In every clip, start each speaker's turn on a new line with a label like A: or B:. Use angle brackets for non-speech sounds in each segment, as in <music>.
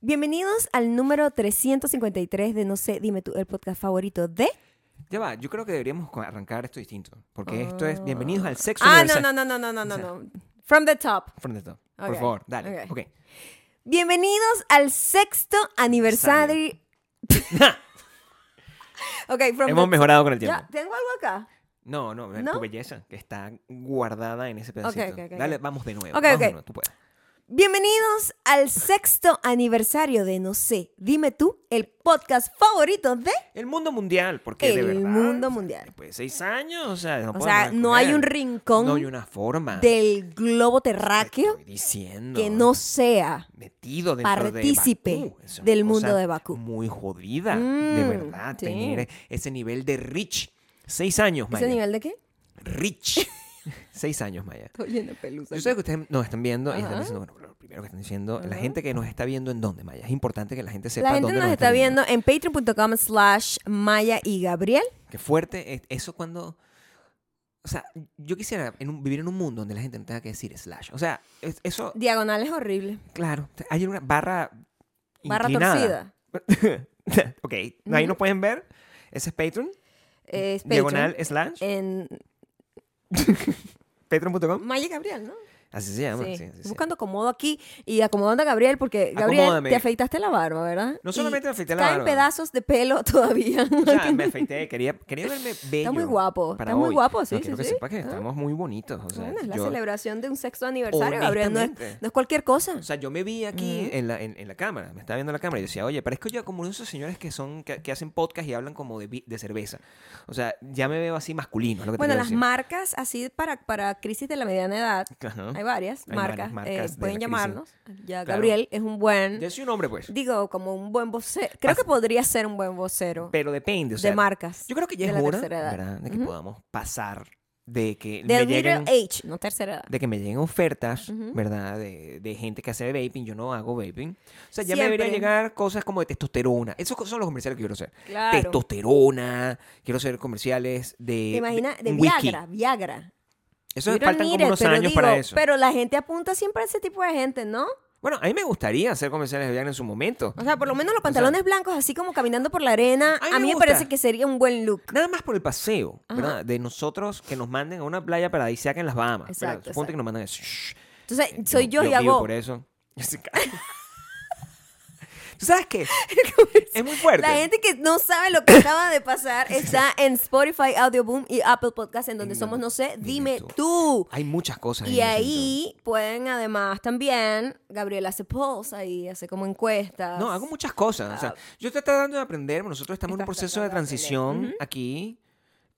A: Bienvenidos al número 353 de No sé, dime tú, el podcast favorito de...
B: Ya va, yo creo que deberíamos co- arrancar esto distinto. Porque esto es
A: Ah.
B: bienvenidos al sexo
A: Ah, no,
B: universal.
A: no, no, no, no, no, no,
B: O sea-
A: no. From the top.
B: From the top.
A: Ok,
B: Por favor, dale.
A: ok.
B: Ok.
A: Bienvenidos al sexto aniversario. <laughs> ok, from
B: Hemos
A: the...
B: mejorado con el tiempo.
A: Ya, ¿Tengo algo acá?
B: No, no,
A: ¿No?
B: tu belleza que está guardada en ese pedacito.
A: ok, ok,
B: Dale,
A: ok.
B: vamos de nuevo.
A: Ok,
B: vamos
A: ok.
B: de nuevo, tú puedes.
A: Bienvenidos al sexto aniversario de No sé, dime tú, el podcast favorito de...
B: El mundo mundial, porque de
A: El
B: verdad.
A: mundo
B: o sea,
A: mundial.
B: Después de seis años, o sea, no
A: O
B: podemos
A: sea, no hay
B: escoger.
A: un rincón
B: No hay una forma.
A: del globo
B: Te
A: terráqueo
B: estoy diciendo.
A: que no sea.
B: metido dentro
A: Partícipe
B: de Bakú. Es una
A: del mundo
B: cosa
A: de Bakú.
B: Muy jodida, de
A: Mm,
B: verdad,
A: sí.
B: tener ese nivel de rich. Seis años, Maya.
A: ¿Ese nivel de qué?
B: Rich. <laughs> Seis años, Maya.
A: Estoy en la pelusa.
B: Yo sé que ustedes nos están viendo y están
A: Ajá.
B: diciendo, bueno, lo primero que están diciendo, la gente que nos está viendo en dónde, Maya. Es importante que la gente sepa
A: La gente
B: Este, dónde
A: nos está viendo en patreon.com slash Maya y Gabriel.
B: Qué fuerte es eso cuando. O sea, yo quisiera en un- vivir en un mundo donde la gente no tenga que decir slash. O sea, es- eso,
A: Diagonal es horrible.
B: claro, hay una barra.
A: Barra
B: inclinada.
A: torcida.
B: ok, ahí nos pueden ver. Ese es Patreon.
A: Es
B: Diagonal
A: Patreon. Eh,
B: slash.
A: En
B: Patreon.com.
A: Maya y Gabriel, ¿no?
B: Así se llama.
A: Sí.
B: sí, así se llama.
A: Buscando acomodo aquí y acomodando a Gabriel porque, Gabriel,
B: Acomódame.
A: te afeitaste la barba, ¿verdad?
B: No solamente
A: Y
B: me afeité la
A: está en
B: barba.
A: pedazos de pelo <laughs> todavía.
B: O sea, me afeité. Quería, quería verme bello.
A: muy guapo,
B: para
A: está muy
B: hoy.
A: guapo, sí,
B: No, quiero
A: sí,
B: que
A: sí. Ah,
B: sepa que estamos muy bonitos. O sea,
A: Bueno, es la
B: yo,
A: celebración de un sexto aniversario, Gabriel. No es, Mm.
B: Honestamente.
A: no es cualquier cosa.
B: o sea, yo me vi aquí en, la, en, en la cámara. Me estaba viendo la cámara y decía, oye, parezco yo como uno de esos señores que son que, que hacen podcast y hablan como de, vi- de cerveza. O sea, ya me veo así masculino. es lo que te
A: Bueno,
B: quiero
A: las
B: decir.
A: marcas así para, para crisis de la mediana edad,
B: Ajá.
A: hay varias
B: Hay
A: marcas,
B: varias marcas
A: eh, pueden
B: de la crisis.
A: llamarnos. Ya
B: Claro.
A: Gabriel es un buen,
B: Yo soy un hombre, pues.
A: digo, como un buen vocero. Creo que podría ser un buen vocero
B: Pero depende. O sea,
A: de marcas.
B: Yo creo que ya
A: de
B: es
A: la
B: hora,
A: tercera edad.
B: ¿verdad? De que
A: Ujú.
B: podamos pasar de que
A: Del
B: me
A: middle
B: lleguen...
A: age, no tercera edad.
B: de que me lleguen ofertas,
A: Ujú.
B: ¿verdad? De, de gente que hace vaping, yo no hago vaping. O sea, ya me
A: Siempre.
B: deberían llegar cosas como de testosterona. Esos co- son los comerciales que quiero hacer.
A: Claro.
B: Testosterona, quiero hacer comerciales de.
A: ¿Te imaginas? De
B: un whisky.
A: Viagra, Viagra.
B: Eso
A: You
B: me
A: don't
B: faltan
A: need
B: como
A: it,
B: unos
A: pero
B: años
A: digo,
B: para eso.
A: Pero la gente apunta siempre a ese tipo de gente, ¿no?
B: Bueno, a mí me gustaría hacer comerciales de Viagra en su momento.
A: O sea, por lo menos los pantalones blancos, así como caminando por la arena,
B: A
A: a
B: mí me
A: mí me
B: gusta.
A: parece que sería un buen look.
B: Nada más por el paseo, ¿verdad? De nosotros que nos manden a una playa paradisíaca en las Bahamas. ¿verdad?
A: Exacto,
B: Suponte
A: exacto.
B: que nos mandan eso. Shh.
A: Entonces, soy yo, y
B: vivo
A: hago <laughs>
B: por eso. <laughs> ¿Tú sabes
A: <laughs>
B: qué? es muy fuerte.
A: La gente que no sabe lo que acaba de pasar
B: <laughs>
A: está en Spotify, Audioboom y Apple Podcast, en donde
B: En
A: somos,
B: donde-
A: no sé, dime
B: dime
A: tú.
B: Hay muchas cosas. en
A: Y
B: ese
A: ahí pueden además también, Gabriela hace polls ahí, hace como encuestas.
B: No, hago muchas cosas. O sea, yo estoy tratando de aprender. pero Nosotros estamos en un
A: Estás
B: proceso de
A: tratando de aprender.
B: transición aquí.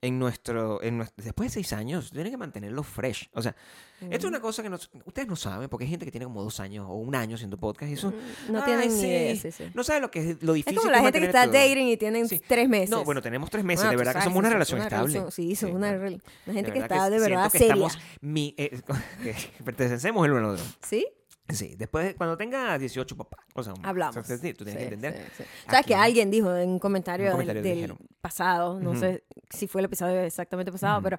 B: En nuestro, en nuestro- Después de seis años, tienen que mantenerlo fresh. O sea, esto es una cosa que nos- ustedes no saben, porque hay gente que tiene como dos años o un año haciendo podcast y eso.
A: No
B: ay,
A: tienen ni idea, sí, sí.
B: No saben lo que es lo
A: Es
B: difícil.
A: como la gente que está
B: mantener todo.
A: dating y tienen
B: Sí.
A: tres meses.
B: No, bueno, tenemos tres meses.
A: Bueno,
B: de
A: tú
B: verdad
A: sabes,
B: que somos una
A: sí,
B: relación
A: una
B: estable.
A: relación- sí, son
B: Sí,
A: una
B: no.
A: relación. La gente
B: De
A: que
B: verdad
A: está de
B: siento
A: verdad
B: que
A: seria.
B: estamos mi- eh, <laughs> que pertenecemos el uno al otro.
A: ¿Sí?
B: Sí, después, de- cuando tenga 18, papá. O sea,
A: Hablamos.
B: o sea, sí, tú tienes que
A: Sí,
B: entender.
A: sí, sí. ¿Sabes
B: Aquí-
A: que alguien dijo en un comentario,
B: Un
A: del-
B: comentario
A: del,
B: dijeron.
A: pasado, no
B: Ujú.
A: sé si fue el episodio exactamente pasado, pero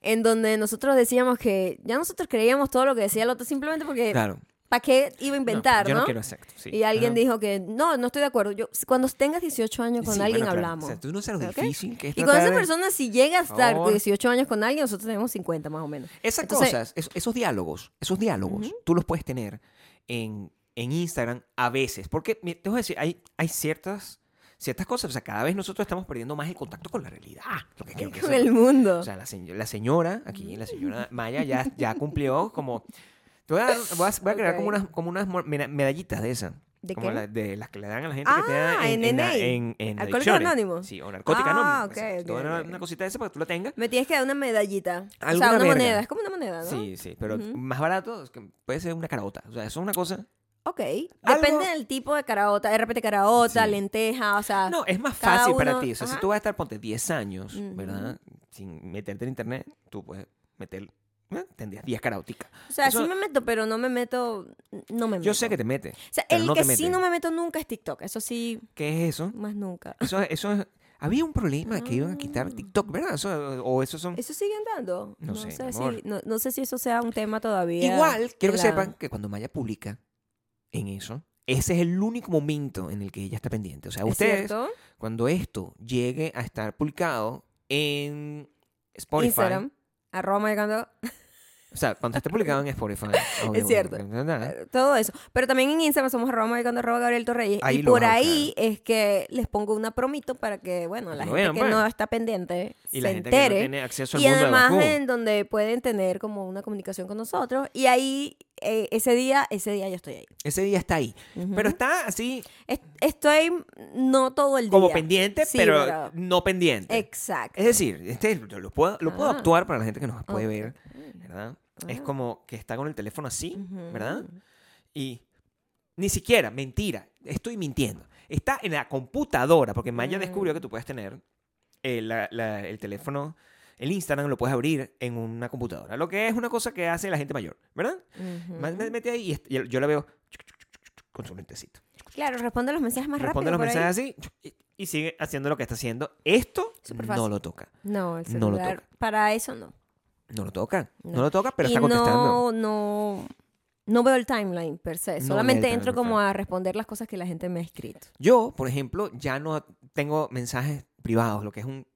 A: en donde nosotros decíamos que ya nosotros creíamos todo lo que decía el otro simplemente porque
B: Claro.
A: ¿para qué iba a inventar, no?
B: Yo no, quiero exacto. sí.
A: Y alguien
B: Ajá.
A: dijo que no, no estoy de acuerdo. Yo cuando tengas 18 años con
B: Sí,
A: alguien
B: bueno, claro.
A: hablamos.
B: O sea, tú no sabes lo
A: ¿Ok?
B: difícil que es
A: y con esa
B: tratar de-
A: persona si llega a estar
B: favor.
A: 18 años con alguien, nosotros tenemos 50 más o menos.
B: Esas
A: Entonces-
B: cosas, es- esos diálogos, esos diálogos, tú los puedes tener en, en Instagram a veces. Porque, mira, te voy a decir, hay, hay ciertas, ciertas cosas. O sea, cada vez nosotros estamos perdiendo más el contacto con la realidad. Lo
A: <laughs>
B: que quiero que
A: Con
B: sepas.
A: el mundo.
B: O sea, la, señ- la señora, aquí, la señora Maya, ya,
A: <laughs>
B: ya cumplió como... Te voy a, dar- voy a- voy a crear como
A: Ok.
B: unas, como unas mo- meda- medallitas de esas.
A: ¿De
B: como
A: qué?
B: la- de las que le dan a la gente
A: Ah,
B: que te da en,
A: en
B: en, la-
A: NA.
B: en- en
A: Alcohólicos
B: adicciones.
A: Anónimos.
B: Sí, o narcótica
A: Ah,
B: anónima.
A: ok,
B: exacto. Te voy a dar
A: ok,
B: una,
A: ok.
B: una cosita de esa para que tú la tengas.
A: Me tienes que dar una medallita. o sea,
B: Alguna
A: una
B: verga.
A: moneda. Es como una moneda, ¿no?
B: Sí, sí, pero más barato es que puede ser una carota. O sea, eso es una cosa...
A: Ok. Depende
B: Algo-
A: del tipo de caraota. De repente caraota,
B: Sí.
A: lenteja, o sea.
B: No, es más
A: Ah, cada
B: fácil para
A: uno-
B: ti. O sea,
A: ajá.
B: si tú vas a estar, ponte 10 años,
A: Ujú.
B: ¿verdad? Sin meterte en internet, tú puedes meter... ¿eh? Tendrías 10 caróticas.
A: o sea,
B: eso-
A: sí me meto, pero no me meto. No me meto.
B: Yo sé que te metes.
A: O sea,
B: pero
A: el
B: no
A: que
B: te
A: sí
B: metes.
A: no me meto nunca es TikTok. Eso sí,
B: ¿Qué es eso?
A: más nunca.
B: Eso, eso es- Había un problema que iban a
A: Ah.
B: quitar TikTok, ¿verdad? Eso- o eso son.
A: ¿Eso sigue andando?
B: Mm. No sé, mi amor.
A: si, no, no sé si eso sea un tema todavía.
B: Igual, quiero que
A: la-
B: sepan que cuando Maya publica en eso, Ese es el único momento en el que ella está pendiente. O sea,
A: ¿Es
B: ustedes,
A: cierto?
B: cuando esto llegue a estar publicado en Spotify,
A: Instagram, arroba llegando
B: o sea, cuando esté publicado
A: <laughs>
B: en Spotify, obvio,
A: cierto.
B: no, no, no,
A: Eh, todo eso. Pero también en Instagram somos arroba maricando, arroba Gabriel Torreyes.
B: Ahí
A: y
B: lo
A: por
B: vas a
A: ahí es que les pongo una promito para que, bueno,
B: Lo
A: la gente
B: vean,
A: que
B: pues.
A: no está pendiente
B: Y
A: se
B: la gente
A: entere.
B: que no tiene acceso al
A: y
B: mundo
A: además
B: de Bakú.
A: en donde pueden tener como una comunicación con nosotros. Y ahí, eh, ese día, ese día yo estoy ahí.
B: Ese día está ahí. Pero está así
A: Es- estoy no todo el día.
B: como pendiente,
A: Sí,
B: pero,
A: pero-
B: no pendiente.
A: Exacto.
B: Es decir, este, lo lo puedo, lo puedo
A: Ah.
B: actuar para la gente que nos puede
A: Ok.
B: ver, ¿verdad?
A: Ah.
B: Es como que está con el teléfono así, ¿verdad? Y ni siquiera, mentira, estoy mintiendo. Está en la computadora, porque Maya descubrió
A: Mm.
B: que tú puedes tener eh, la- la- el teléfono, el Instagram lo puedes abrir en una computadora, lo que es una cosa que hace la gente mayor, ¿verdad?
A: Ujú.
B: Ma- me- Mete ahí y est- y yo la veo con su lentecito.
A: Claro, responde los mensajes más
B: Responde
A: rápido. por
B: los
A: ahí.
B: mensajes así y- y sigue haciendo lo que está haciendo. Esto
A: Súper
B: no
A: fácil.
B: lo toca.
A: No, el
B: No lo
A: celular, para eso no.
B: No lo toca. No,
A: No.
B: lo toca, pero
A: y
B: está contestando.
A: No, no, no veo el timeline per se.
B: No
A: Solamente
B: veo el
A: entro
B: timeline,
A: como a responder las cosas que la gente me ha escrito.
B: Yo, por ejemplo, ya no tengo mensajes privados, lo que es un.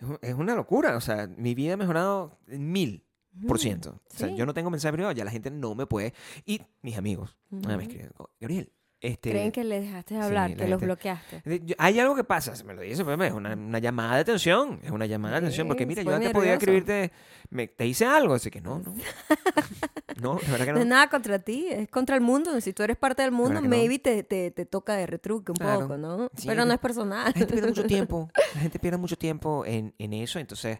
B: es un- Es una locura. O sea, mi vida ha mejorado en mil por ciento. O sea,
A: Mm, sí.
B: yo no tengo mensajes privados, ya la gente no me puede. Y mis amigos ah, me escriben, "Oh, Gabriel, este.
A: Creen que le dejaste de
B: sí,
A: hablar,
B: la
A: que los
B: gente-
A: bloqueaste.
B: de- yo- Hay algo que pasa, se me lo dice, pues, es una, una llamada de atención, es una llamada de atención, porque
A: Sí,
B: mira,
A: se
B: yo
A: pone
B: antes podía
A: nervioso.
B: escribirte, me- te hice algo, así que
A: <laughs>
B: no, no. no, de verdad que
A: No es
B: no.
A: nada contra ti, es contra el mundo. Si tú eres parte del mundo,
B: verdad que no.
A: maybe te, te, te toca de retruque un
B: Claro.
A: poco, ¿no?
B: Sí,
A: Pero no es personal.
B: La gente pierde
A: <laughs>
B: mucho tiempo, la gente pierde mucho tiempo en, en eso, entonces,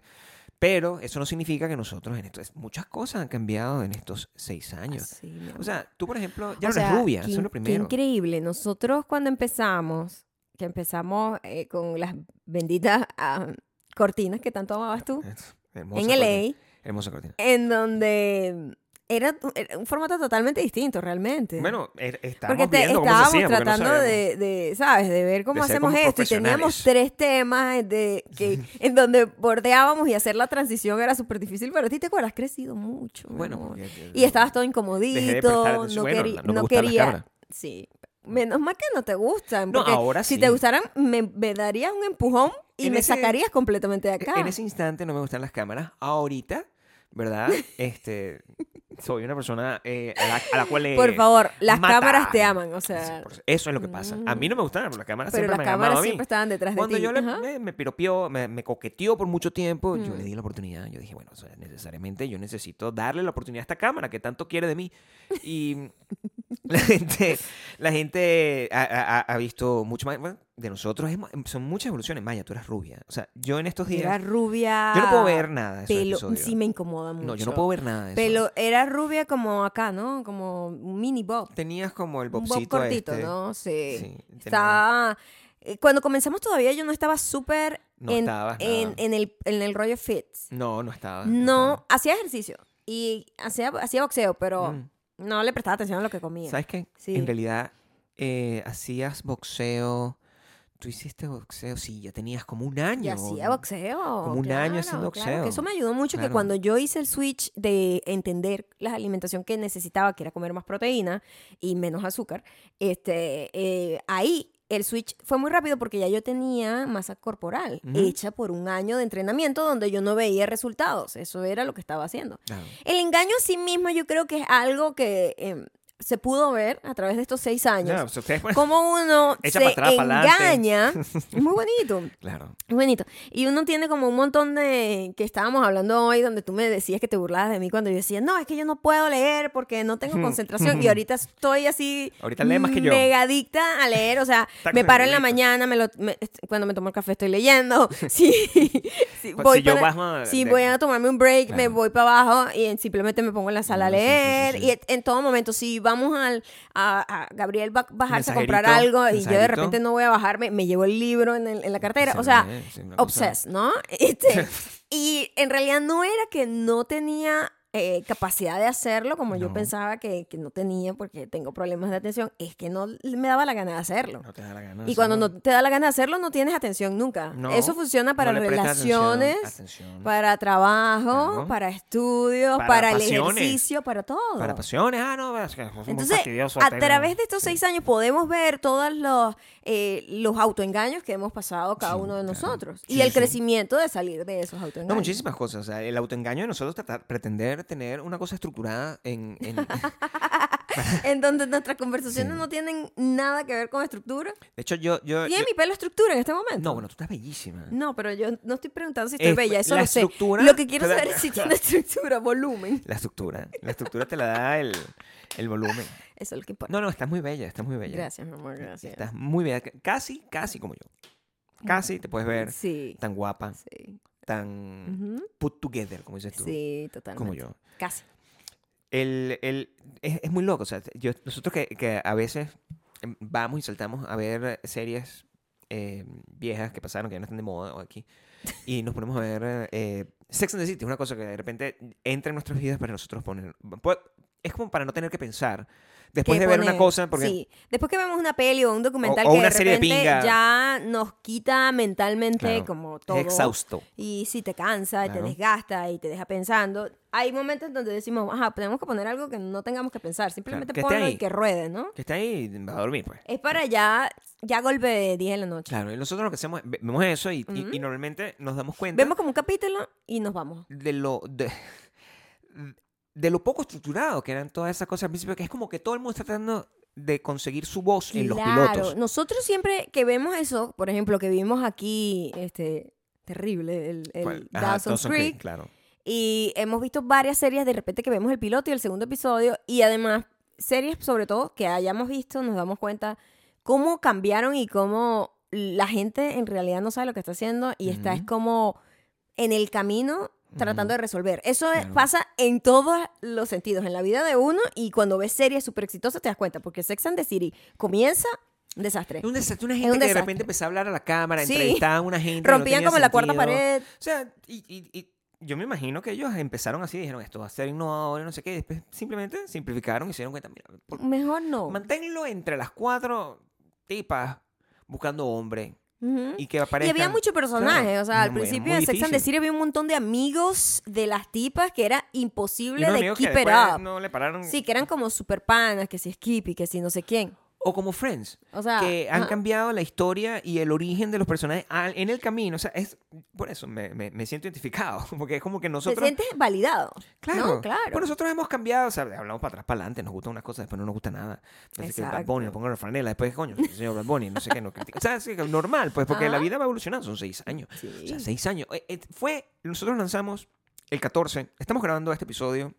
B: pero eso no significa que nosotros en esto, es- muchas cosas han cambiado en estos seis años.
A: Sí, mi
B: O
A: amor.
B: sea, tú, por ejemplo, ya
A: O
B: no eres
A: sea,
B: rubia,
A: qué
B: eso es
A: in-
B: lo
A: qué
B: primero.
A: increíble. Nosotros cuando empezamos, que empezamos eh, con las benditas ah, cortinas que tanto amabas tú,
B: Es- hermosa
A: en
B: cortina,
A: LA,
B: Hermosa cortina.
A: en donde era, era un formato totalmente distinto realmente.
B: Bueno, er-
A: porque
B: estábamos
A: te-
B: viendo cómo se
A: estábamos
B: hacía, porque no
A: tratando
B: sabíamos.
A: de, de, ¿sabes? De ver cómo
B: De ser
A: hacemos
B: como
A: esto. Y teníamos
B: profesionales.
A: tres temas de, que, <laughs> en donde bordeábamos y hacer la transición era súper difícil, pero a ti te acuerdas, has crecido mucho. mi
B: Bueno,
A: amor.
B: porque-
A: Mm.
B: eh,
A: Y estabas todo
B: Dejé de
A: incomodito,
B: prestar
A: no,
B: atención. Bueno,
A: querí-
B: no me
A: no
B: gustan las cámaras.
A: quería. Sí. Menos mal que no te gustan.
B: No,
A: porque
B: ahora
A: Si
B: sí.
A: te gustaran, me, me darías un empujón y
B: En
A: me
B: ese-
A: sacarías completamente de
B: E-
A: acá.
B: En ese instante no me gustan las cámaras. Ahorita,
A: <laughs>
B: ¿verdad? Este, soy una persona eh, a, la, a la cual le
A: Por favor, las
B: mata.
A: cámaras te aman, o sea.
B: Sí, por- Eso es lo que pasa. A mí no me gustaban, pero las cámaras
A: pero
B: siempre
A: las
B: me han amado
A: cámaras
B: a mí.
A: siempre estaban detrás
B: Cuando
A: de ti.
B: yo le-
A: Ajá. Mm.
B: me, me piropió, me, me coqueteó por mucho tiempo, yo le di la oportunidad. Yo dije, bueno, o sea, necesariamente yo necesito darle la oportunidad a esta cámara que tanto quiere de mí. Y <laughs> la gente, la gente ha, ha- ha- ha visto mucho más. bueno, de nosotros hemos- son muchas evoluciones. Maya, tú eras rubia. O sea, yo en estos días.
A: Era rubia.
B: Yo no puedo ver nada de esos
A: Pelo.
B: episodios.
A: Sí, me incomoda mucho.
B: No, yo no puedo ver nada de eso.
A: Pelo. Era rubia como acá, ¿no? Como un mini bob.
B: Tenías como el
A: un bob
B: bobcito
A: cortito,
B: este.
A: ¿no? Sí.
B: Sí, tenía-
A: estaba. eh, Cuando comenzamos todavía yo no estaba súper
B: No
A: en,
B: estabas nada.
A: en, en el, en el rollo fit.
B: No, no estaba.
A: No, hacía ejercicio y hacía, hacía boxeo, pero
B: Mm.
A: no le prestaba atención a lo que comía.
B: estaba. ¿Sabes qué?
A: Sí.
B: En realidad, eh, hacías boxeo. Tú hiciste boxeo, sí, ya tenías como un año.
A: Y hacía boxeo.
B: como un año haciendo
A: claro, que
B: boxeo.
A: eso me ayudó mucho que
B: Claro.
A: cuando yo hice el switch de entender la alimentación que necesitaba, que era comer más proteína y menos azúcar, este, eh, ahí el switch fue muy rápido porque ya yo tenía masa corporal
B: Ujú.
A: hecha por un año de entrenamiento donde yo no veía resultados. Eso era lo que estaba haciendo.
B: Claro.
A: El engaño a sí mismo yo creo que es algo que em, se pudo ver a través de estos seis años.
B: No, pues ustedes-
A: Cómo uno
B: Echa
A: se
B: pa' atrás, pa'lante. <laughs>
A: engaña. Es muy bonito.
B: Claro.
A: Es bonito. Y uno tiene como un montón de. que estábamos hablando hoy, donde tú me decías que te burlabas de mí cuando yo decía, no, es que yo no puedo leer porque no tengo concentración. y ahorita estoy así.
B: Ahorita lee más que yo.
A: Mega adicta a leer. O sea,
B: Está
A: me paro en la
B: conectadito.
A: mañana, me lo, me- cuando me tomo el café estoy
B: <laughs>
A: leyendo. <laughs> Sí. sí,
B: Pues
A: voy
B: si yo
A: para-
B: bajo a-
A: sí,
B: de-
A: voy a tomarme un break, me
B: Claro.
A: voy para abajo y en- simplemente me pongo en la sala a
B: No, sí, sí, sí,
A: leer.
B: sí.
A: Y en- en todo momento, si vamos al, a, a Gabriel va a bajarse a comprar
B: Mensajerito,
A: algo y yo de
B: mensajerito.
A: repente no voy a bajarme, me llevo el libro en, el- en la cartera.
B: Se
A: o sea, <laughs>
B: ve, sí, una cosa- <laughs>
A: obsessed, ¿no? Este, y en realidad no era que no tenía eh, capacidad de hacerlo como yo
B: No.
A: pensaba que, que no tenía porque tengo problemas de atención, es que no me daba la gana de hacerlo.
B: No te da la gana.
A: Y cuando no te da la gana de hacerlo, no tienes atención nunca.
B: No,
A: Eso funciona para
B: no le prestas
A: relaciones,
B: atención, atención.
A: para trabajo,
B: Claro.
A: para estudios,
B: Para
A: para, el
B: pasiones.
A: ejercicio, para todo.
B: Para pasiones, ah, no, es que es muy
A: Entonces,
B: fastidioso
A: a
B: tener-
A: través de estos
B: sí.
A: seis años podemos ver todos los, eh, los autoengaños que hemos pasado cada
B: Sí,
A: uno de
B: claro.
A: nosotros
B: Sí,
A: y el
B: sí.
A: crecimiento de salir de esos autoengaños.
B: No, muchísimas cosas. O sea, el autoengaño de nosotros tratar, pretender tener una cosa estructurada en...
A: <laughs>
B: en- de
A: <laughs> En donde nuestras conversaciones
B: Sí.
A: no tienen nada que ver con estructura.
B: hecho, yo... yo,
A: ¿Tiene
B: yo-
A: mi pelo estructura en este momento?
B: Ah, No, bueno, tú estás bellísima.
A: No, pero yo no estoy preguntando si estoy
B: Es-
A: bella, eso
B: la
A: lo sé.
B: estructura-
A: Lo que quiero
B: Espera.
A: saber es si tiene estructura, volumen.
B: <laughs> La estructura. La estructura te la da el, el volumen.
A: Eso es lo que importa.
B: No, no, estás muy bella, estás muy bella.
A: Gracias, mi amor, gracias.
B: Estás muy bella. Casi, casi como yo. Casi te puedes ver
A: Sí.
B: tan guapa,
A: Sí.
B: tan
A: Ujú.
B: put together, como dices tú.
A: Sí, totalmente.
B: como yo.
A: Casi.
B: El, el- es, es muy loco. O sea, yo, nosotros que, que a veces em, vamos y saltamos a ver series eh, viejas que pasaron, que ya no están de moda
A: <laughs>
B: o aquí, y nos ponemos a ver eh, Sex and the City. Es una cosa que de repente entra en nuestras vidas para nosotros poner. po- Es como para no tener que pensar. Después
A: qué
B: de ver una
A: poner.
B: cosa, porque
A: Sí. Después que vemos una peli o un documental
B: o
A: que
B: una
A: de
B: serie de
A: repente
B: pinga.
A: ya nos quita mentalmente
B: Claro.
A: como todo.
B: es exhausto.
A: Y si te cansa, y
B: Claro.
A: te desgasta y te deja pensando. Hay momentos donde decimos, ajá, tenemos que poner algo que no tengamos que pensar. Simplemente
B: que esté
A: ponlo
B: ahí.
A: y que ruede, ¿no?
B: Que está ahí, va a dormir, pues.
A: Es para ya, ya golpe de 10 de la noche.
B: Claro, y nosotros lo que hacemos, ve- vemos eso y, y- y normalmente nos damos cuenta
A: Vemos como un capítulo y nos vamos.
B: de lo de, de lo poco estructurado que eran todas esas cosas al principio, que es como que todo el mundo está tratando de conseguir su voz en los pilotos.
A: Nosotros siempre que vemos eso, por ejemplo, que vimos aquí, este, terrible, el, el
B: Cual- ajá,
A: Dawson's
B: Dawson's
A: Creek,
B: claro.
A: y hemos visto varias series de repente que vemos el piloto y el segundo episodio, y además series sobre todo que hayamos visto, nos damos cuenta cómo cambiaron y cómo la gente en realidad no sabe lo que está haciendo y está es
B: Ujú.
A: como en el camino tratando de resolver. Eso es-
B: Claro.
A: pasa en todos los sentidos, en la vida de uno y cuando ves series súper exitosas te das cuenta, porque Sex and the City comienza un desastre.
B: Es un desastre, una
A: un
B: gente que de
A: desastre.
B: repente empezó a hablar a la cámara,
A: Sí.
B: entrevistaban a una gente. que no
A: Rompían
B: tenía
A: como la cuarta
B: sentido.
A: pared.
B: O sea, y, y- y yo me imagino que ellos empezaron así, dijeron esto va a ser innovador y no sé qué. y Después simplemente simplificaron y se dieron cuenta, mira, por-
A: Mejor no.
B: manténlo entre las cuatro tipas buscando hombre
A: Ujú.
B: y que
A: Y
B: aparezcan.
A: había muchos personajes,
B: Claro,
A: o sea, al
B: muy-
A: principio de
B: muy
A: Sex and the
B: difícil.
A: City había un montón de amigos de las tipas que era imposible
B: unos
A: de
B: amigos que
A: keep it
B: después
A: up.
B: No le pararon.
A: Sí, que eran como super panas, que si Skippy, que si no sé quién.
B: O como Friends.
A: O sea,
B: que
A: Ah,
B: han
A: ajá.
B: cambiado la historia y el origen de los personajes al- en el camino. O sea, es por eso me, me- me siento identificado. <laughs> Porque es como que
A: Te
B: nosotros.
A: sientes validado.
B: Claro,
A: No, claro.
B: Pues nosotros hemos cambiado. O sea, hablamos para atrás, para adelante. Nos gusta una cosa, después no nos gusta nada. Entonces, que Bad
A: Exacto.
B: Bunny, le pongo la franela. Después, coño, el señor Bad Bunny, no sé qué. No critica. O sea, es que normal, pues, porque la
A: Ajá.
B: vida va evolucionando. Son seis años. O sea,
A: Sí.
B: seis años. Eh, eh, Fue, nosotros lanzamos el 14. Estamos grabando este episodio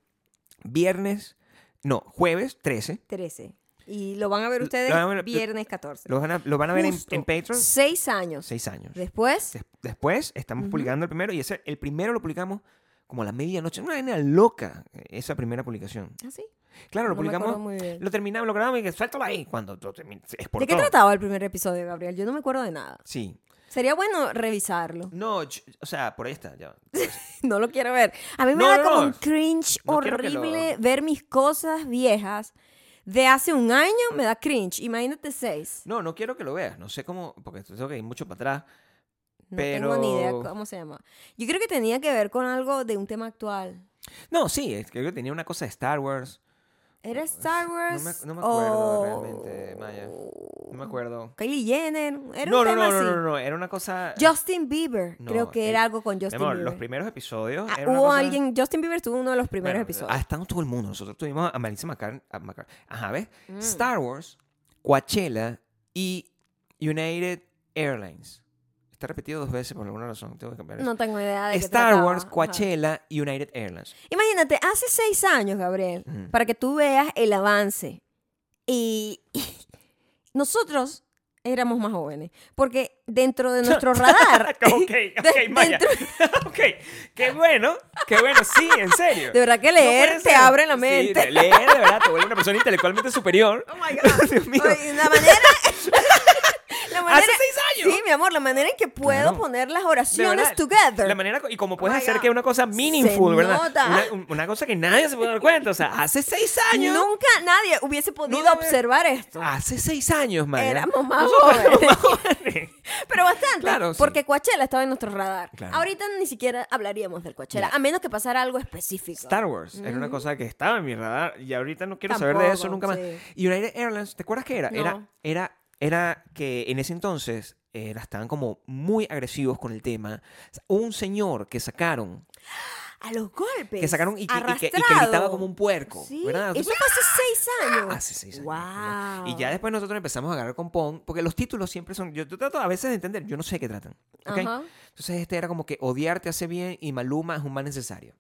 B: viernes, no, jueves 13.
A: 13. Y lo van a ver
B: Lo-
A: ustedes
B: lo van a ver-
A: viernes 14.
B: Lo van a, lo van a ver en,
A: Justo.
B: en Patreon.
A: Seis años.
B: Seis años.
A: Después,
B: Des- Después estamos publicando el primero y ese, el primero lo publicamos como a la medianoche. Una vaina loca eh, esa primera publicación.
A: así.
B: Claro, lo
A: ¿Ah, No me acuerdo
B: publicamos,
A: muy bien.
B: lo terminamos, lo grabamos y que suéltalo ahí cuando lo termine- se
A: ¿De qué
B: exportó.
A: trataba el primer episodio, Gabriel? Yo no me acuerdo de nada.
B: Sí.
A: Sería bueno revisarlo.
B: No, ch- o sea, por ahí está. Ya.
A: <laughs> No lo quiero ver. A mí me
B: No,
A: da
B: no,
A: como
B: no.
A: un cringe
B: No quiero que lo-
A: horrible ver mis cosas viejas de hace un año. Me da cringe. Imagínate seis.
B: No, no quiero que lo veas. No sé cómo, porque tengo que ir mucho para atrás.
A: No
B: Pero-
A: tengo ni idea cómo se llama. Yo creo que tenía que ver con algo de un tema actual.
B: No, sí, es que yo tenía una cosa de Star Wars.
A: ¿Era Star
B: me-
A: Wars?
B: no me acuerdo
A: o-
B: realmente, Maya. No me acuerdo.
A: Kylie Jenner. Era
B: no,
A: un
B: no,
A: tema
B: no, no,
A: así.
B: no, no, era una cosa...
A: Justin Bieber.
B: No,
A: creo que
B: eh,
A: era algo con
B: Mi
A: Justin
B: amor,
A: Bieber.
B: los primeros episodios...
A: Ah,
B: era una
A: hubo
B: cosa-
A: alguien. Justin Bieber tuvo uno de los primeros
B: Bueno,
A: episodios.
B: Ah, estamos todo el mundo. Nosotros tuvimos a Marisa McCartney. Ajá, ¿ves?
A: Mm.
B: Star Wars, Coachella y United Airlines. Está repetido dos veces por alguna razón. Tengo que cambiar eso.
A: No tengo idea de qué
B: Star
A: trataba.
B: Wars,
A: Ajá.
B: Coachella y United Airlines.
A: Imagínate, hace seis años, Gabriel,
B: Ujú.
A: para que tú veas el avance. Y nosotros éramos más jóvenes, porque dentro de nuestro radar...
B: <laughs> ok,
A: <laughs>
B: ok,
A: de-
B: Maya.
A: dentro-
B: <laughs> ok, qué bueno, qué bueno. Sí, en serio.
A: de verdad que
B: No
A: leer
B: puede
A: te
B: ser.
A: abre la
B: Sí,
A: mente.
B: de- leer, de <laughs> verdad, te vuelve una persona intelectualmente superior. <laughs>
A: Oh my God.
B: Dios mío.
A: Oye, la manera... la manera-
B: hace seis años.
A: Sí, mi amor, la manera en que puedo
B: Claro.
A: poner las
B: De
A: oraciones
B: verdad,
A: together.
B: La manera, y como puedes
A: Oh my
B: hacer
A: God.
B: que una cosa meaningful,
A: Se
B: ¿verdad?
A: nota.
B: Una- un- Una, cosa que nadie se puede dar cuenta. O sea,
A: <laughs>
B: hace seis años.
A: Nunca nadie hubiese podido
B: Nunca me-
A: observar esto.
B: Hace seis años, Maya.
A: Éramos más
B: Nosotros éramos
A: jóvenes.
B: más
A: <laughs>
B: jóvenes.
A: Pero bastante,
B: Claro, sí.
A: porque Coachella estaba en nuestro radar.
B: Claro.
A: Ahorita ni siquiera hablaríamos del Coachella, a menos que pasara algo específico.
B: Star Wars era una cosa que estaba en mi radar y ahorita no quiero saber de
A: Tampoco,
B: eso nunca más.
A: sí.
B: Y United Airlines, ¿te acuerdas qué era? Era,
A: No.
B: era, era que en ese entonces era- estaban como muy agresivos con el tema. Hubo un señor que sacaron,
A: A los golpes.
B: que sacaron y que, y que- y que
A: Pues, arrastrado.
B: gritaba como un puerco,
A: Sí,
B: ¿verdad? ah,
A: Eso fue hace seis años.
B: Hace seis años. ¿verdad?
A: Wow.
B: Y ya después nosotros empezamos a agarrar con Pong, porque los títulos siempre son. Yo trato a veces de entender, yo no sé de qué tratan. ¿ok?
A: Ajá.
B: Entonces, este era como que odiar te hace bien y Maluma es un mal necesario.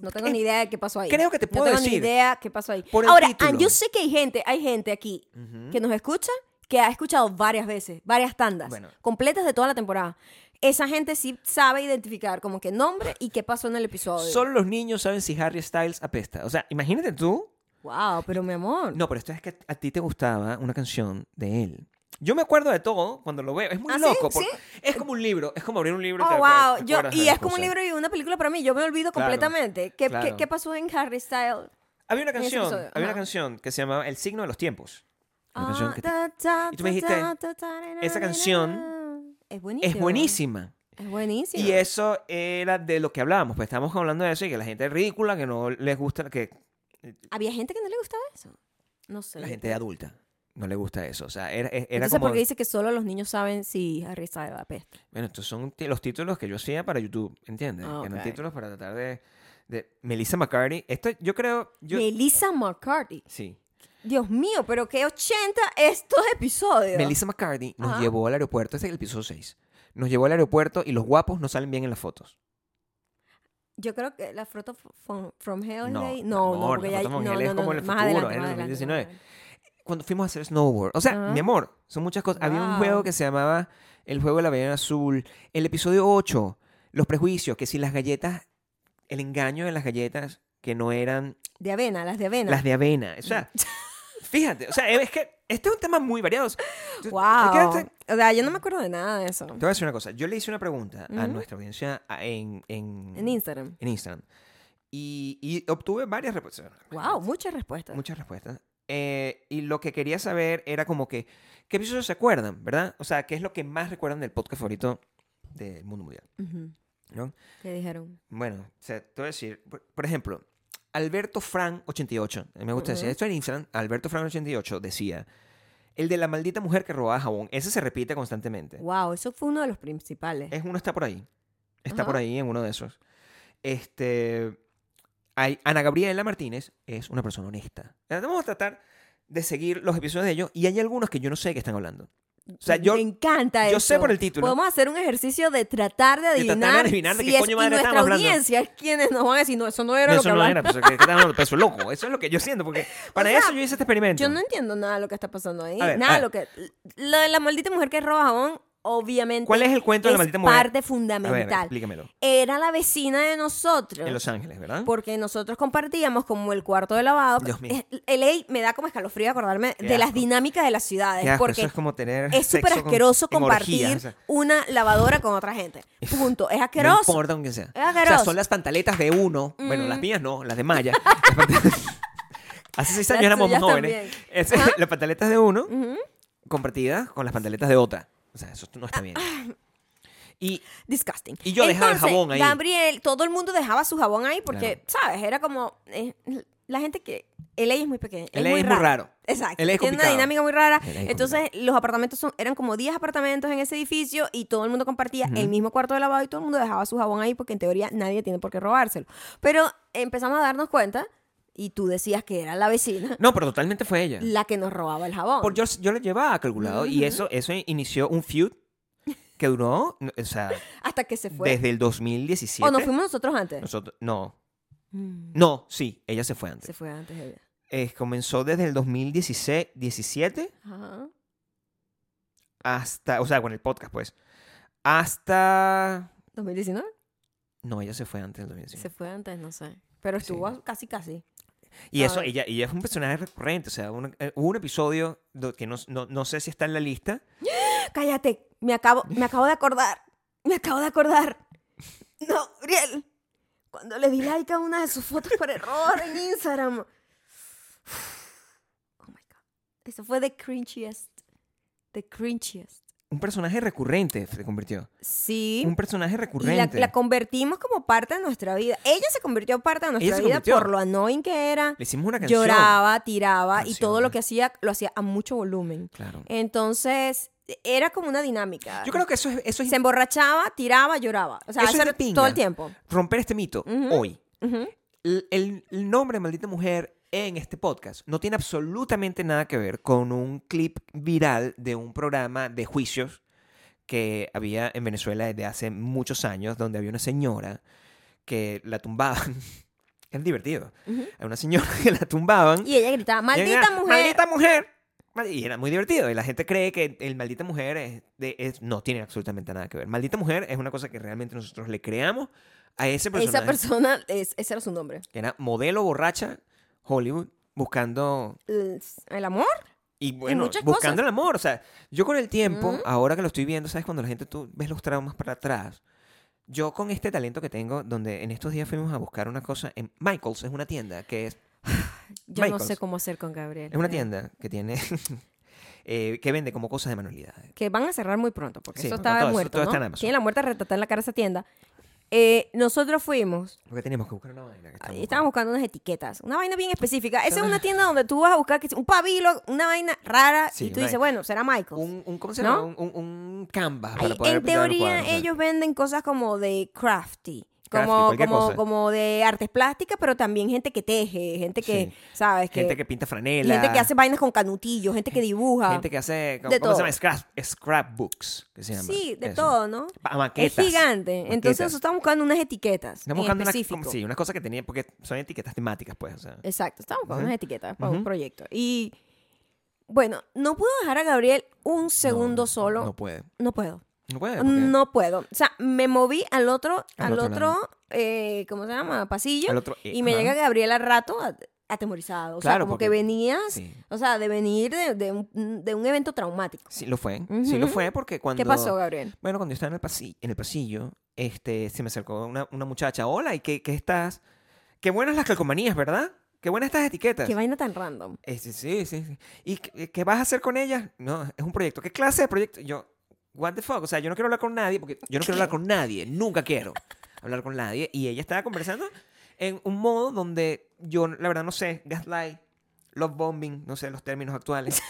A: No tengo ni idea de qué pasó ahí.
B: Eh, creo que te puedo
A: No tengo
B: decir.
A: ni idea qué pasó ahí.
B: Por el
A: Ahora,
B: título.
A: ah, yo sé que hay gente, hay gente aquí que nos escucha, que ha escuchado varias veces, varias tandas,
B: Bueno.
A: completas de toda la temporada. Esa gente sí sabe identificar como que nombre y qué pasó en el episodio.
B: Solo los niños saben si Harry Styles apesta. O sea, imagínate tú.
A: Wow, pero mi amor.
B: No, pero esto es que a ti te gustaba una canción de él. Yo me acuerdo de todo cuando lo veo. Es muy
A: ¿Ah, sí?
B: loco.
A: ¿Sí?
B: Es como un libro. Es como abrir un libro. y te
A: Oh,
B: acuerdas-
A: wow.
B: te
A: Yo,
B: acuerdas de
A: y
B: las
A: es como un
B: cosas.
A: libro y una película para mí. Yo me olvido
B: Claro,
A: completamente. ¿Qué,
B: claro.
A: qué, qué pasó en Harry Styles?
B: Había una
A: en ese
B: canción.
A: episodio,
B: Había una
A: ajá.
B: canción que se llamaba El signo de los tiempos. Una
A: Ah,
B: canción que te-
A: ta, ta,
B: y tú me
A: ta,
B: dijiste,
A: ta, ta, ta, na, na,
B: esa
A: na,
B: canción
A: na. es buenísima.
B: Es buenísima.
A: Es buenísima.
B: Y eso era de lo que hablábamos. Pues estábamos hablando de eso y que la gente es ridícula, que no les gusta, que
A: Había gente que no le gustaba eso. No sé.
B: la gente adulta no le gusta eso. O sea, era, era
A: Entonces,
B: como...
A: porque dice que solo los niños saben si Harry Styles la peste.
B: Bueno, estos son ti- los títulos que yo hacía para YouTube, ¿entiendes?
A: Ah,
B: Eran
A: ok.
B: títulos para tratar de, de... Melissa McCarthy. Esto yo creo... Yo...
A: Melissa McCarthy.
B: Sí.
A: Dios mío, pero qué 80 estos episodios.
B: Melissa McCarthy nos
A: Ajá.
B: llevó al aeropuerto. Este es el episodio 6. Nos llevó al aeropuerto y los guapos no salen bien en las fotos.
A: Yo creo que la foto f- from, from Hell
B: No,
A: Day-
B: mi
A: No, no,
B: amor,
A: porque
B: la
A: ya
B: foto from
A: no,
B: Hell
A: no,
B: es
A: no,
B: como
A: no,
B: en el
A: más
B: futuro,
A: adelante,
B: era
A: más
B: el
A: adelante, más
B: 2019.
A: adelante.
B: Cuando fuimos a hacer snowboard. O sea,
A: Ajá.
B: mi amor, son muchas cosas. Había un
A: Ah. Wow.
B: juego que se llamaba El Juego de la Ballena Azul. El episodio 8, los prejuicios, que si las galletas, el engaño de las galletas que no eran
A: De avena, las de avena.
B: Las de avena. O sea, fíjate, o sea, es que este es un tema muy variado. Tú- es que
A: Wow.
B: este-
A: O sea, yo no me acuerdo de nada de eso.
B: Te voy a decir una cosa. Yo le hice una pregunta a
A: Ujú.
B: nuestra audiencia a- en, en,
A: En Instagram.
B: en Instagram. Y, y obtuve varias respuestas.
A: Wow, muchas respuestas.
B: Muchas respuestas. Eh, y lo que quería saber era como que, ¿qué episodios se acuerdan, verdad? O sea, ¿qué es lo que más recuerdan del podcast favorito del mundo mundial?
A: Ujú.
B: ¿no?
A: ¿Qué dijeron?
B: Bueno, o sea, te voy a decir, por, por ejemplo, Alberto Fran 88, me gusta decir
A: Ujú.
B: esto en Instagram, Alberto Fran 88 decía, el de la maldita mujer que robaba jabón, ese se repite constantemente.
A: Wow, eso fue uno de los principales.
B: Es uno está por ahí, está
A: Ajá.
B: por ahí en uno de esos. Este, hay- Ana Gabriela Martínez es una persona honesta. Vamos a tratar de seguir los episodios de ellos y hay algunos que yo no sé de qué están hablando. O sea, yo
A: me encanta
B: yo
A: eso.
B: sé por el título.
A: Podemos hacer un ejercicio de tratar de
B: tratar de
A: adivinar,
B: adivinar de
A: si
B: qué
A: es-
B: coño madre
A: y nuestra
B: estábamos hablando.
A: audiencia es quienes nos van a decir, no, eso no era lo
B: eso
A: que
B: no
A: hablaban".
B: era, pues, que- que están hablando, pero eso es loco. Eso es lo que yo
A: <laughs>
B: siento, porque para
A: sea,
B: eso yo hice este experimento.
A: Yo no entiendo nada de lo que está pasando ahí.
B: A ver,
A: nada
B: a
A: de lo que... Lo de la maldita mujer que roba jabón, obviamente...
B: ¿Cuál es el cuento de la
A: es
B: maldita mujer?
A: parte
B: A ver,
A: fundamental.
B: explícamelo.
A: era la vecina de nosotros.
B: En Los Ángeles, ¿verdad?
A: porque nosotros compartíamos como el cuarto de lavado.
B: Dios mío.
A: Es- LA me da como escalofrío acordarme
B: Qué
A: de las
B: asco.
A: dinámicas de las ciudades.
B: Qué asco,
A: porque
B: eso es como tener
A: es súper
B: sexo con-
A: asqueroso
B: en
A: compartir
B: orgías, o sea,
A: una lavadora con otra gente. Punto. Es
B: No
A: asqueroso.
B: importa aunque sea.
A: Es
B: O sea,
A: asqueroso. Mm.
B: son las pantaletas de uno. Bueno, las mías no, las
A: <laughs>
B: de Maya. Las pantaletas- <laughs> Hace seis años
A: Las
B: éramos más
A: tuyas
B: jóvenes.
A: también. Mm.
B: Es- <laughs> las pantaletas de uno compartidas con las pantaletas de otra. O sea, eso no
A: <coughs>
B: está bien. Y
A: Disgusting.
B: Y yo dejaba el
A: Entonces,
B: jabón ahí.
A: Gabriel, todo el mundo dejaba su jabón ahí porque, ¿sabes? Era como. eh, la gente que. LA es muy pequeña.
B: LA es muy raro.
A: Exacto.
B: LA es
A: Tiene una
B: complicado.
A: dinámica muy rara.
B: LA es
A: Entonces, los apartamentos son, eran como 10 apartamentos en ese edificio y todo el mundo compartía el mismo cuarto de lavado y todo el mundo dejaba su jabón ahí porque en teoría nadie tiene por qué robárselo. Pero empezamos a darnos cuenta y tú decías que era la vecina
B: no, pero totalmente fue ella.
A: la que nos robaba el jabón.
B: Por- yo, yo lo llevaba calculado y eso, eso inició un feud que duró, no, o sea,
A: hasta que se fue.
B: desde el 2017.
A: o nos fuimos nosotros antes.
B: Nosotros, no,
A: Mm,
B: no, sí, ella se fue antes.
A: Se fue antes ella.
B: eh, comenzó desde el 2016, 17
A: Ajá.
B: hasta, o sea, con el podcast, pues, hasta...
A: 2019.
B: No, ella se fue antes del 2015.
A: Se fue antes, no sé. Pero estuvo casi, casi.
B: Y eso,
A: Ah.
B: ella, ella es un personaje recurrente, o sea, un- eh, hubo un episodio do- que no, no- no sé si está en la lista,
A: <gasps> Cállate, me acabo, me acabo de acordar. Me acabo de acordar. No, Uriel. Cuando le di like a una de sus fotos por error en
B: <laughs>
A: Instagram. Oh my God. Eso fue the cringiest. The cringiest.
B: Un personaje recurrente se convirtió.
A: Sí.
B: Un personaje
A: Y la,
B: recurrente.
A: la convertimos como parte de nuestra vida. Ella se convirtió parte de
B: Ella
A: nuestra
B: se
A: vida
B: convirtió.
A: por lo annoying que era.
B: Le hicimos una canción.
A: Lloraba, tiraba y todo lo
B: Canciones.
A: que hacía lo hacía a mucho volumen.
B: Claro.
A: Entonces, era como una dinámica.
B: Yo creo que eso es, eso es
A: se emborrachaba, tiraba, lloraba. O sea,
B: Eso
A: eso
B: es de
A: era
B: pinga.
A: todo el tiempo.
B: romper este mito
A: Ujú.
B: hoy.
A: Ujú.
B: L- El, el nombre Maldita Mujer en este podcast no tiene absolutamente nada que ver con un clip viral de un programa de juicios que había en Venezuela desde hace muchos años, donde había una señora que la tumbaban. <laughs> Es divertido.
A: Ujú.
B: Hay una señora <laughs> que la tumbaban.
A: Y ella gritaba,
B: Y
A: maldita
B: era,
A: mujer.
B: ¡Maldita mujer! Mal- Y era muy divertido. Y la gente cree que el maldita mujer es de- es- no tiene absolutamente nada que ver. Maldita mujer es una cosa que realmente nosotros le creamos a ese personaje.
A: Esa persona, es- ese era su nombre.
B: que era modelo borracha Hollywood buscando
A: El el amor.
B: y bueno
A: muchas
B: buscando el amor o sea yo con el tiempo
A: Ujú.
B: ahora que lo estoy viendo sabes cuando la gente tú ves los traumas para atrás yo con este talento que tengo donde en estos días fuimos a buscar una cosa en Michaels es una tienda que es
A: Yo no
B: Michaels.
A: sé cómo hacer con Gabriel.
B: es una tienda que tiene <laughs> eh, que vende como cosas de manualidades
A: Que van a cerrar muy pronto, porque
B: Sí,
A: eso
B: porque
A: estaba
B: todo eso-
A: muerto.
B: todo está en
A: ¿no?
B: Amazon.
A: Tiene la muerte retratada en la cara esa tienda. Eh, nosotros fuimos,
B: porque tenemos que buscar una vaina que estamos
A: y estábamos buscando
B: buscando.
A: unas etiquetas, una vaina bien específica. Esa es una tienda donde tú vas a buscar que- un pabilo, una vaina rara,
B: Sí,
A: y tú
B: una-
A: dices, bueno, será Michael.
B: un, un cómo se llama
A: ¿No?
B: un, un, un canvas
A: Ahí,
B: para poder
A: en
B: pintar los
A: teoría
B: cuadros, o sea.
A: ellos venden cosas como de crafty.
B: Crafty,
A: Como,
B: cualquier
A: como,
B: cosa.
A: como de artes plásticas, pero también gente que teje, gente que,
B: Sí.
A: ¿sabes?
B: gente que pinta franela
A: gente que hace vainas con canutillos, gente que dibuja.
B: Gente que hace. ¿Cómo,
A: De
B: cómo se
A: todo.
B: llama? Scrap- scrapbooks. Que se llama.
A: sí, de
B: Eso.
A: todo, Eh, ¿no?
B: Pa- Maquetas.
A: Es gigante. Entonces
B: Maquetas.
A: nosotros estamos buscando unas etiquetas.
B: Estamos buscando
A: en
B: una,
A: específico.
B: como- sí, una cosa que tenía, porque son etiquetas temáticas, pues. O sea,
A: Exacto, estamos buscando
B: Ujú.
A: unas etiquetas para
B: Ujú.
A: un proyecto. Y bueno, no puedo dejar a Gabriel un segundo
B: no,
A: solo.
B: No puede.
A: no puedo.
B: No puede. porque
A: No puedo. O sea, me moví al otro,
B: Al
A: al,
B: otro
A: otro, eh, ¿cómo se llama? Pasillo.
B: al otro- eh,
A: y me
B: ajá.
A: llega Gabriel al rato at- atemorizado. O sea,
B: Claro,
A: como
B: porque-
A: que venías,
B: Sí.
A: o sea, de venir de, de un, de un evento traumático.
B: Sí, lo fue. Sí, lo
A: Ujú.
B: fue porque cuando.
A: ¿Qué pasó, Gabriel?
B: Bueno, cuando yo estaba en el pasillo, en el pasillo este, se me acercó una, una muchacha. Hola, ¿y qué, qué estás? Qué buenas las calcomanías, ¿verdad? Qué buenas estas etiquetas.
A: Qué vaina tan random.
B: Eh, sí, sí, sí, sí. ¿Y qué, qué vas a hacer con ella? No, es un proyecto. ¿Qué clase de proyecto? Yo, what the fuck? O sea, yo no quiero hablar con nadie porque yo no quiero hablar con nadie. Nunca quiero hablar con nadie. Y ella estaba conversando en un modo donde yo, la verdad, no sé, gaslight, love bombing, no sé los términos actuales.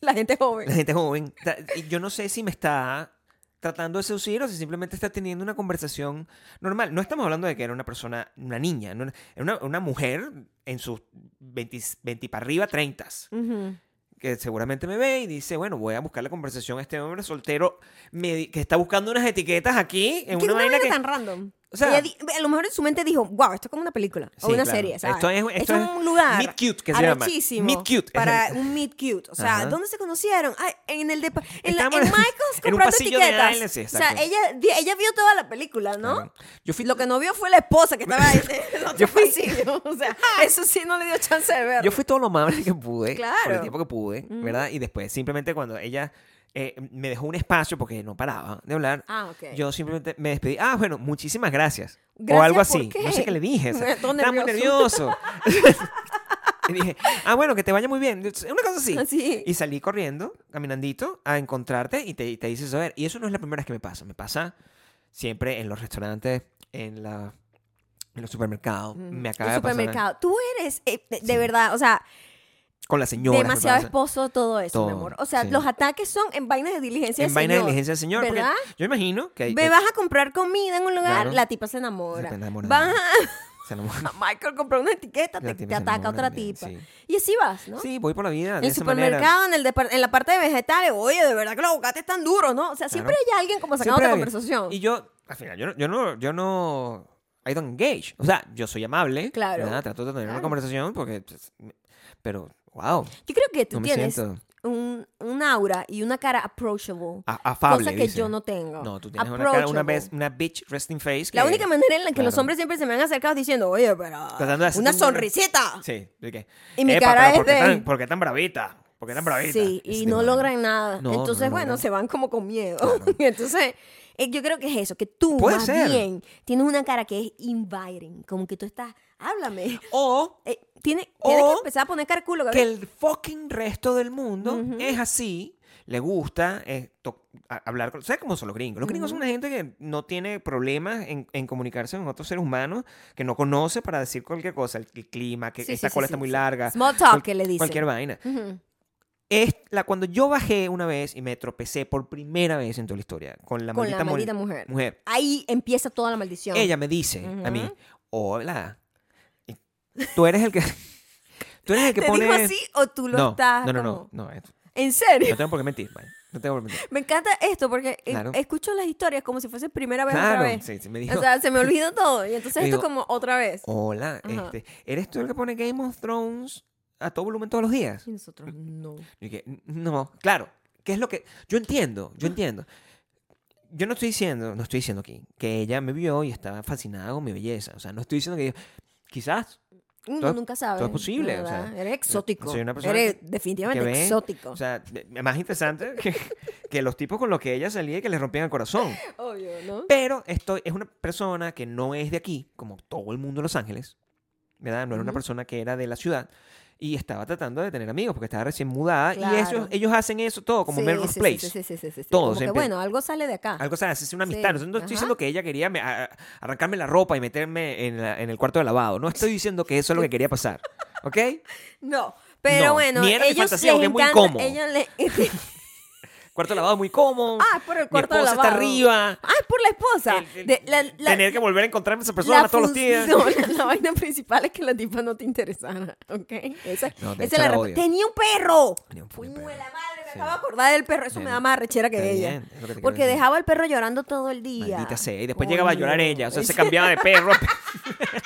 A: La gente joven.
B: La <laughs> gente joven. ta- y Yo no sé si me está tratando de seducir o si simplemente está teniendo una conversación normal. No estamos hablando de que era una persona, una niña, no, era una, una mujer en sus 20, 20 para arriba, 30
A: Ujú.
B: que seguramente me ve y dice, bueno, voy a buscar la conversación a este hombre soltero medi- que está buscando unas etiquetas aquí en
A: ¿Qué
B: una vaina que...
A: tan random?
B: O sea-
A: Ella di- a lo mejor en su mente dijo, wow, esto es como una película
B: Sí,
A: o una
B: claro.
A: serie, ¿sabes?
B: Esto es- esto es
A: un lugar
B: meet cute, que se llama.
A: arrechísimo
B: Meet cute, es
A: Para
B: el-
A: un meet cute. O sea,
B: Ajá.
A: ¿dónde se conocieron? Ah, en el de, en, la, en
B: Estábamos en- <laughs>
A: Michael's
B: en un
A: comprando
B: pasillo de
A: etiquetas.
B: baile, sí,
A: o sea,
B: exacto.
A: ella, di- ella vio toda la película, ¿no?
B: Claro. Yo fui,
A: Lo que no vio fue la esposa que estaba
B: <laughs>
A: ahí <laughs> en el
B: Yo
A: otro
B: fui-
A: pasillo. O
B: <laughs>
A: sea, eso sí no le dio chance de verlo.
B: yo fui todo lo amable que pude, por el
A: Claro.
B: tiempo que pude, ¿verdad? Y después, simplemente cuando ella eh, me dejó un espacio porque no paraba de hablar,
A: Ah, ok.
B: yo simplemente me despedí. Ah, bueno, muchísimas gracias. o
A: Gracias,
B: algo
A: ¿por
B: así.
A: qué?
B: No sé qué le dije. o sea,
A: <laughs> Me- todo
B: estaba muy nervioso. <laughs> y dije, ah, bueno, que te vaya muy bien. Una cosa así.
A: Así.
B: Y salí corriendo, caminandito, a encontrarte y te, y te dices, a ver, y eso no es la primera vez que me pasa, me pasa siempre en los restaurantes, en, la, en los supermercados, me acaba
A: El
B: de pasar
A: supermercado. Tú eres, eh, de, de
B: Sí.
A: verdad, o sea,
B: con la señora. me
A: demasiado
B: pasa.
A: esposo todo eso, mi
B: Todo,
A: amor. O sea,
B: sí.
A: los ataques son en vainas de diligencia del
B: En vaina de
A: señor.
B: diligencia del señor. porque
A: ¿Verdad?
B: yo imagino que hay...
A: Ve, vas a comprar comida en un lugar,
B: eh, Claro.
A: la tipa se enamora.
B: Se enamora.
A: Vas
B: se <laughs> enamora.
A: a Michael comprar una etiqueta,
B: La
A: te,
B: tipa
A: te
B: se
A: ataca
B: enamora
A: otra
B: también,
A: tipa.
B: sí.
A: Y así vas, ¿no?
B: Sí, voy por la vida.
A: En
B: de
A: el
B: esa manera.
A: supermercado, en, el depar- en la parte de vegetales, oye, de verdad que los aguacates están duros, ¿no? O sea, siempre
B: Claro.
A: hay alguien como sacando
B: Siempre
A: la
B: hay-
A: pues, conversación.
B: Y yo, al final, yo, no- yo no, yo no, I don't engage. O sea, yo soy amable.
A: Claro.
B: ¿verdad? Trato de tener una
A: Claro.
B: conversación porque, pues, me- pero, wow,
A: Yo creo que tú
B: no me
A: tienes
B: siento
A: un, un aura y una cara approachable.
B: a- afable.
A: cosa que
B: dice.
A: yo no tengo.
B: No, tú tienes una cara, una,
A: Approachable.
B: vez, una bitch resting face.
A: La
B: que-
A: única manera en la que los
B: Claro.
A: hombres siempre se me han acercado es diciendo, oye, pero
B: Tratando de hacerte
A: una
B: un-
A: sonrisita.
B: Sí, de que,
A: Y mi
B: "Epa,
A: cara
B: pero
A: es
B: ¿por qué
A: de-
B: tan- ¿Por qué tan bravita? porque eran bravitas.
A: Sí, y
B: Este,
A: no
B: bueno.
A: logran nada.
B: No,
A: Entonces,
B: no
A: bueno,
B: logran.
A: se van como con miedo.
B: Claro.
A: <laughs> Entonces, eh, yo creo que es eso, que tú
B: Puede
A: más
B: ser.
A: bien tienes una cara que es inviting, como que tú estás, háblame.
B: O
A: Eh, tiene, tienes que
B: O
A: empezar a poner cálculo.
B: que el fucking resto del mundo es así, le gusta eh, to- a- hablar con... ¿Sabes cómo son los gringos? Los gringos son una gente que no tiene problemas en, en comunicarse con otros seres humanos, que no conoce para decir cualquier cosa, el, el clima, que
A: Sí,
B: esta
A: sí, sí,
B: cola
A: sí,
B: está muy
A: sí.
B: larga.
A: Small talk
B: cual-
A: que le dicen.
B: Cualquier vaina.
A: Ujú.
B: Es la, cuando yo bajé una vez y me tropecé por primera vez en toda la historia con la
A: Con la
B: maldita, mol-
A: maldita mujer.
B: mujer,
A: Ahí empieza toda la maldición.
B: ella me dice a mí,
A: Ujú.
B: hola, y tú eres el que... <laughs> Tú eres el que
A: ¿Te
B: pone...
A: dijo así o tú lo
B: no,
A: estás
B: no, no, no,
A: como-
B: no, es-
A: ¿En serio?
B: No tengo por qué mentir, man. No tengo por qué mentir.
A: Me encanta esto porque eh,
B: Claro.
A: escucho las historias como si fuese primera vez otra
B: Claro,
A: vez.
B: sí, sí, me dijo,
A: O sea, se me olvida todo. Y entonces
B: Me
A: esto
B: dijo,
A: como otra vez.
B: hola,
A: Ajá.
B: este, ¿eres tú el que pone Game of Thrones a todo volumen todos los días?
A: Y nosotros no.
B: Y dije, no, claro, ¿qué es lo que...? Yo entiendo,
A: Ah.
B: yo entiendo. Yo no estoy diciendo, no estoy diciendo aquí, que ella me vio y estaba fascinada con mi belleza. O sea, no estoy diciendo que ella- Quizás,
A: Uno
B: Todo es-
A: nunca sabe.
B: todo es posible,
A: la
B: o sea,
A: verdad. eres exótico.
B: soy una persona
A: eres
B: que-
A: definitivamente
B: que ve,
A: exótico.
B: o sea, es más interesante que, que los tipos con los que ella salía y que les rompían el corazón.
A: <laughs> Obvio, ¿no?
B: Pero esto es una persona que no es de aquí, como todo el mundo en Los Ángeles, ¿verdad? No era una
A: Ujú.
B: persona que era de la ciudad y estaba tratando de tener amigos porque estaba recién mudada y
A: Claro.
B: eso, ellos hacen eso todo, como
A: Sí,
B: Melrose
A: sí, sí,
B: Place.
A: Sí, sí, sí, sí, sí, sí.
B: Todo,
A: Como que,
B: siempre-
A: bueno, algo sale de acá.
B: Algo, o sea, es una
A: Sí,
B: amistad. No estoy
A: ajá.
B: diciendo que ella quería me- a- a- arrancarme la ropa y meterme en, la- en el cuarto de lavado. No estoy diciendo que eso es lo que quería pasar. ¿Ok?
A: No, pero
B: No,
A: bueno,
B: ni era mi
A: ellos
B: fantasía,
A: les
B: porque es muy
A: encanta-
B: incómodo.
A: ella le- <laughs>
B: Cuarto de lavado muy cómodo.
A: ah, es por el
B: Mi
A: cuarto de
B: esposa
A: lavado.
B: está arriba.
A: Ah, es por la esposa.
B: El- el-
A: De- la- la-
B: tener que volver a encontrarme a esa
A: la
B: persona todos los
A: fun- <laughs>
B: días.
A: No, la, la vaina principal es que la tipa no te interesara, ¿ok? Esa,
B: No,
A: esa
B: de
A: es
B: hecho
A: la
B: la
A: rep-
B: odio.
A: Tenía un perro.
B: Tenía un
A: Coño
B: fucking
A: de
B: perro.
A: la madre, me
B: Sí.
A: acabo de acordar del perro. Eso me
B: Bueno,
A: da más arrechera que
B: está
A: ella.
B: bien, es lo que te quiero
A: porque
B: decir.
A: dejaba al perro llorando todo el día.
B: Maldita sea. Y después llegaba a llorar
A: Coño.
B: ella. O
A: <laughs>
B: sea, se cambiaba de perro. <laughs>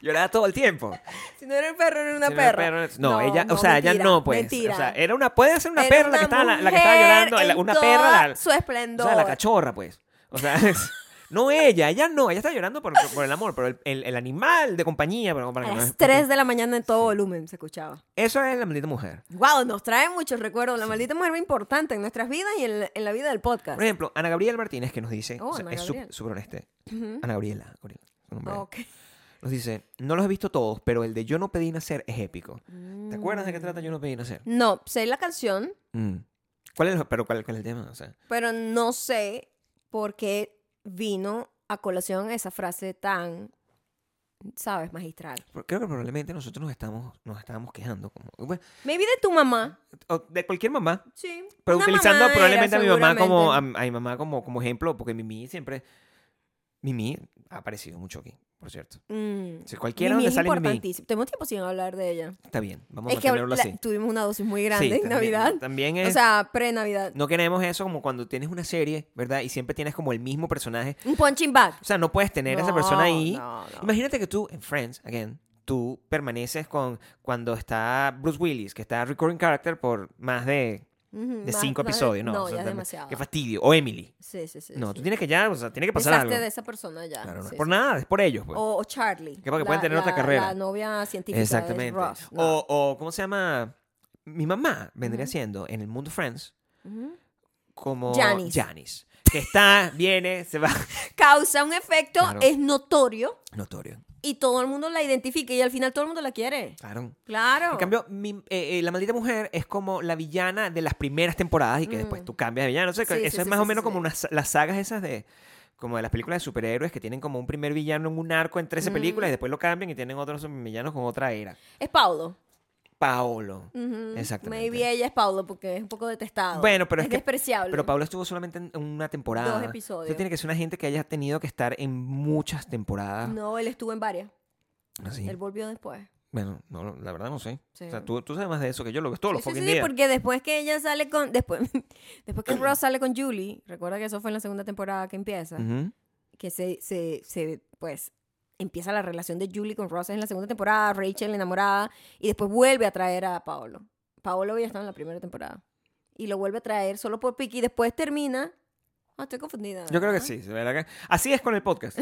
B: Lloraba todo el tiempo.
A: Si no era el perro, era una
B: Si no era
A: perra.
B: perro, no, ella, o sea, ella
A: mentira,
B: no, pues.
A: Mentira.
B: O sea, era una, puede ser una
A: Era
B: perra la que, estaba, la, la que estaba
A: mujer
B: llorando. la-
A: en
B: una
A: toda
B: perra. La,
A: Su esplendor.
B: O sea, la cachorra, pues. O sea, <laughs> es- no ella, ella no. Ella está llorando por, por el amor, pero el, el- el animal de compañía. Pero para
A: a
B: que no-
A: las 3 de la mañana en todo volumen se escuchaba.
B: Eso es la maldita mujer.
A: Wow, nos trae muchos recuerdos. La maldita mujer fue importante en nuestras vidas y en, en la vida del podcast.
B: Por ejemplo, Ana Gabriel Martínez, que nos dice,
A: Oh,
B: o sea,
A: Ana
B: es su-
A: Gabriel.
B: súper honesta. Ana Gabriela, Gabriela, su nombre.
A: Ok.
B: Nos dice, no los he visto todos, pero el de Yo no pedí nacer es épico.
A: Mm.
B: ¿Te acuerdas de qué trata Yo no pedí nacer?
A: No, sé la canción,
B: Mm. ¿Cuál es, pero cuál, cuál es el tema? O sea,
A: pero no sé por qué vino a colación esa frase tan, ¿sabes? Magistral.
B: por- creo que probablemente nosotros nos estamos, nos estábamos quejando. Como, bueno,
A: Maybe de tu mamá.
B: o de cualquier mamá.
A: Sí.
B: Pero
A: una
B: utilizando
A: mamá era,
B: probablemente a mi mamá como a,
A: seguramente.
B: a mi mamá como, como ejemplo, porque Mimi siempre. Mimi ha aparecido mucho aquí, por cierto.
A: Mm.
B: Si cualquiera
A: Mimi
B: donde
A: es
B: sale Mimi,
A: importantísimo. Tenemos tiempo sin hablar de ella.
B: está bien. Vamos
A: es
B: a
A: que
B: tenerlo
A: la-
B: así.
A: tuvimos una dosis muy
B: Sí,
A: grande en
B: también-
A: Navidad.
B: También es.
A: O sea, pre-Navidad.
B: no queremos eso como cuando tienes una serie, ¿verdad? Y siempre tienes como el mismo personaje.
A: Un punching bag.
B: O sea, no puedes tener a esa
A: No,
B: persona ahí.
A: no, no.
B: Imagínate que tú, en Friends, again, tú permaneces con cuando está Bruce Willis, que está recurring character por más de,
A: Ujú,
B: de
A: más-
B: cinco
A: más de-
B: episodios, ¿no?
A: No,
B: O
A: ya
B: sea,
A: es
B: también-
A: demasiado.
B: Qué fastidio. O Emily.
A: Sí, sí, sí.
B: No,
A: sí.
B: tú tienes que ya, o sea, tiene que pasar
A: Deshazte
B: algo.
A: de esa persona ya.
B: Claro, no
A: sí,
B: es por
A: sí.
B: nada, es por ellos, pues.
A: O, o Charlie.
B: Que para que
A: la-
B: puedan tener otra
A: la-
B: carrera.
A: La novia científica. de
B: Exactamente.
A: Ross, ¿no?
B: o, o, ¿cómo se llama? Mi mamá vendría
A: Ujú.
B: siendo en el mundo Friends
A: Ujú.
B: como
A: Janice.
B: Janice. Que está, viene, se va. <laughs>
A: Causa un efecto,
B: Claro.
A: es notorio
B: Notorio.
A: y todo el mundo la identifica y al final todo el mundo la quiere.
B: Claro.
A: Claro.
B: En cambio, mi- eh, eh, la maldita mujer es como la villana de las primeras temporadas y que después
A: Mm.
B: tú cambias de villano. O sea, que
A: Sí, sí,
B: eso es
A: sí,
B: más
A: sí,
B: o
A: sí,
B: menos
A: sí.
B: como unas, las sagas esas de como de las películas de superhéroes que tienen como un primer villano en un arco en 13 películas
A: Mm.
B: y después lo cambian y tienen otros villanos con otra era.
A: es Paulo.
B: Paolo.
A: Ujú.
B: Exactamente.
A: Maybe ella es Paulo porque es un poco detestado.
B: Bueno, pero es, que
A: despreciable.
B: Pero Paolo estuvo solamente en una temporada.
A: Dos episodios.
B: Entonces tiene que ser una gente que haya tenido que estar en muchas temporadas.
A: No, él estuvo en varias.
B: Así.
A: Él volvió después.
B: Bueno, no, la verdad no sé.
A: Sí.
B: O sea, tú, tú sabes más de eso que yo, lo ves todos los
A: Sí, sí,
B: fucking
A: sí,
B: días.
A: porque después que ella sale con. Después, <laughs> después que Ross sale con Julie, recuerda que eso fue en la segunda temporada que empieza.
B: Ujú.
A: Que se, se, se, Pues empieza la relación de Julie con Ross en la segunda temporada, Rachel enamorada, y después vuelve a traer a Paolo. Paolo ya estaba en la primera temporada. Y lo vuelve a traer solo por Piqui. Y después termina No, estoy confundida.
B: Yo creo que
A: ¿verdad?
B: sí. de verdad que- Así es con el podcast.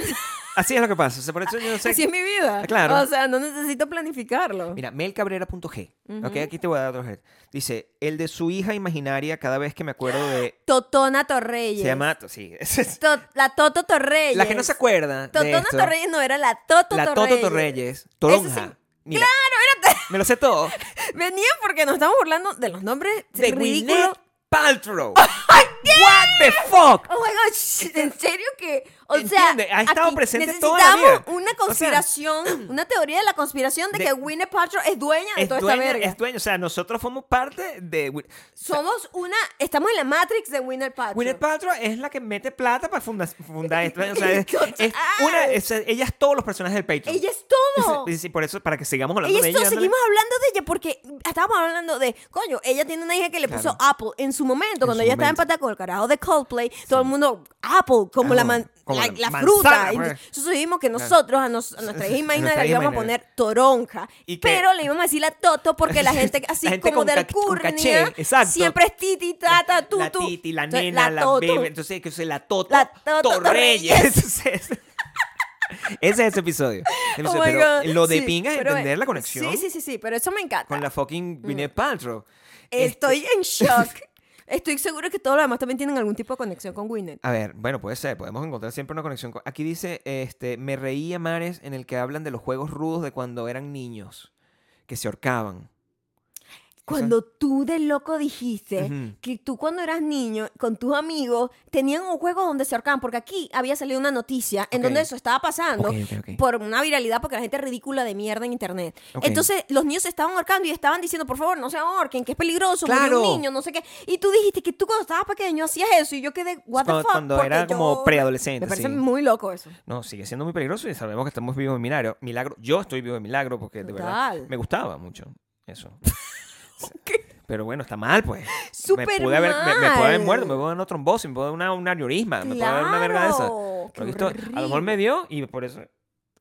B: Así es lo que pasa. O sea, por eso yo no sé-
A: Así es mi vida.
B: Ah, claro.
A: O sea, no necesito planificarlo.
B: Mira, melcabrera.g. Ok,
A: Ujú.
B: aquí te voy a dar otro head. Dice, el de su hija imaginaria cada vez que me acuerdo de...
A: Totona Torreyes.
B: Se llama... Sí, <laughs> es- es-
A: To- la Toto Torreyes.
B: La que no se acuerda de
A: Totona
B: esto,
A: Torreyes no era la Toto
B: La
A: Torreyes.
B: Toto Torreyes. Toronja.
A: Eso
B: Mira, Me lo sé todo.
A: <laughs> Venían porque nos estamos burlando de los nombres
B: De
A: ridículos.
B: Gwyneth
A: <laughs>
B: Paltrow. What the fuck?
A: Oh my gosh, en serio que, o
B: Entiende,
A: sea,
B: ha estado
A: aquí
B: presente toda la
A: necesitamos
B: vida.
A: una
B: O sea,
A: conspiración,
B: <clears throat>
A: una teoría de la conspiración de,
B: de-
A: que Winnie Paltrow es dueña de
B: Es
A: toda
B: dueño,
A: esta verga.
B: es dueño. O sea, nosotros fuimos parte de... Gwyn-
A: Somos una, estamos en la Matrix de Winnie Paltrow.
B: Gwyneth Paltrow es la que mete plata para funda-
A: <laughs>
B: fundar esto. O sea, es,
A: Total.
B: es una, es- ella es todos los personajes del Patreon.
A: ella es todo.
B: Sí, sí, por eso, para que sigamos
A: Y
B: hablando de
A: esto
B: ella. dándole-
A: seguimos hablando de ella porque estábamos hablando de, coño, ella tiene una hija que le puso
B: Claro.
A: Apple en su momento, cuando
B: su
A: ella estaba
B: momento.
A: empatada con el carajo de Coldplay, todo el mundo, Apple, como
B: Apple,
A: la, man-
B: como
A: la,
B: la
A: la
B: manzana,
A: fruta. Y
B: pues.
A: Entonces dijimos que nosotros a, nos-
B: <laughs>
A: a nuestra hija imaginaria
B: nuestra
A: le
B: hija
A: íbamos a
B: imaginaria.
A: poner toronja,
B: Y que-
A: pero le íbamos a decir la toto porque
B: <laughs>
A: la gente así
B: La gente
A: como
B: con
A: de
B: ca- con caché,
A: alcurnia
B: exacto.
A: siempre es titi, tata, tutu.
B: La Titi, la
A: Entonces,
B: nena, la,
A: toto.
B: bebé. Entonces, que se la Toto.
A: La Toto
B: Torreyes. <laughs>
A: Torreyes.
B: Entonces, ese es ese episodio. Ese
A: Oh
B: episodio.
A: my
B: pero
A: God.
B: lo de
A: Sí,
B: pinga es
A: pero,
B: entender la
A: eh,
B: conexión
A: Sí, sí, Mm. sí, sí, pero eso me encanta.
B: con la fucking Gwyneth Paltrow.
A: Estoy
B: Este <laughs>
A: en shock. Estoy seguro que todos los demás también tienen algún tipo de conexión con Winnet.
B: A ver, bueno, puede ser, podemos encontrar siempre una conexión. con- Aquí dice, este, me reía Mares en el que hablan de los juegos rudos de cuando eran niños, que se ahorcaban.
A: Cuando tú de loco dijiste
B: Ujú.
A: que tú cuando eras niño con tus amigos tenían un juego donde se ahorcaban, porque aquí había salido una noticia en
B: Ok.
A: donde eso estaba pasando
B: Ok, ok, ok.
A: por una viralidad porque la gente es ridícula de mierda en internet.
B: Ok.
A: Entonces los niños se estaban ahorcando y estaban diciendo, por favor, no se ahorquen, que es peligroso, murió
B: Claro.
A: un niño, no sé qué. Y tú dijiste que tú cuando estabas pequeño hacías eso y yo quedé, what the
B: Cuando,
A: fuck.
B: cuando
A: porque
B: era como
A: yo-
B: preadolescente.
A: Me parece
B: sí.
A: muy loco eso.
B: No, sigue siendo muy peligroso y sabemos que estamos vivos de milagro. Milagro, yo estoy vivo de milagro porque de verdad
A: Total.
B: me gustaba mucho
A: <laughs>
B: eso. Pero bueno, está mal, pues.
A: Súper
B: me pude haber, me, me pude haber
A: mal.
B: muerto, me pude dar una trombosis, me pude dar una, un aneurisma, me pude dar una verga de esa.
A: Claro,
B: Por
A: qué
B: lo visto, a lo mejor me dio y por eso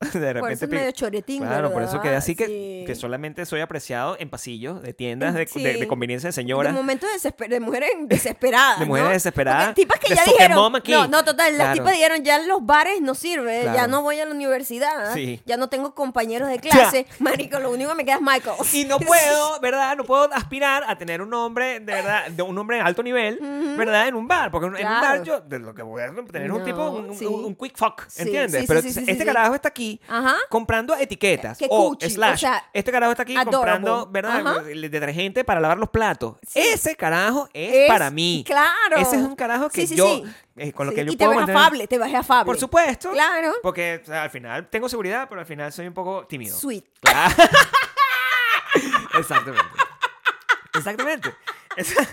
B: <laughs> de repente
A: Por eso es
B: pi-
A: medio choretín,
B: Claro, por eso quedé
A: ¿verdad?
B: así que,
A: Sí.
B: que solamente soy apreciado en pasillos de tiendas de, de- de
A: Sí.
B: conveniencia de
A: De
B: señoras.
A: momentos desesper- de mujeres desesperadas.
B: De mujeres
A: ¿no?
B: desesperadas,
A: Porque tipas que
B: de
A: ya
B: Pokémon
A: dijeron.
B: aquí.
A: No, no, total. Las
B: Claro.
A: tipas dijeron: ya los bares no sirven, ya
B: Claro.
A: no voy a la universidad,
B: Sí.
A: ya no tengo compañeros de clase. Marico, lo único que me queda es Michael.
B: <laughs> Y no
A: <laughs>
B: puedo, ¿verdad? No puedo aspirar a tener un hombre, de verdad, de un hombre de alto nivel, ¿verdad? En un bar, porque en un bar
A: Claro.
B: yo, de lo que voy a tener es un
A: No,
B: tipo, un,
A: sí.
B: un- un quick fuck,
A: Sí,
B: ¿entiendes?
A: sí,
B: Pero
A: sí, sí, sí,
B: este
A: sí.
B: carajo está aquí
A: Ajá.
B: comprando etiquetas.
A: Qué
B: o
A: cuchi,
B: slash,
A: o sea,
B: este carajo está aquí
A: adorable.
B: comprando, ¿verdad?
A: Ajá.
B: El Detergente para lavar los platos.
A: Sí.
B: Ese carajo es,
A: Es-
B: para mí.
A: claro.
B: Ese es un carajo que
A: Sí, sí,
B: yo,
A: sí.
B: eh, con lo
A: Sí,
B: que yo
A: y
B: puedo
A: te ves
B: mantener-
A: afable, te ves afable.
B: Por supuesto.
A: Ah, Claro.
B: Porque o sea, al final tengo seguridad, pero al final soy un poco tímido.
A: Sweet.
B: Claro. <laughs> Exactamente. Exactamente. <laughs> Esa-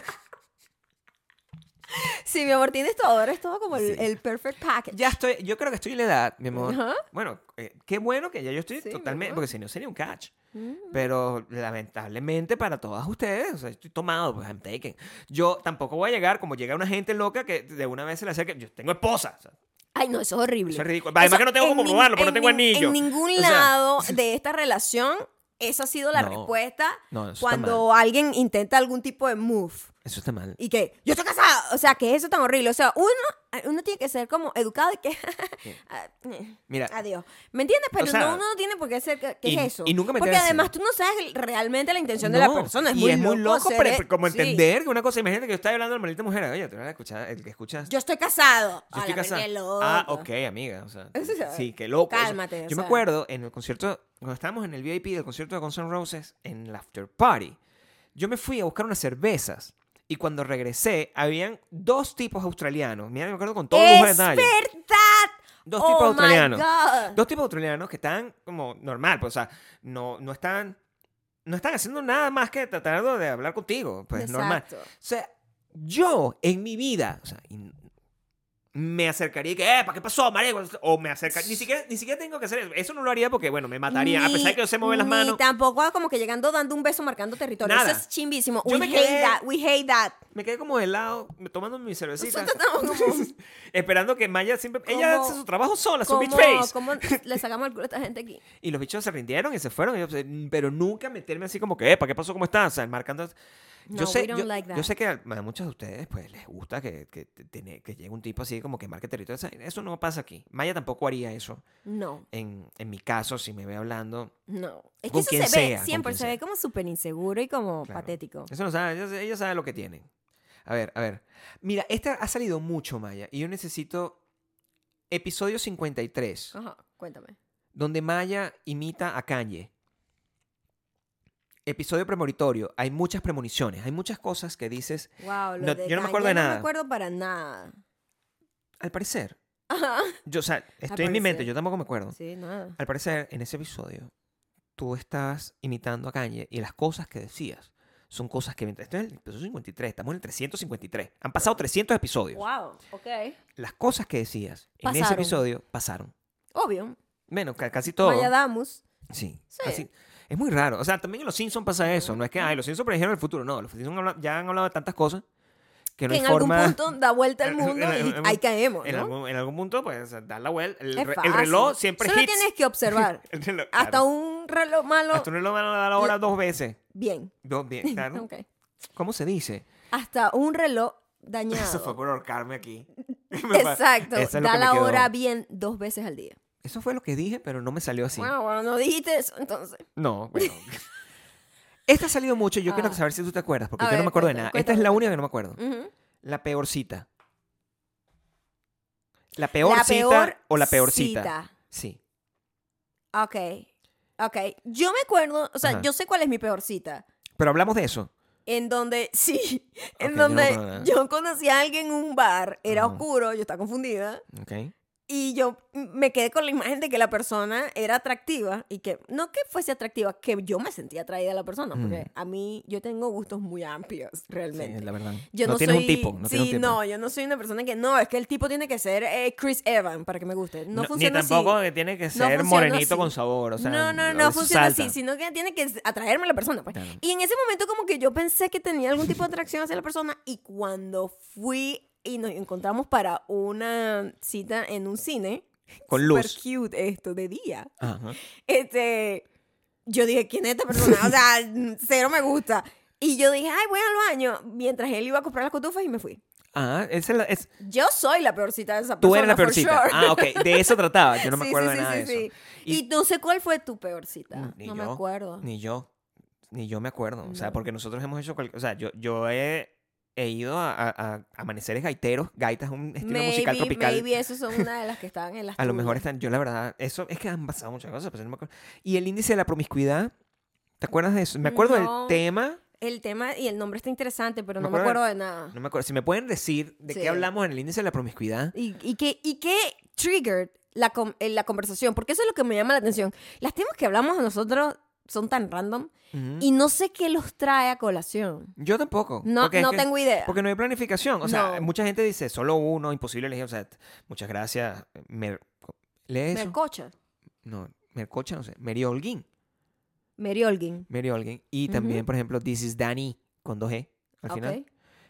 A: Sí, mi amor, tienes todo. Eres todo como el,
B: Sí.
A: el perfect package.
B: Ya estoy, yo creo que estoy en la edad, mi amor.
A: Ajá.
B: Bueno, eh, qué bueno que ya yo estoy
A: Sí, mi
B: totalmente,
A: amor. Mm.
B: porque si no sería un catch. Pero lamentablemente para todas ustedes, o sea, estoy tomado, pues I'm taken. Yo tampoco voy a llegar como llega una gente loca que de una vez se le acerca. Yo tengo esposa. o sea,
A: Ay, no, eso es horrible.
B: Eso es ridículo. Además que no tengo
A: en
B: cómo
A: nin-
B: probarlo, porque no
A: en
B: tengo
A: nin-
B: anillo.
A: En ningún
B: O sea, <laughs>
A: lado de esta relación, esa ha sido la
B: No.
A: respuesta
B: No, eso está
A: cuando alguien intenta algún tipo de move.
B: eso está mal.
A: Y que, yo estoy casada. O sea, que eso tan horrible. O sea, uno, uno tiene que ser como educado y que. ah, eh,
B: Mira,
A: <laughs> Adiós. ¿Me entiendes? Pero
B: O sea,
A: no, uno no tiene por qué ser. ¿Qué qué
B: y-
A: es eso?
B: y nunca
A: Porque
B: meterse.
A: además tú no sabes realmente la intención de la
B: No,
A: persona. Es
B: y
A: muy
B: es
A: loco.
B: muy loco,
A: ser-
B: pero, pero como
A: sí.
B: entender que una cosa, imagínate que yo estoy hablando de maldita mujer, oye, te vas a escuchar, el que escuchas.
A: Yo estoy casado.
B: Yo
A: A
B: estoy
A: la
B: casada.
A: verga,
B: Ah,
A: loco.
B: ok, amiga.
A: <laughs>
B: O sea,
A: Eso ya-
B: sí, qué loco. o sea,
A: Cálmate, o
B: yo me
A: sea.
B: acuerdo en el concierto, cuando estábamos en el VIP del concierto de Guns N' Roses, en el After Party, yo me fui a buscar unas cervezas. Y cuando regresé, habían dos tipos australianos. Mira, me acuerdo con todo lujo de
A: ¡Es
B: detalle.
A: verdad!
B: Dos
A: Este Oh
B: tipos
A: my
B: australianos.
A: God.
B: Dos tipos australianos que están como normal, pues, o sea, no, no están. No están haciendo nada más que tratando de hablar contigo. Pues normal.
A: Exacto.
B: O sea, yo en mi vida, o sea, y me acercaría y que, ¿para qué pasó, marico? O me acercaría, ni siquiera, ni siquiera tengo que hacer eso. Eso no lo haría porque, bueno, me mataría. a pesar de que yo sé mover las
A: ni
B: manos,
A: tampoco ah, como que llegando dando un beso marcando territorio.
B: Nada.
A: Eso es chimbísimo.
B: Yo
A: we
B: me
A: hate
B: quedé-
A: that. We hate that.
B: me quedé como helado, me- tomando mi cervecita.
A: Nosotros estamos como-
B: <laughs> esperando que Maya siempre... Ella
A: Como-
B: hace su trabajo sola, su
A: ¿Cómo,
B: bitch face. <laughs>
A: cómo le sacamos el culo a esta gente aquí?
B: Y mm, "Eh, los bichos se rindieron y se fueron. y yo, pues, pero nunca meterme así como que, ¿para qué pasó? ¿Cómo estás? O sea, marcando...
A: No,
B: yo, sé,
A: we don't
B: yo,
A: like that.
B: yo sé que a a muchos de ustedes pues, les gusta que, que, te- tiene- que llegue un tipo así como que marque territorio. Eso- Eso no pasa aquí. Maya tampoco haría eso.
A: No,
B: En, en mi caso, si me ve hablando,
A: no. Es que
B: Con
A: eso
B: quien
A: se
B: sea,
A: ve,
B: con
A: siempre
B: quien
A: se ve como súper inseguro y como
B: Claro.
A: patético.
B: Eso no sabe, ella, ella sabe lo que tiene. A ver, a ver. Mira, esta ha salido mucho, Maya, y yo necesito episodio 53,
A: Ajá, cuéntame.
B: donde Maya imita a Kanye. Episodio premonitorio, hay muchas premoniciones, hay muchas cosas que dices,
A: Wow, lo
B: No,
A: de
B: yo no me acuerdo
A: Kanye No
B: de nada.
A: me acuerdo para nada.
B: al parecer.
A: Ajá.
B: Yo, o sea, estoy en mi
A: parecer.
B: mente, yo tampoco me acuerdo.
A: Sí, nada.
B: Al parecer, en ese episodio, tú estás imitando a Kanye y las cosas que decías son cosas que... Esto es el episodio 53, estamos en el 353. Han pasado 300 episodios.
A: Wow, ok.
B: las cosas que decías en ese
A: Pasaron.
B: episodio pasaron.
A: Obvio.
B: Menos, ca- casi todo.
A: Maya Damus.
B: Sí.
A: Sí.
B: casi- es muy raro. O sea, también en los Simpsons pasa eso. No es que, ay, los Simpsons predijeron el futuro. No, los Simpsons habla- ya han hablado de tantas cosas que no
A: Que en
B: hay forma.
A: algún punto da vuelta al
B: En-
A: mundo
B: en-
A: y
B: en-
A: ahí caemos,
B: en,
A: ¿no?
B: algún, en algún punto, pues, dar la vuelta. El,
A: Es
B: re- el
A: fácil.
B: reloj siempre
A: Solo
B: hits.
A: tienes que observar.
B: <laughs> El reloj,
A: Hasta
B: claro.
A: un reloj malo.
B: Hasta un reloj van a dar la hora dos veces.
A: Bien.
B: Dos,
A: <laughs>
B: bien, claro.
A: Ok.
B: ¿Cómo se dice?
A: Hasta un reloj
B: <laughs> Eso fue
A: dañado.
B: por ahorcarme aquí.
A: Exacto.
B: Eso es lo
A: da
B: que me
A: la
B: quedó.
A: hora bien dos veces al día.
B: Eso fue lo que dije, pero no me salió así.
A: Wow, bueno, no dijiste eso entonces.
B: No,
A: <laughs>
B: bueno. Esta ha salido mucho, yo quiero
A: Ah.
B: saber si tú te acuerdas, porque
A: A
B: yo no
A: ver,
B: me acuerdo de
A: cuéntame,
B: nada. Esta es
A: cuéntame,
B: la única que no me acuerdo.
A: Ujú.
B: La peor cita. La peor
A: La
B: cita
A: peor
B: o la peor cita.
A: cita.
B: Sí.
A: Ok. Ok. Yo me acuerdo, o sea,
B: Ajá.
A: yo sé cuál es mi peor cita.
B: Pero hablamos de eso.
A: En donde, <laughs> sí, en
B: Ok, yo no me
A: donde
B: acuerdo nada.
A: yo conocí a alguien en un bar, era
B: Ajá.
A: oscuro, yo estaba confundida,
B: Ok.
A: y yo me quedé con la imagen de que la persona era atractiva, y que, no que fuese atractiva, que yo me sentía atraída a la persona, porque
B: Mm.
A: a mí, yo tengo gustos muy amplios, realmente.
B: Sí, la verdad.
A: Yo no,
B: no, tienes
A: soy,
B: un tipo. No
A: sí,
B: tienes un tipo.
A: no, yo no soy una persona que no, es que el tipo tiene que ser eh, Chris Evans para que me guste. No,
B: No,
A: funciona
B: Ni tampoco
A: así.
B: que tiene que
A: No
B: ser
A: funciona
B: morenito
A: así.
B: con sabor. O sea,
A: no, no,
B: eso
A: no funciona así,
B: salta.
A: sino que tiene que atraerme a la persona. Pues.
B: Claro.
A: Y en ese momento como que yo pensé que tenía algún tipo de atracción hacia la persona y cuando fui y nos encontramos para una cita en un cine,
B: Con
A: super
B: luz.
A: cute esto de día,
B: Ajá.
A: este, yo dije, ¿quién es esta persona? O sea, <laughs> cero me gusta. Y yo dije, ay, voy al baño, mientras él iba a comprar las cotufas y me fui.
B: Ah, esa es la- es-
A: Yo soy la peor cita de esa persona.
B: tú eres la
A: for
B: peor cita.
A: sure.
B: Ah, ok. De eso trataba. Yo no me
A: <laughs> Sí,
B: acuerdo
A: sí,
B: de
A: sí,
B: nada
A: sí,
B: de
A: sí.
B: eso.
A: Y...
B: Y- Mm,
A: no sé cuál fue tu peor cita.
B: Ni
A: no me
B: yo.
A: acuerdo.
B: Ni yo, ni yo me acuerdo. O sea,
A: No.
B: porque nosotros hemos hecho cualquier... O sea, yo, yo he, he ido a, a- a amaneceres gaiteros. Gaita es un estilo musical tropical.
A: Maybe esas son una de las que estaban
B: <laughs>
A: en las
B: A lo mejor
A: tuyas.
B: están... Yo la verdad... Eso es que han pasado muchas cosas, pero no me acuerdo. Y el índice de la promiscuidad... ¿Te acuerdas de eso? Me acuerdo
A: No.
B: del tema.
A: El tema y el nombre está interesante, pero
B: Me
A: no me
B: acuerdo
A: acuerdo
B: de-
A: de nada.
B: No me acuerdo. Si me pueden decir de
A: Sí.
B: qué hablamos en el índice de la promiscuidad.
A: ¿Y, y qué, y qué triggered la, com- eh, la conversación? Porque eso es lo que me llama la atención. Las temas que hablamos nosotros son tan random
B: Ujú.
A: y no sé qué los trae a colación.
B: Yo tampoco.
A: No,
B: porque es
A: no
B: que-
A: tengo idea.
B: Porque no hay planificación. O sea,
A: No.
B: mucha gente dice, solo uno, imposible elegir. O sea, t- muchas gracias. Me... Lee eso.
A: Mercocha.
B: no, Mercocha, no sé, Mary Holguín.
A: Mary Olguín.
B: Mary Holguín. Y
A: Ujú.
B: también, por ejemplo, This is Danny con 2G al final.
A: Ok.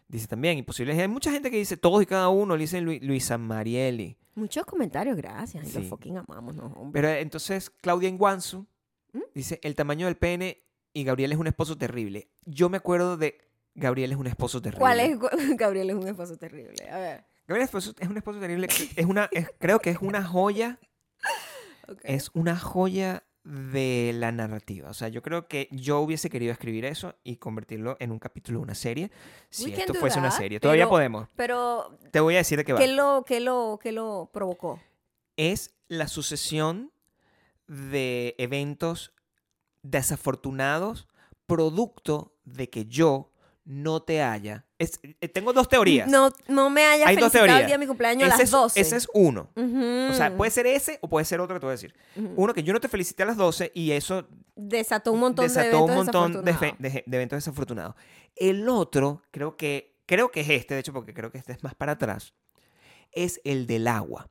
B: Dice también, imposible. Hay mucha gente que dice todos y cada uno, le dicen Lu- Luisa Marielli.
A: Muchos comentarios, gracias. Los
B: Sí.
A: fucking amamos, no, hombre.
B: Pero eh, entonces, Claudia Enguanzu
A: ¿Mm?
B: dice, el tamaño del pene y Gabriel es un esposo terrible. Yo me acuerdo de Gabriel es un esposo terrible.
A: ¿Cuál es? <laughs> Gabriel es un esposo terrible. A ver.
B: Gabriel es esposo- es un esposo terrible. Es una, es- creo que es una joya
A: <laughs> ok.
B: es una joya de la narrativa. O sea, yo creo que yo hubiese querido escribir eso y convertirlo en un capítulo de una serie. Si
A: We can
B: esto
A: do
B: fuese una
A: that,
B: serie. Todavía
A: pero-
B: podemos.
A: Pero,
B: Te voy a decir de qué va.
A: ¿qué lo, qué, lo, ¿qué lo provocó?
B: Es la sucesión de eventos desafortunados producto de que yo no te haya... es- eh, tengo dos teorías.
A: No, no me hayas
B: Hay dos
A: felicitado el
B: teorías.
A: día de mi cumpleaños
B: ese,
A: a las Mm.
B: es,
A: 12.
B: ese es uno.
A: Ujú.
B: O sea, pues, puede ser ese o puede ser otro que te voy a decir.
A: Ujú.
B: Uno que yo no te felicité a las 12 y eso
A: desató Mm. un montón de
B: desató
A: eventos
B: un montón de, fe-
A: desafortunados.
B: de- de eventos desafortunados. El otro, creo que, creo que es este, de hecho, porque creo que este es más para atrás, es el del agua.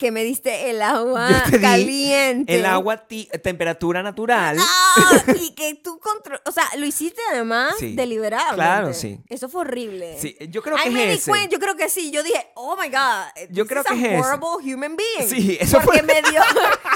A: que me diste el agua
B: Yo te di
A: caliente.
B: El agua ti- temperatura natural.
A: ¡Ah!
B: <laughs>
A: Y que tú control, o sea, lo hiciste además
B: Sí.
A: deliberado.
B: Claro, sí.
A: Eso fue horrible.
B: Sí, yo creo
A: Ay,
B: que
A: me
B: es
A: di
B: ese.
A: cuenta, yo creo que sí. Yo dije, oh my God,
B: Yo
A: this
B: creo
A: is
B: que
A: a
B: es ese.
A: horrible human being.
B: Sí, eso
A: Porque
B: fue- <laughs>
A: me dio,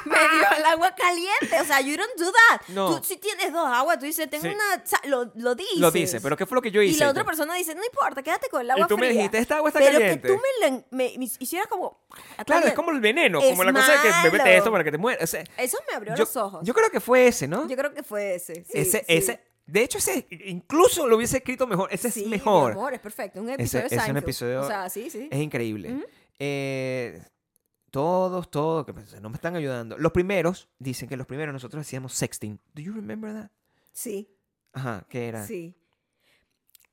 A: me dio el agua caliente. O sea, you don't do that.
B: No.
A: Tú si tienes dos aguas, tú dices, tengo
B: Sí.
A: una, o sea, lo, lo dices.
B: Lo dice, pero ¿qué fue lo que yo hice?
A: Y la
B: Yo-
A: otra persona dice, no importa, quédate con el agua
B: tú me
A: fría.
B: dijiste, "Esta agua está
A: pero
B: caliente".
A: que tú me, la- me- me hicieras como... "Ah,
B: Claro, es como el veneno,
A: Es
B: como la cosa de que
A: malo.
B: bebete esto para que te mueras. O sea,
A: Eso me abrió
B: yo,
A: los ojos.
B: yo creo que fue ese, ¿no?
A: Yo creo que fue ese. sí,
B: ese,
A: sí.
B: ese. De hecho, ese incluso lo hubiese escrito mejor. Ese
A: Sí,
B: es
A: mi
B: mejor.
A: amor, es perfecto. Un
B: Ese-
A: episodio de
B: ese es un
A: Seinfeld.
B: episodio-
A: O sea, sí, sí.
B: Es increíble.
A: ¿Mm?
B: Eh, todos, todos, que pues, no me están ayudando. Los primeros, dicen que los primeros nosotros hacíamos sexting. ¿Do you remember that?
A: Sí.
B: Ajá, ¿qué era?
A: Sí.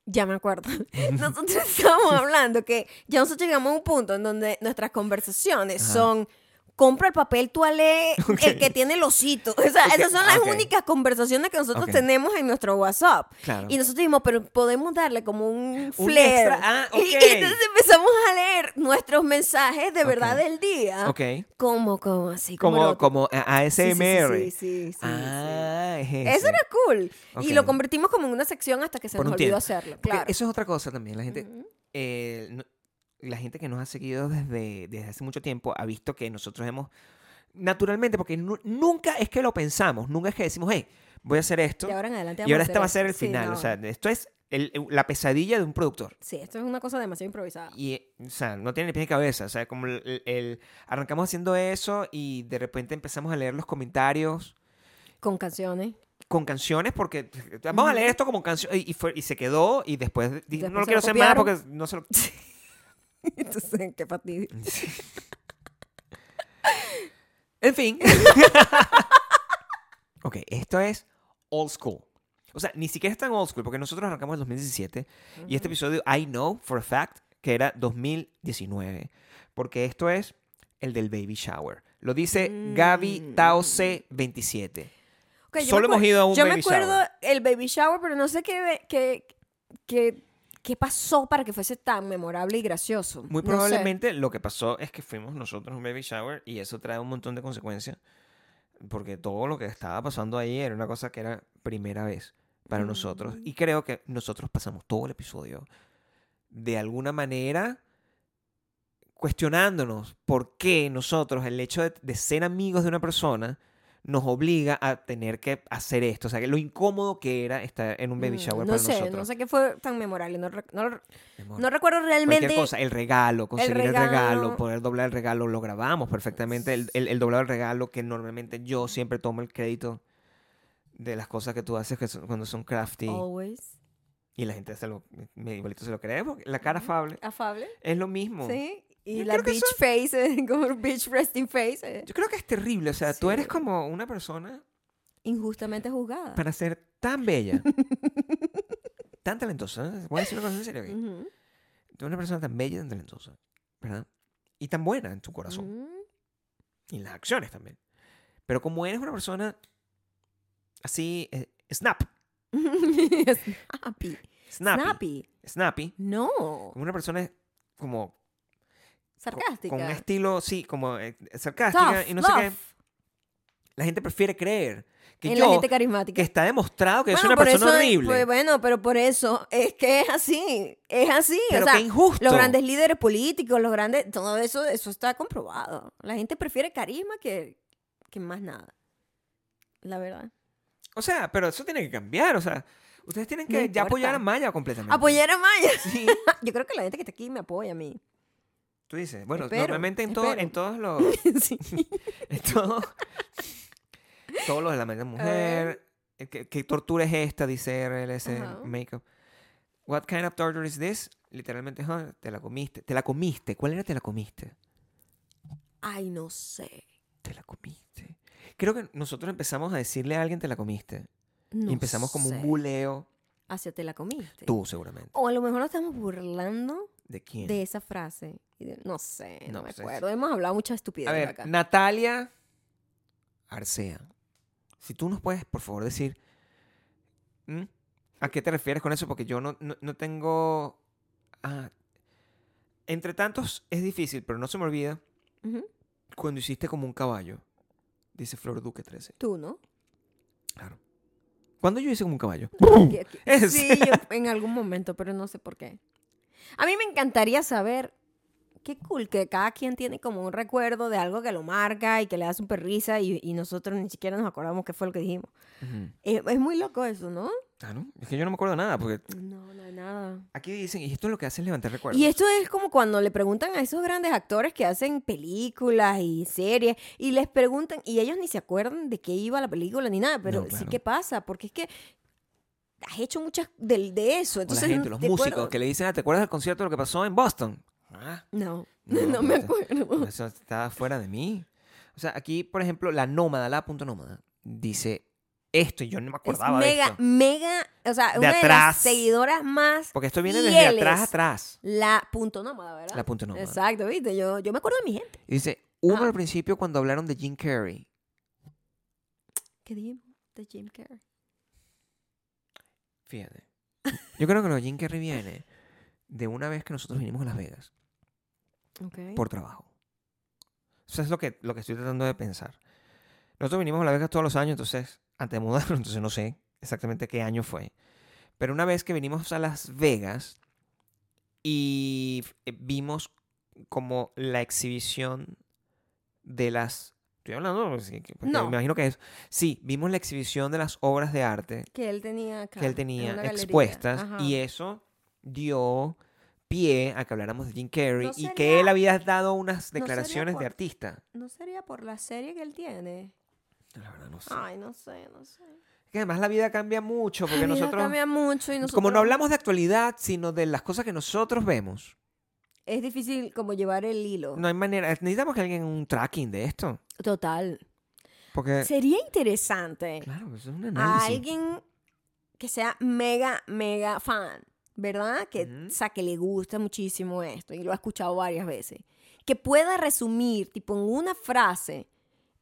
A: Ya me
B: <laughs>
A: acuerdo. Nosotros estábamos hablando que ya nosotros llegamos a un punto en donde nuestras conversaciones
B: Ajá.
A: son compra el papel toalé, el
B: <laughs> Ok.
A: que tiene el osito. O sea,
B: Ok,
A: esas son las
B: ok.
A: únicas conversaciones que nosotros
B: Ok.
A: tenemos en nuestro WhatsApp.
B: Claro.
A: Y nosotros dijimos, pero podemos darle como un
B: Un
A: flair.
B: extra, ah,
A: <laughs> Y-
B: ok.
A: y, entonces empezamos a leer nuestros mensajes de verdad
B: Ok.
A: del día.
B: ok.
A: Como, como así. Como,
B: Como,
A: erótico.
B: como a-
A: Sí, sí, sí,
B: ASMR.
A: Sí, sí, sí, sí.
B: ah, es
A: Eso
B: ese.
A: era cool.
B: Ok.
A: Y lo convertimos como en una sección hasta que se
B: Por
A: nos
B: un
A: olvidó
B: tiempo.
A: hacerlo.
B: Porque
A: Claro.
B: Eso es otra cosa también. La gente, eh, no- la gente que nos ha seguido desde, desde hace mucho tiempo ha visto que nosotros hemos, naturalmente, porque nu- nunca es que lo pensamos, nunca es que decimos, hey, voy a hacer esto.
A: De ahora en adelante.
B: Y
A: vamos
B: ahora este va a
A: hacer
B: ser el
A: esto. Sí,
B: final.
A: no.
B: O sea, esto es el- la pesadilla de un productor.
A: Sí, esto es una cosa demasiado improvisada.
B: Y, eh, o sea, no tiene ni pie ni cabeza. O sea, como el, el- el- arrancamos haciendo eso y de repente empezamos a leer los comentarios
A: Con canciones. <laughs>
B: con canciones porque vamos a leer esto como canción y, y fue- y se quedó y después
A: Después
B: dije, no
A: se
B: lo
A: lo
B: quiero hacer más porque
A: copiaron.
B: no se lo...
A: Entonces, qué fastidio.
B: En fin. <laughs> ok, esto es old school. O sea, ni siquiera es tan old school porque nosotros arrancamos en 2017 y este episodio I know for a fact que era 2019 porque esto es el del baby shower. Lo dice Gaby Tauce 27.
A: Ok, yo me
B: Solo hemos
A: acuer-
B: ido a un
A: Yo me
B: baby
A: acuerdo
B: shower.
A: el baby shower, pero no sé qué, ve- qué, qué, qué pasó para que fuese tan memorable y gracioso. No
B: Muy
A: sé.
B: probablemente lo que pasó es que fuimos nosotros a un baby shower y eso trae un montón de consecuencias porque todo lo que estaba pasando ahí era una cosa que era primera vez
A: Mm.
B: para nosotros y creo que nosotros pasamos todo el episodio de alguna manera cuestionándonos por qué nosotros el hecho de, de ser amigos de una persona nos obliga a tener que hacer esto, o sea, que lo incómodo que era estar en un baby
A: Mm,
B: shower
A: no
B: para
A: sé,
B: nosotros.
A: No sé qué fue tan memorable. No, re- no,
B: Mi amor.
A: no recuerdo realmente.
B: Cualquier cosa, el regalo, conseguir el regalo.
A: regalo.
B: poder doblar el regalo, lo grabamos perfectamente. El, el, el doblado del regalo, que normalmente yo siempre tomo el crédito de las cosas que tú haces que son- cuando son crafty
A: Oh. Always.
B: y la gente se lo, me- igualito se lo cree, porque la cara afable
A: Afable.
B: es lo mismo.
A: Sí. Y
B: Yo
A: la
B: creo que
A: beach face, <laughs> eh, como el beach resting face, eh,
B: Yo creo que es terrible, o sea, tú
A: Sí. Ah.
B: eres como una persona
A: injustamente juzgada.
B: para ser tan
A: <laughs>
B: bella, tan talentosa. ¿eh? Voy a decir una cosa en serio. aquí.
A: Ujú.
B: Tú eres una persona tan bella y tan talentosa, ¿verdad? Y tan buena en tu corazón.
A: Ujú.
B: y en las acciones también. Pero como eres una persona así, eh, snap,
A: <laughs> Snappy.
B: snappy,
A: Snappy.
B: snappy,
A: No.
B: como una persona como co-
A: Sarcástica.
B: con un estilo, sí, como eh, sarcástica
A: Tough,
B: y no sé qué.
A: love.
B: La gente prefiere creer que
A: en
B: yo,
A: la gente
B: que
A: carismática.
B: está demostrado que yo soy
A: Bueno,
B: una
A: por
B: persona
A: eso-
B: horrible,
A: pues, bueno, pero por eso es que es así. Es así.
B: pero
A: o sea,
B: qué injusto.
A: los grandes líderes políticos, los grandes. Todo eso, eso está comprobado. La gente prefiere carisma que, que más nada. La verdad.
B: O sea, pero eso tiene que cambiar, o sea, ustedes tienen
A: No
B: que ya apoyar
A: importa.
B: a Maya completamente.
A: Apoyar a Maya. <laughs>
B: Sí,
A: Yo creo que la gente que está aquí me apoya a mí. <laughs>
B: tú dices. Bueno,
A: Espero,
B: normalmente en, todo-
A: espero.
B: en todos los
A: sí.
B: <laughs> Todo, todo lo de la media mujer. eh, ¿Qué, qué tortura es esta? Dice RLS
A: Ajá.
B: Makeup. What kind of torture is this? Literalmente, ajá, te la comiste. Te la comiste. ¿Cuál era te la comiste?
A: Ay, no sé.
B: Te la comiste. Creo que nosotros empezamos a decirle a alguien te la comiste.
A: No
B: y empezamos como
A: sé.
B: un buleo.
A: Hacia te la comiste.
B: Tú, seguramente.
A: O a lo mejor nos estamos burlando
B: ¿De quién?
A: de esa frase. Y de- No sé, no,
B: No
A: me
B: sé.
A: acuerdo. Hemos hablado mucha estupidez
B: a ver,
A: acá.
B: Natalia Arcea. Si tú nos puedes, por favor, decir ¿m? a qué te refieres con eso, porque yo no, no- no tengo. ah, entre tantos es difícil, pero no se me olvida
A: Ujú.
B: cuando hiciste como un caballo, dice Flor Duque 13.
A: Tú, ¿no?
B: Claro. Cuando yo hice como un caballo.
A: Aquí, aquí.
B: Es-
A: Sí, yo en algún momento, pero no sé por qué. A mí me encantaría saber. Qué cool que cada quien tiene como un recuerdo de algo que lo marca y que le da súper risa y, y nosotros ni siquiera nos acordamos qué fue lo que dijimos.
B: Ujú.
A: Es, es muy loco eso, ¿no?
B: Ah, ¿no? Es que yo no me acuerdo nada, porque
A: No, no hay nada.
B: aquí dicen, y esto es lo que hace es levantar recuerdos.
A: Y esto es como cuando le preguntan a esos grandes actores que hacen películas y series y les preguntan y ellos ni se acuerdan de qué iba la película ni nada, pero
B: No,
A: sí
B: claro.
A: que pasa, porque es que has hecho muchas de, de eso.
B: O la
A: Entonces,
B: gente, los
A: ¿te
B: músicos,
A: acuerdas?
B: que le dicen, "Ah, ¿te acuerdas del concierto de lo que pasó en Boston? Ah,
A: No, <laughs> no,
B: No,
A: me
B: no te-
A: acuerdo.
B: eso está fuera de mí. O sea, aquí, por ejemplo, la nómada, la punto nómada, dice esto y yo no me
A: Es
B: acordaba de
A: mega,
B: esto.
A: mega, o sea,
B: De
A: una de las
B: atrás.
A: seguidoras más,
B: Porque esto viene desde
A: fieles.
B: atrás a atrás.
A: la punto nómada, ¿verdad?
B: La punto nómada.
A: Exacto, viste, yo, yo me acuerdo de mi gente.
B: Y dice, uno
A: Ah.
B: al principio cuando hablaron de Jim Carrey.
A: ¿Qué dijimos? De Jim Carrey.
B: Fíjate. Yo creo que lo de Jim Carrey viene de una vez que nosotros vinimos a Las Vegas.
A: Ok.
B: por trabajo. Eso es lo que, lo que estoy tratando de pensar. Nosotros vinimos a Las Vegas todos los años, entonces, antes de mudarnos, <laughs> entonces no sé exactamente qué año fue. Pero una vez que vinimos a Las Vegas y eh, vimos como la exhibición de las... Estoy hablando, Pues, sí, que- porque
A: No.
B: me imagino que es... Sí, vimos la exhibición de las obras de arte
A: que él tenía acá,
B: que él
A: en una
B: tenía
A: galería.
B: expuestas
A: Ajá.
B: y eso dio pie a que habláramos de Jim Carrey
A: No
B: y
A: sería-
B: que él había dado unas
A: sería
B: declaraciones
A: por-
B: de artista.
A: ¿No sería por la serie que él tiene?
B: La verdad no sé.
A: Ay, no sé, no sé.
B: Que además la vida cambia mucho porque
A: Ah, La vida
B: nosotros,
A: cambia mucho y nosotros...
B: como no hablamos de actualidad, sino de las cosas que nosotros vemos.
A: Es difícil como llevar el hilo.
B: No hay manera, necesitamos que alguien haga un tracking de esto,
A: Total.
B: porque
A: Sería interesante
B: claro, pues es un
A: a
B: análisis.
A: alguien que sea mega, mega fan, ¿verdad? Que,
B: Ujú.
A: O sea, que le gusta muchísimo esto y lo ha escuchado varias veces. Que pueda resumir, tipo, en una frase,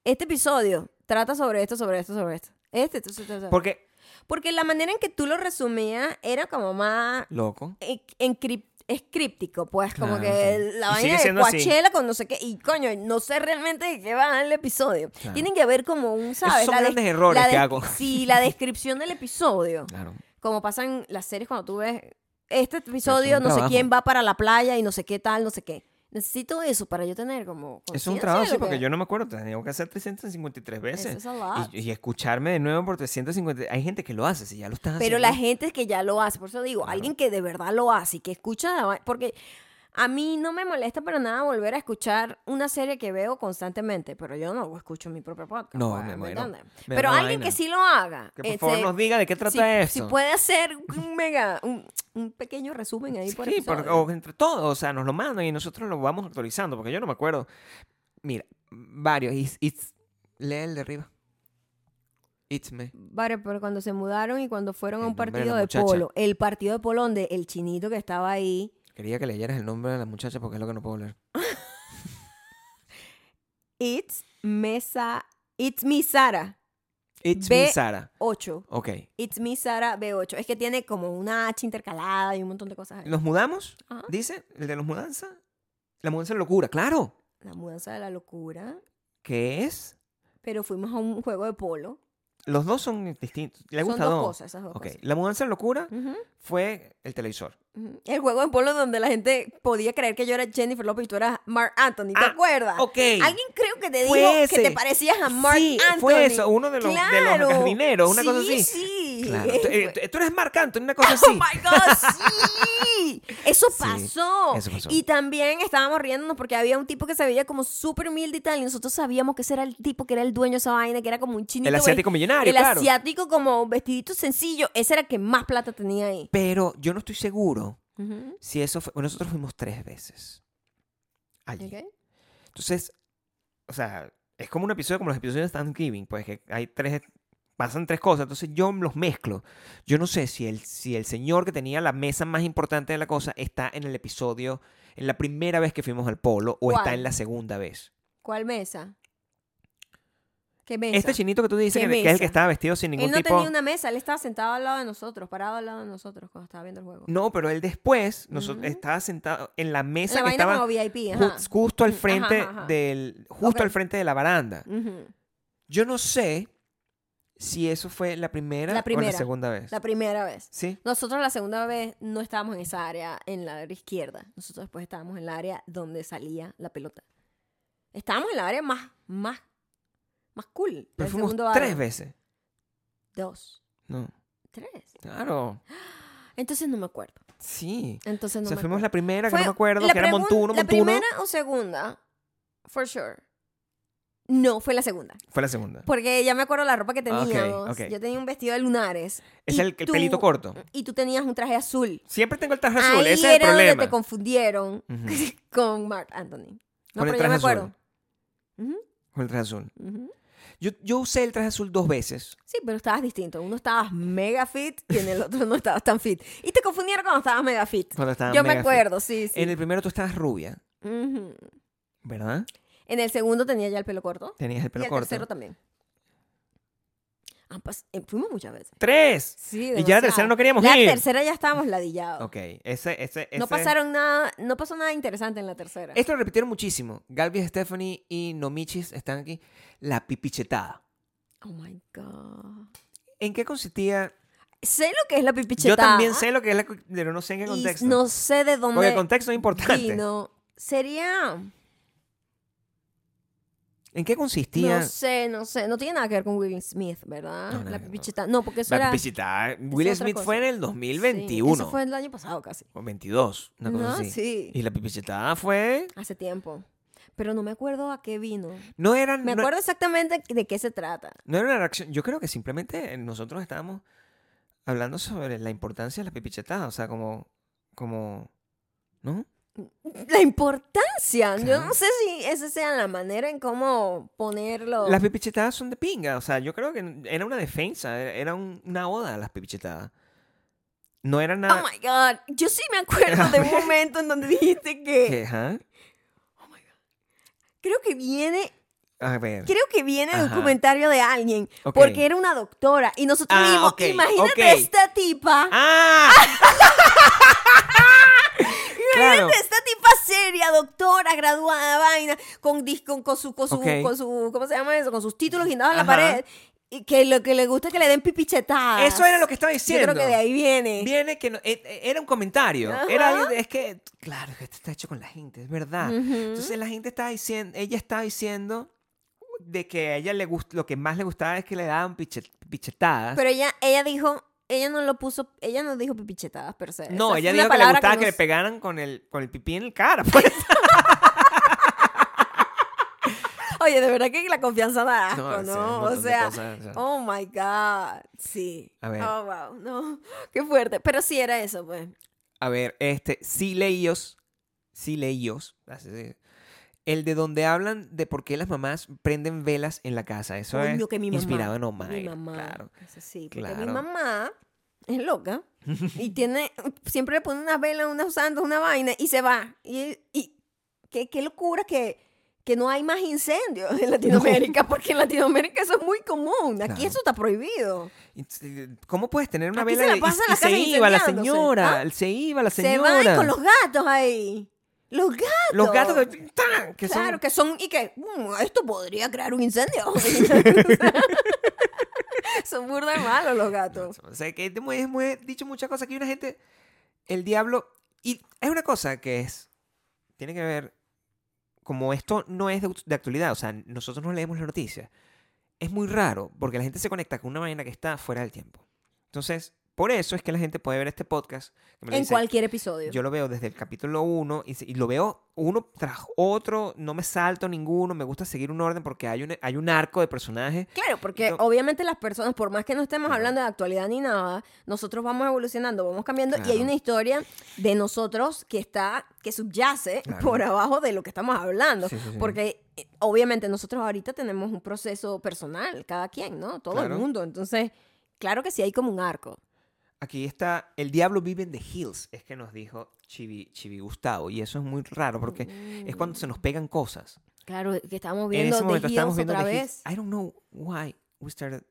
A: este episodio trata sobre esto, sobre esto, sobre esto. Este, entonces,
B: Porque
A: Porque la manera en que tú lo resumías era como más
B: loco.
A: en- encrip- es críptico, pues, como
B: Claro,
A: que
B: sí.
A: la
B: Y sigue
A: vaina de
B: siendo así.
A: Coachella con no sé qué, y coño, no sé realmente de qué va el episodio.
B: Claro.
A: Tienen que haber como un, ¿sabes?
B: Esos son
A: La
B: grandes
A: des-
B: errores
A: la
B: que
A: des-
B: hago.
A: <laughs> Sí,
B: <laughs>
A: la descripción del episodio,
B: Claro.
A: como pasan las series cuando tú ves este episodio, no sé
B: trabajo.
A: quién va para la playa y no sé qué tal, no sé qué. Necesito eso para yo tener como
B: Es un
A: conciencia
B: trabajo,
A: de lo
B: sí, porque
A: que-
B: yo no me acuerdo, tengo que hacer 353
A: Eso
B: veces.
A: es a lot.
B: Y, y escucharme de nuevo por 350. Hay gente que lo hace, si ya lo estás
A: Pero
B: haciendo.
A: la gente que ya lo hace, por eso digo,
B: Ah, Claro.
A: alguien que de verdad lo hace y que escucha, la va- porque a mí no me molesta para nada volver a escuchar una serie que veo constantemente, pero yo no escucho mi propio podcast.
B: No,
A: pues,
B: me muero.
A: entiendes?
B: Me da
A: pero
B: una
A: alguien que
B: vaina.
A: sí lo haga.
B: Que por
A: este,
B: favor nos diga de qué trata
A: si,
B: eso.
A: si puede
B: <laughs>
A: hacer un mega, un, un pequeño resumen ahí por
B: Sí, por-
A: episodio.
B: o entre todos, o sea, nos lo mandan y nosotros lo vamos actualizando, porque yo no me acuerdo. Mira, varios. It's, it's- lee el de arriba. It's me.
A: Vale, pero cuando se mudaron y cuando fueron a
B: El
A: un
B: nombre de la
A: partido de,
B: muchacha.
A: polo, el partido de polo donde el chinito que estaba ahí,
B: Quería que leyeras el nombre de la muchacha porque es lo que no puedo leer.
A: It's Mesa, It's Mi Sara
B: It's
A: Ve-
B: me, Sara.
A: 8.
B: Ok.
A: It's Me Sara B8. Es que tiene como una H intercalada y un montón de cosas. ahí.
B: ¿Nos mudamos?
A: Ajá.
B: Dice, el de los mudanzas. La mudanza es locura, claro.
A: La mudanza de la locura.
B: ¿Qué es?
A: Pero fuimos a un juego de polo.
B: Los dos son distintos. Le gusta
A: Son dos
B: dos.
A: cosas, esas dos
B: Ok.
A: cosas.
B: La mudanza es locura
A: Ujú,
B: fue el televisor.
A: ujú. El juego de polo donde la gente podía creer que yo era Jennifer López y tú eras Mark Anthony. ¿Te
B: Ah,
A: acuerdas?
B: Ok.
A: Alguien creo que te dijo
B: Fue
A: que
B: ese.
A: te parecías a Mark
B: sí,
A: Anthony.
B: fue eso, uno de los, de los
A: Claro.
B: jardineros, una
A: sí,
B: cosa así.
A: Sí,
B: Claro.
A: <laughs>
B: Tú, eh, tú- tú eres Marc Anthony, una cosa
A: Oh
B: así.
A: my God,
B: <laughs>
A: sí. Eso
B: Sí,
A: pasó.
B: eso pasó.
A: Y también estábamos riéndonos porque había un tipo que se veía como súper humilde y tal. Y nosotros sabíamos que ese era el tipo que era el dueño de esa vaina, que era como un chinito.
B: El asiático millonario,
A: El
B: claro.
A: asiático como vestidito sencillo. Ese era el que más plata tenía ahí.
B: Pero yo no estoy seguro si eso fue. Nosotros fuimos tres veces. Allí.
A: Ok.
B: Entonces, o sea, es como un episodio como los episodios de Thanksgiving, pues que hay tres. Pasan tres cosas, entonces yo los mezclo. Yo no sé si el, si el señor que tenía la mesa más importante de la cosa está en el episodio, en la primera vez que fuimos al polo o
A: ¿Cuál?
B: está en la segunda vez.
A: ¿Cuál mesa? ¿Qué mesa?
B: Este chinito que tú dices
A: ¿Qué
B: que, que es el
A: mesa?
B: que estaba vestido sin ningún
A: él no
B: tipo...
A: tenía una mesa, él estaba sentado al lado de nosotros, parado al lado de nosotros cuando estaba viendo el juego.
B: No, pero él después noso-
A: Ujú.
B: estaba sentado en la mesa
A: la
B: que
A: vaina
B: estaba
A: como VIP,
B: ju-
A: ajá.
B: justo al
A: Ujú, ajá,
B: frente
A: ajá.
B: del justo
A: Ok.
B: al frente de la baranda.
A: Ujú.
B: Yo no sé si eso fue la primera,
A: La
B: o
A: primera.
B: la segunda vez.
A: La primera vez.
B: Sí.
A: Nosotros la segunda vez no estábamos en esa área, en la área izquierda. Nosotros después estábamos en la área donde salía la pelota. Estábamos en la área más, más, más cool.
B: Pero
A: del
B: fuimos
A: segundo aro.
B: tres veces.
A: Dos,
B: No.
A: tres.
B: Claro.
A: Entonces no me acuerdo.
B: Sí.
A: Entonces
B: o
A: no
B: sea,
A: me
B: fuimos
A: acuerdo.
B: la primera, que
A: Fue
B: no me acuerdo,
A: la
B: que era
A: pregun-
B: Montuno,
A: ¿La
B: Montuno.
A: primera o segunda? For sure. No, fue la segunda.
B: Fue la segunda.
A: Porque ya me acuerdo la ropa que
B: Ah, ok,
A: teníamos.
B: ok.
A: Yo tenía un vestido de lunares.
B: Es
A: y
B: el, el
A: tú-
B: pelito corto.
A: Y tú tenías un traje azul.
B: Siempre tengo el traje azul,
A: Ahí
B: ese es el
A: era donde
B: problema.
A: te confundieron <laughs>
B: Ujú.
A: con Mark Anthony. No, pero
B: Con el traje
A: ya me
B: azul.
A: acuerdo. Ujú,
B: Con el traje azul.
A: ujú.
B: Yo, yo usé el traje azul dos veces.
A: Sí, pero estabas distinto. Uno estabas mega fit y en el otro no estabas tan fit. Y te confundieron cuando estabas mega fit.
B: Cuando estaba
A: Yo me
B: mega fit.
A: acuerdo, sí, sí.
B: En el primero tú estabas rubia,
A: Ujú.
B: ¿verdad?
A: En el segundo tenía ya el pelo corto.
B: Tenías el
A: y
B: pelo
A: el
B: corto.
A: tercero también. Ah, pues, eh, fuimos muchas veces.
B: ¡Tres!
A: Sí,
B: Y ya la
A: demasiado.
B: tercera no queríamos
A: La
B: ir.
A: tercera ya estábamos ladillados.
B: Ok, ese, ese, ese.
A: No pasaron nada, no pasó nada interesante en la tercera.
B: Esto lo repitieron muchísimo. Galvis, Stephanie y Nomichis están aquí. La pipichetada.
A: Oh my god.
B: ¿En qué consistía?
A: Sé lo que es la
B: Yo
A: pipichetada.
B: también sé lo que es la. cu- Pero no sé en qué
A: y
B: contexto.
A: no sé de
B: Porque el
A: dónde
B: contexto es importante.
A: vino. Sería
B: ¿En qué consistía?
A: No sé, no sé, no tiene nada que ver con Will Smith, ¿verdad?
B: No, nada
A: la
B: que ver,
A: pipichetada. No, porque eso
B: la
A: era
B: pipichetada. Will
A: otra
B: Smith
A: cosa.
B: fue en el 2021.
A: Sí, eso fue el año pasado casi.
B: O 22, una cosa
A: no,
B: así.
A: sí.
B: Y la pipichetada fue.
A: Hace tiempo. Pero no me acuerdo a qué vino.
B: No era,
A: Me
B: no,
A: acuerdo exactamente de qué se trata.
B: no era una reacción. Yo creo que simplemente nosotros estábamos hablando sobre la importancia de la pipichetada. O sea, como. como ¿No?
A: La importancia. Yo
B: Claro.
A: no sé si esa sea la manera en cómo ponerlo.
B: Las pipichetadas son de pinga. O sea, yo creo que era una defensa. Era era un- una oda a las pipichetadas. No era
A: Oh
B: nada.
A: my God. Yo sí me acuerdo de un momento en donde dijiste que
B: que- ajá.
A: creo que viene,
B: A ver.
A: creo que viene de un
B: Ajá.
A: comentario de alguien.
B: Ok.
A: Porque era una doctora. Y nosotros
B: Ah,
A: vimos,
B: ok,
A: imagínate
B: ok.
A: esta tipa. <laughs>
B: ¡Ah! <laughs> claro.
A: Esta tipa seria, doctora, graduada, vaina, con, dis- con, con su, con, su,
B: Ok.
A: con su, ¿cómo se llama eso? Con sus títulos guindados en la
B: Ajá.
A: pared. Y que lo que le gusta es que le den pipichetadas.
B: Eso era lo que estaba
A: Yo
B: diciendo.
A: creo que de ahí viene.
B: Viene que no- e- e- era un comentario.
A: Ajá.
B: Era algo de- es que, claro, que esto está hecho con la gente, es verdad.
A: Ujú.
B: Entonces la gente estaba diciendo, ella estaba diciendo de que a ella le gust- lo que más le gustaba es que le daban piche- pichetadas.
A: Pero ella, ella dijo, ella no lo puso, ella no dijo pipichetadas, pero se.
B: no,
A: esa fue la
B: ella dijo que le
A: palabra
B: gustaba que,
A: nos-
B: le pegaran con el, con el pipí en el cara. <laughs> pues.
A: <laughs> Oye, de verdad que la confianza da asco, ¿no?
B: No, sí, un montón
A: o
B: de
A: sea,
B: cosas, o sea.
A: oh my God. Sí.
B: A ver.
A: Oh, wow. No, <laughs> qué fuerte. Pero sí era eso, pues.
B: A ver, este, sí leíos, sí leíos, así se- el de donde hablan de por qué las mamás prenden velas en la casa. Eso
A: Coño,
B: es
A: que mi mamá.
B: inspirado en Omaira.
A: Mi mamá.
B: Claro.
A: Eso sí, porque mi
B: claro.
A: mamá es
B: <laughs>
A: loca y tiene, siempre le pone unas velas, unas usanzas, una vaina y se va. Y, y qué, qué locura que, que no hay más incendios en Latinoamérica, porque en Latinoamérica eso es muy común. Aquí
B: Claro.
A: eso está prohibido.
B: Y t- ¿Cómo puedes tener una
A: Aquí
B: vela
A: se la
B: de- y-
A: pasa
B: y,
A: la casa
B: se iba la
A: incendiándose, Ah.
B: señora? Se iba la señora.
A: Se van con los gatos ahí. Los gatos.
B: Los gatos que, ¡tan! que
A: claro,
B: son
A: que son y que "Mm, esto podría crear un
B: <laughs>
A: incendio. <laughs> son burda de malos los gatos.
B: O sea, que te mueves, mueves- dicho muchas cosas que hay una gente el diablo y es una cosa que es tiene que ver como esto no es de, act- de actualidad, o sea, nosotros no leemos la noticia. Es muy raro porque la gente se conecta con una vaina que está fuera del tiempo. Entonces, por eso es que la gente puede ver este podcast que me lo
A: En
B: dicen,
A: cualquier episodio.
B: Yo lo veo desde el capítulo 1 y, se- y lo veo uno tras otro, no me salto ninguno, me gusta seguir un orden porque hay un, hay un arco de personajes.
A: Claro, porque
B: Entonces-
A: obviamente las personas, por más que no estemos
B: Claro.
A: hablando de actualidad ni nada, nosotros vamos evolucionando, vamos cambiando y hay
B: Claro.
A: una historia de nosotros que está, que subyace
B: Claro.
A: por abajo de lo que estamos hablando.
B: Sí, sí, sí.
A: Porque eh, obviamente nosotros ahorita tenemos un proceso personal, cada quien, ¿no? Todo
B: Claro.
A: el mundo. Entonces, claro que sí hay como un arco.
B: Aquí está El Diablo vive en The Hills, es que nos dijo Chibi, Chibi Gustavo. Y eso es muy raro porque es cuando se nos pegan cosas.
A: Claro, que estábamos
B: en
A: Mm. viendo
B: ese momento
A: The
B: estábamos
A: Hills
B: viendo
A: otra
B: The Hills.
A: vez.
B: I don't know why we started.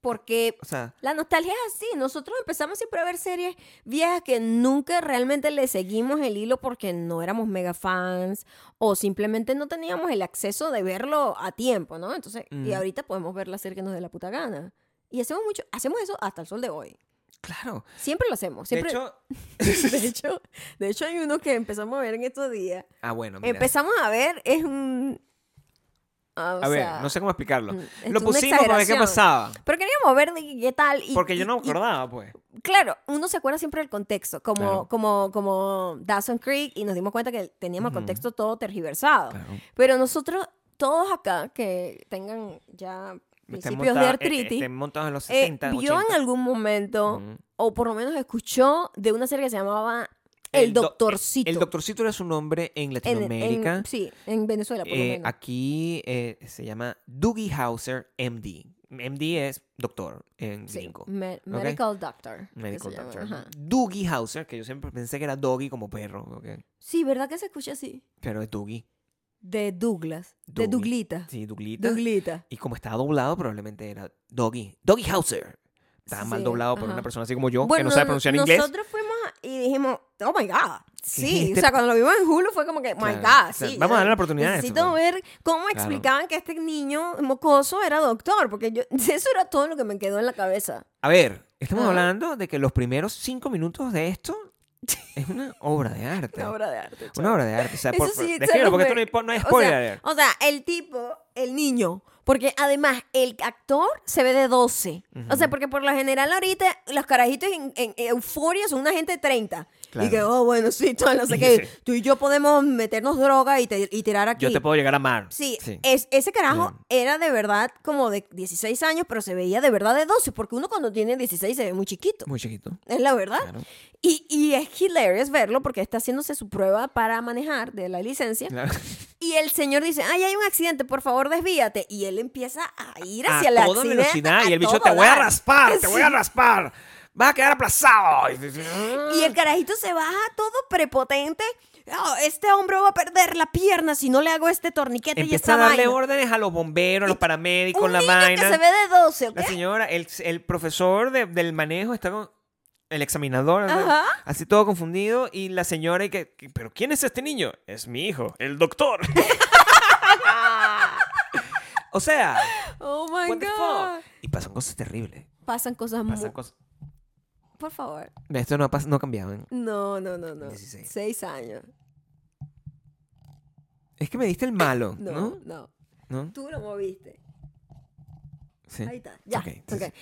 A: Porque
B: O sea,
A: la nostalgia es así. Nosotros empezamos siempre a ver series viejas que nunca realmente le seguimos el hilo porque no éramos mega fans o simplemente no teníamos el acceso de verlo a tiempo, ¿no? Entonces, y
B: Ujú.
A: ahorita podemos ver la serie que nos dé la puta gana. Y hacemos mucho, hacemos eso hasta el sol de hoy.
B: claro.
A: Siempre lo hacemos. Siempre,
B: De
A: <laughs>
B: hecho. <laughs>
A: de hecho, de hecho, hay uno que empezamos a ver en estos días.
B: ah, bueno, mira.
A: Empezamos a ver, es un. ah, o
B: a ver,
A: sea,
B: no sé cómo explicarlo.
A: mm, es
B: Lo
A: una
B: pusimos para ver qué
A: exageración.
B: pasaba.
A: Pero queríamos ver de qué tal. Y,
B: Porque
A: y-
B: yo no me
A: y-
B: acordaba, pues.
A: claro, uno se acuerda siempre del contexto, como,
B: Claro.
A: como, como Dawson Creek, y nos dimos cuenta que teníamos el
B: Ujú.
A: contexto todo tergiversado.
B: Claro.
A: Pero nosotros, todos acá que tengan ya
B: Estén
A: principios de
B: montados- eh,
A: artritis,
B: estén montados en los
A: eh,
B: 70,
A: vio
B: 80.
A: en algún momento,
B: Ujú.
A: o por lo menos escuchó de una serie que se llamaba El,
B: do-
A: Doctorcito.
B: El Doctorcito era su nombre en
A: En- en-
B: Latinoamérica.
A: sí, en Venezuela, por lo
B: Eh,
A: menos.
B: aquí eh, se llama Doogie Hauser, MD. MD es doctor en
A: Sí,
B: gringo.
A: me- Medical Doctor. que
B: Medical
A: se llama,
B: doctor.
A: ajá.
B: Doogie Hauser, que yo siempre pensé que era Doggy como perro, ¿ok?
A: Sí, ¿verdad que se escucha así?
B: pero es Doogie.
A: De Douglas. De
B: Dougie.
A: Douglita.
B: Sí, Douglita.
A: Douglita.
B: Y como estaba doblado, probablemente era Doggy. Doggy Hauser. Estaba mal
A: Sí,
B: doblado por
A: ajá.
B: una persona así como yo, que no sabe
A: no-
B: pronunciar
A: nosotros
B: inglés.
A: fuimos y dijimos, oh my God. Sí,
B: este-
A: o sea, cuando lo vimos en Hulu fue como que, "Oh my
B: Claro,
A: God,
B: o sea,
A: sí.
B: vamos a darle la oportunidad a eso,
A: Necesito
B: pues.
A: ver cómo explicaban que este niño mocoso era doctor, porque yo, <laughs> eso era todo lo que me quedó en la cabeza.
B: A ver, estamos
A: Ajá.
B: hablando de que los primeros cinco minutos
A: <laughs>
B: de esto es una obra de arte.
A: Una obra de arte. chamo.
B: Una obra de arte. O sea,
A: Eso
B: por, por-
A: sí, se los
B: descríbelo, porque
A: ve-
B: esto no hay, po- no hay
A: o sea,
B: spoiler.
A: O sea, el tipo, el niño. Porque además, el actor se ve de 12. O sea,
B: Ujú.
A: porque por lo general ahorita los carajitos en, en euforia son una gente de 30.
B: Claro.
A: Y que, oh, bueno, sí, todo,
B: <laughs>
A: no sé qué. Tú y yo podemos meternos droga y, te- y tirar aquí.
B: yo te puedo llegar a amar.
A: Sí, Es, ese carajo era de verdad como de 16 años, pero se veía de verdad de 12, porque uno cuando tiene 16 se ve muy chiquito.
B: Muy chiquito.
A: Es la verdad.
B: Claro.
A: Y, y es hilarious verlo porque está haciéndose su prueba para manejar de la licencia. <laughs>
B: Claro.
A: Y el señor dice, ay, hay un accidente, por favor, desvíate. Y él empieza a ir
B: A
A: hacia la
B: toda
A: accidente.
B: velocidad.
A: ¿eh? a
B: Y el bicho,
A: todo
B: te voy a
A: dar".
B: raspar, te voy a
A: <laughs> Sí.
B: raspar. Vas a quedar aplazado.
A: Y el carajito se baja todo prepotente. "Oh, este hombre va a perder la pierna si no le hago este torniquete y
B: Empieza
A: esta
B: a darle
A: vaina".
B: órdenes a los bomberos, a los paramédicos,
A: Un
B: la
A: niño
B: vaina.
A: que se ve de 12, ¿ok?
B: La señora, el, el profesor de- del manejo está con el examinador, ¿no?
A: Ajá.
B: así todo confundido, y la señora, y que, que, ¿pero quién es este niño? Es mi hijo, el doctor.
A: <laughs>
B: o sea,
A: Oh my
B: what the
A: God.
B: fuck? Y pasan cosas terribles.
A: Pasan cosas
B: Pasan
A: muy.
B: cosas.
A: Por favor.
B: Esto no ha, pas- no ha cambiado. ¿eh?
A: No, no, no, no.
B: 16.
A: Seis años.
B: Es que me diste el malo,
A: <coughs> No,
B: ¿no?
A: no.
B: ¿No?
A: Tú lo moviste.
B: Sí.
A: Ahí está. Ya.
B: Ok, sí,
A: ok.
B: sí.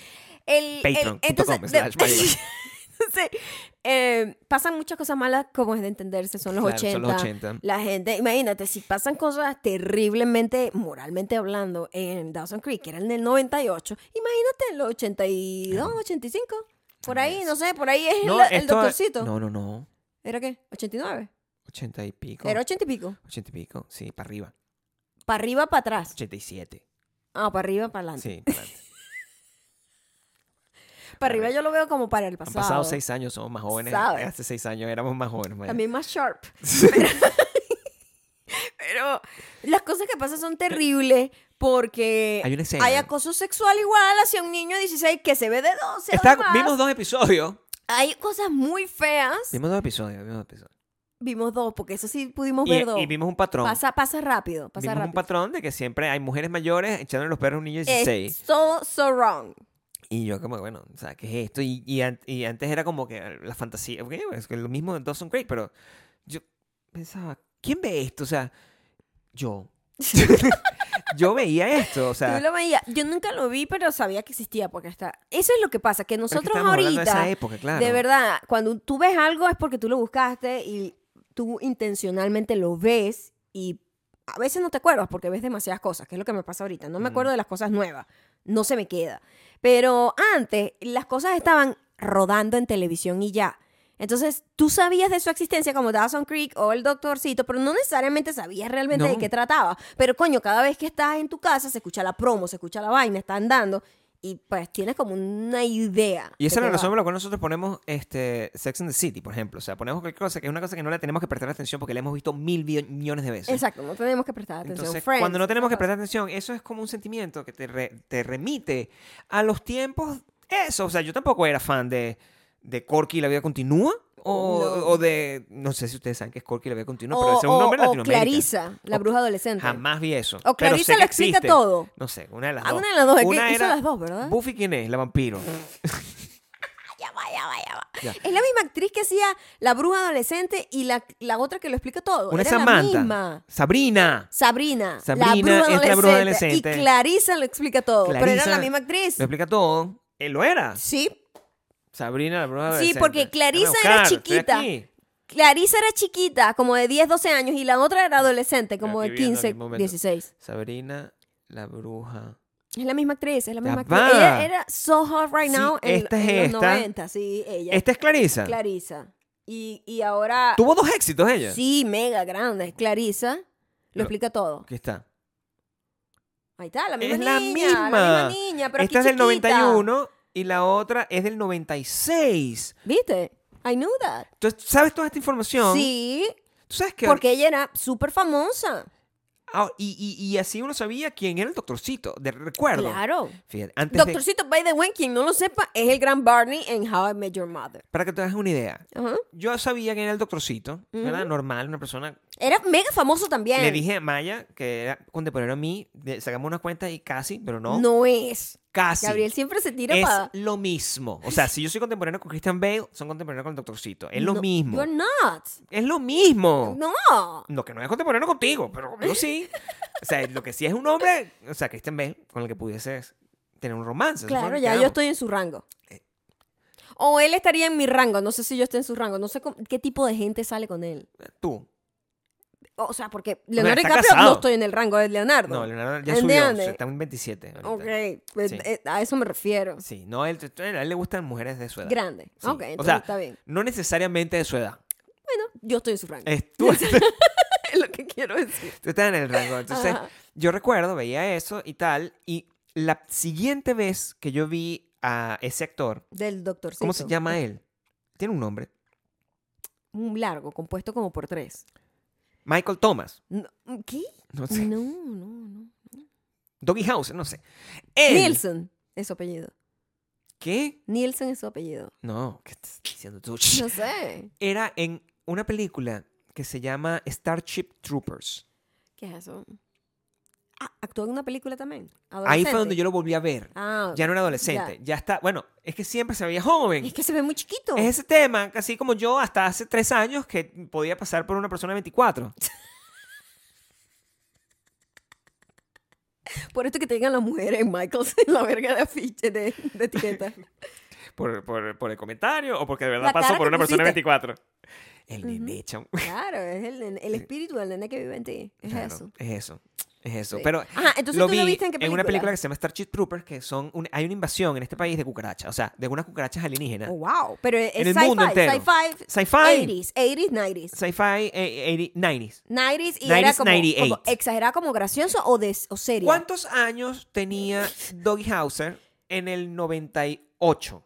A: El, el-
B: Patreon.com
A: entonces, de-
B: slash Valle.
A: <laughs> Entonces, eh, pasan muchas cosas malas, como es de entenderse, son los,
B: Claro,
A: 80,
B: son los Mm. 80.
A: La gente, imagínate, si pasan cosas terriblemente, moralmente hablando, en Dawson Creek, que era en el 98, imagínate en los 82, 85. Por ahí, no sé, por ahí es
B: No,
A: la- el
B: esto-
A: doctorcito.
B: No, no, no.
A: ¿Era qué? ¿89?
B: Ochenta y pico.
A: Era 80 y pico.
B: Ochenta y pico, sí, para arriba.
A: Para arriba, para atrás.
B: Ochenta y siete.
A: Ah, para arriba, para adelante. <laughs>
B: Sí, para adelante.
A: Para arriba yo lo veo como para el
B: Han
A: pasado.
B: pasado seis años, somos más jóvenes.
A: ¿Sabes?
B: Hace seis años éramos más jóvenes. Maya. <laughs>
A: También más sharp. Pero, pero las cosas que pasan son terribles porque
B: Hay una escena.
A: hay acoso sexual igual hacia un niño de 16 que se ve de 12.
B: Está-
A: además.
B: vimos dos episodios.
A: Hay cosas muy feas.
B: Vimos dos episodios. Vimos dos episodios.
A: Vimos dos, porque eso sí pudimos
B: Y,
A: ver dos.
B: y vimos un patrón.
A: pasa, pasa rápido, pasa
B: vimos un
A: rápido.
B: patrón de que siempre hay mujeres mayores echándole los perros a un niño de
A: Es
B: 16.
A: so, so wrong.
B: Y yo como, bueno, o sea, ¿qué es esto? Y, y an- y antes era como que la fantasía, ok, es que lo mismo de Dawson Creek, pero yo pensaba, ¿quién ve esto? O sea,
A: <laughs>
B: yo. <laughs> yo veía esto, o sea,
A: Tú lo veías. Yo nunca lo vi, pero sabía que existía porque está. Eso es lo que pasa, que
B: pero es que
A: nosotros
B: estábamos hablando
A: ahorita.
B: de esa época, claro.
A: De verdad, cuando tú ves algo es porque tú lo buscaste y tú intencionalmente lo ves y a veces no te acuerdas porque ves demasiadas cosas, que es lo que me pasa ahorita. No me acuerdo de las cosas nuevas, no se me queda. Pero antes las cosas estaban rodando en televisión y ya. Entonces, tú sabías de su existencia como Dawson Creek o el Doctorcito, pero no necesariamente sabías realmente
B: No.
A: de qué trataba. Pero coño, cada vez que estás en tu casa se escucha la promo, se escucha la vaina, está andando y pues tienes como una idea.
B: Y
A: de
B: esa es
A: qué
B: la
A: va.
B: razón por la cual nosotros ponemos este, Sex and the City, por ejemplo. O sea, ponemos cualquier cosa que es una cosa que no le tenemos que prestar atención porque la hemos visto mil bio- millones de veces.
A: Exacto, no tenemos que prestar atención.
B: Entonces,
A: Friends,
B: cuando no tenemos que
A: esa cosa.
B: prestar atención, eso es como un sentimiento que te, re- te remite a los tiempos. Eso, o sea, yo tampoco era fan de, de Corky y la vida continúa. O,
A: No.
B: o de, no sé si ustedes saben que es Corky y la vida continúa,
A: o,
B: pero ese es un
A: o-
B: nombre
A: o
B: latinoamericano.
A: Clarisa, la
B: O-
A: bruja adolescente.
B: Jamás vi eso.
A: O
B: Pero
A: Clarisa
B: sé
A: lo
B: que
A: explica
B: existe.
A: todo.
B: No sé, una de las
A: Ah,
B: dos.
A: una de las dos, es que
B: Una
A: hizo
B: era-
A: las dos, ¿verdad?
B: Buffy, ¿quién es? La vampiro.
A: Ya va, ya va, ya va.
B: Ya.
A: Es la misma actriz que hacía la bruja adolescente y la, la otra que lo explica todo.
B: Una
A: Era la
B: Samantha.
A: misma.
B: Sabrina.
A: Sabrina,
B: Sabrina
A: la bruja adolescente,
B: es la bruja adolescente.
A: Y Clarisa lo explica todo. pero era
B: Clarisa
A: la misma actriz.
B: Lo explica todo. Él lo era.
A: Sí,
B: Sabrina, la bruja
A: Sí,
B: adolescente.
A: porque
B: Déjame
A: Clarisa
B: buscar,
A: era
B: estoy
A: chiquita.
B: aquí.
A: Clarisa era chiquita, como de 10, 12 años, y la otra era adolescente, como
B: Aquí
A: de
B: viendo aquí
A: 15,
B: un momento.
A: 16.
B: Sabrina, la bruja.
A: Es la misma actriz, es la
B: Ya
A: misma
B: va.
A: actriz. Ella era so hot right
B: Sí,
A: now en,
B: esta es
A: en los
B: esta.
A: 90, sí, ella.
B: Esta es Clarisa.
A: Clarisa. Y, y ahora...
B: Tuvo dos éxitos ella.
A: Sí, mega grande. Clarisa lo
B: Lo-
A: explica todo.
B: Aquí está.
A: Ahí está, la misma
B: Es
A: niña.
B: la
A: La
B: misma.
A: misma niña, pero
B: Esta es
A: aquí
B: del
A: chiquita.
B: 91 y la otra es del 96.
A: ¿Viste? I knew that.
B: Entonces, ¿sabes toda esta información?
A: Sí,
B: ¿Tú sabes que
A: porque ella era súper famosa.
B: Ah, y, y- y así uno sabía quién era el doctorcito, de recuerdo.
A: Claro.
B: Fíjate, antes de-
A: Doctorcito, by the way, quien no lo sepa, es el gran Barney en How I Met Your Mother.
B: para que te hagas una idea.
A: Ajá.
B: Yo sabía quién era el doctorcito, era normal, una persona.
A: Era mega famoso también.
B: Le dije a Maya, que era contemporáneo a mí, de- sacamos una cuenta y casi, pero no,
A: no. es.
B: casi.
A: Gabriel siempre se tira
B: es
A: para.
B: lo mismo. O sea, si yo soy contemporáneo con Christian Bale, son contemporáneos con el doctorcito. Es lo
A: No,
B: mismo.
A: You're not.
B: Es lo mismo.
A: No.
B: Lo que no es contemporáneo contigo, pero conmigo sí. O sea, lo que sí es un hombre, o sea, Christian Bale, con el que pudieses tener un romance. Eso fue lo
A: Claro,
B: que
A: ya yo
B: quedamos.
A: estoy en su rango.
B: Eh.
A: O él estaría en mi rango. No sé si yo estoy en su rango. No sé cómo- qué tipo de gente sale con él.
B: Tú.
A: O sea, porque Leonardo
B: está
A: DiCaprio no
B: casado.
A: estoy en el rango de Leonardo.
B: No, Leonardo ya
A: ¿Ande,
B: subió.
A: ande?
B: se- Está en 27. ahorita.
A: Ok, pues,
B: Sí.
A: eh, a eso me refiero.
B: Sí, no, él, a él le gustan mujeres de su edad.
A: Grande.
B: Sí.
A: Ok,
B: O
A: entonces
B: sea,
A: está bien.
B: No necesariamente de su edad.
A: Bueno, yo estoy en su rango.
B: Es- tú, tú
A: <laughs> Es lo que quiero decir.
B: estás en el rango. Entonces,
A: Ajá.
B: yo recuerdo, veía eso y tal. Y la siguiente vez que yo vi a ese actor,
A: Del doctorcito.
B: ¿cómo se llama él? Tiene un nombre.
A: Un largo, compuesto como por tres.
B: Michael Thomas.
A: No, ¿Qué?
B: No sé.
A: No, no, no.
B: Doggy House, no sé. Él-
A: Nielsen es su apellido.
B: ¿Qué?
A: Nielsen es su apellido.
B: No, ¿qué estás diciendo tú?
A: No sé.
B: Era en una película que se llama Starship Troopers.
A: ¿Qué es eso? Ah, actuó en una película también.
B: Ahí fue donde yo lo volví a ver.
A: Ah,
B: Ya no era adolescente, ya. está. Bueno, es que siempre se veía joven.
A: es que se ve muy chiquito.
B: Es ese tema, así como yo hasta hace tres años que podía pasar por una
A: <laughs>
B: persona de 24.
A: Por esto que te digan las mujeres en Michaels en <laughs> la verga de afiche de, de
B: <laughs>
A: etiqueta.
B: Por, por- por el comentario o porque de
A: La
B: verdad
A: cara
B: pasó por
A: que
B: una persona de
A: pusiste.
B: 24. El nene, chamo.
A: Claro, es el, nene- el espíritu del nene que vive en ti. Es
B: Claro,
A: eso.
B: Es eso. Es eso.
A: Sí.
B: Pero
A: Ajá, entonces
B: lo
A: tú
B: vi
A: lo viste en qué película.
B: una película que se llama Starship Troopers, que son un- hay una invasión en este país de cucarachas, o sea, de unas cucarachas alienígenas.
A: Oh, wow. Pero es
B: En
A: es
B: el mundo
A: sci-fi.
B: entero.
A: Sci-fi.
B: Sci-fi.
A: 80s. 80s, 90s.
B: Sci-fi eh, 80, 90s.
A: 90s y era
B: 90s,
A: como,
B: 98.
A: como exagerada como gracioso o, des, o seria.
B: ¿Cuántos años tenía Doggy Hauser en el 98?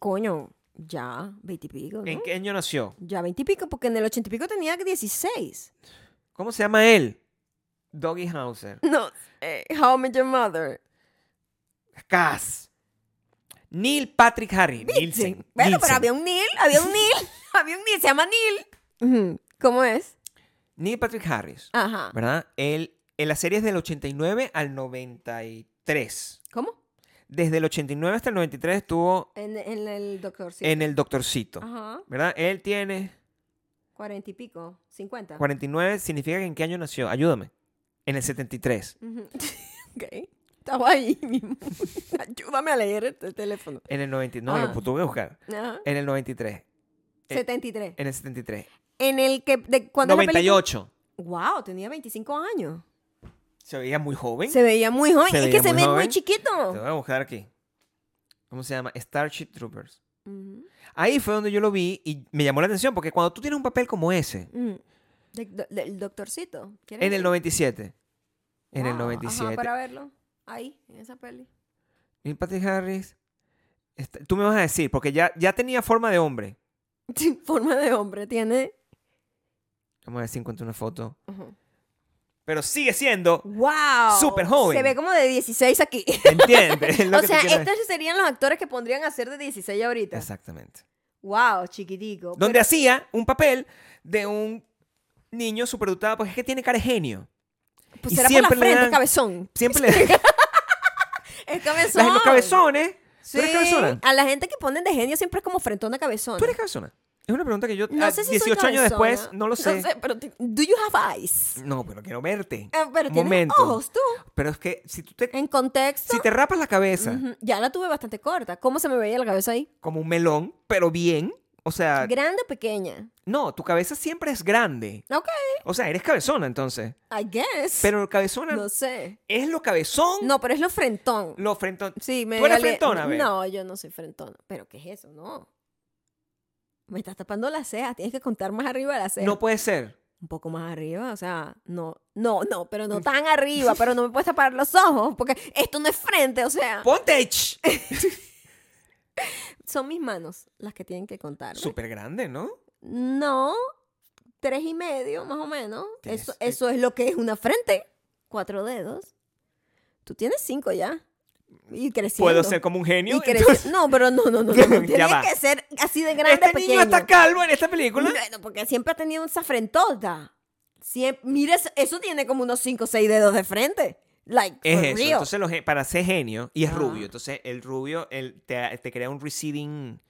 A: Coño, ya, veintipico, ¿no?
B: ¿En qué año nació?
A: Ya veintipico, porque en el ochenta y pico tenía 16.
B: ¿Cómo se llama él? Doggy Hauser.
A: <laughs> No, eh, How I Met Your Mother.
B: Cass. Neil Patrick Harris. Nielsen.
A: Bueno, pero
B: Nielsen.
A: había un Neil, había un Neil, <laughs> había un Neil, se llama Neil. Ujú, ¿Cómo es?
B: Neil Patrick Harris.
A: Ajá.
B: ¿Verdad? Él, en la serie es del 89 al 93.
A: ¿Cómo?
B: Desde el 89 hasta el 93 estuvo
A: En, en el doctor, sí.
B: en el Doctorcito.
A: Ajá,
B: ¿Verdad? Él tiene
A: cuarenta y pico, cincuenta.
B: 49. ¿Significa que en qué año nació? Ayúdame. En el 73.
A: Ujú. <laughs> ok, estaba ahí <laughs> mismo. Ayúdame a leer este teléfono.
B: En el 99.
A: Ah.
B: No, lo tuve que buscar.
A: Ajá.
B: En el 93. Eh,
A: 73.
B: En el 73.
A: En el que, de, cuando
B: 98.
A: Wow, tenía 25 años.
B: Se veía muy joven.
A: Se veía muy joven.
B: Se
A: es que
B: veía
A: se
B: muy
A: ve muy
B: joven. Te
A: chiquito.
B: voy a buscar aquí. ¿Cómo se llama? Starship Troopers.
A: Ujú,
B: Ahí fue donde yo lo vi y me llamó la atención porque cuando tú tienes un papel como ese,
A: ujú. Mm. De- do- del doctorcito. ¿Quieres
B: en el
A: ver?
B: 97, en el
A: Wow, Ah, ajá,
B: 97,
A: para verlo. Ahí, en esa peli.
B: Y Patrick Harris. está- tú me vas a decir, porque ya, ya tenía forma de hombre.
A: <laughs> Sí, Forma de hombre tiene.
B: Vamos a ver si encuentro una foto.
A: Ujú.
B: Pero sigue siendo.
A: ¡Wow!
B: Súper joven.
A: Se ve como de 16 aquí.
B: ¿Entiendes? Es <laughs> lo
A: o
B: que te
A: sea, este
B: quiero
A: estos serían los actores que pondrían a ser de 16 ahorita.
B: Exactamente.
A: ¡Wow! Chiquitico.
B: Donde hacía un papel de un niño superdotado, porque es que tiene cara de genio.
A: Pero, pues
B: y
A: será por la
B: siempre le
A: frente,
B: dan-
A: cabezón. <laughs>
B: Siempre le dan
A: Es cabezón.
B: los cabezones.
A: Sí.
B: ¿Tú eres cabezona?
A: A la gente que ponen de genio siempre es como frentona cabezona.
B: ¿Tú eres cabezona? Es una pregunta que yo
A: No
B: a
A: sé si
B: 18
A: soy
B: años
A: cabezona.
B: después no lo sé.
A: No sé, pero ti- do you have eyes?
B: No, pero quiero verte.
A: Ah, pero
B: Un
A: tienes
B: momento.
A: ojos tú.
B: Pero es que si tú te,
A: En contexto.
B: si te rapas la cabeza
A: ujú, Ya la tuve bastante corta. ¿Cómo se me veía la cabeza ahí?
B: como un melón, pero bien, o sea,
A: Grande o pequeña.
B: no, tu cabeza siempre es grande.
A: Ok,
B: O sea, eres cabezona entonces.
A: I guess.
B: Pero cabezona
A: no sé.
B: es lo cabezón,
A: No, pero es lo frentón.
B: lo frentón.
A: Sí, me
B: ¿Tú eres
A: vale-
B: frentona, a ver?
A: No, yo no soy frentona. ¿Pero qué es eso? No. Me estás tapando las cejas. Tienes que contar más arriba de las cejas.
B: No puede ser.
A: Un poco más arriba, o sea, no, no, no, pero no tan arriba, pero no me puedes tapar los ojos, porque esto no es frente, o sea,
B: Ponte
A: <laughs>
B: ch-
A: son mis manos las que tienen que contar.
B: súper grande, ¿no?
A: No, tres y medio, más o menos.
B: Tienes-
A: Eso,
B: eh.
A: eso es lo que es una frente. Cuatro dedos. Tú tienes cinco ya. Y creciendo.
B: Puedo ser como un genio.
A: Y creci-
B: entonces-
A: No, pero no,
B: <laughs>
A: no, no. no, no.
B: Ya
A: Tiene
B: va.
A: que ser así de grande,
B: <laughs> este
A: pequeño.
B: niño está calvo en esta película.
A: Bueno, porque siempre ha tenido esa frentota. Siem- mira, eso, eso tiene como unos 5 o 6 dedos de frente. Like,
B: Es
A: for
B: eso.
A: real.
B: Entonces, los gen- para ser genio, y es
A: Ah.
B: rubio. Entonces, el rubio el, te, te crea un receiving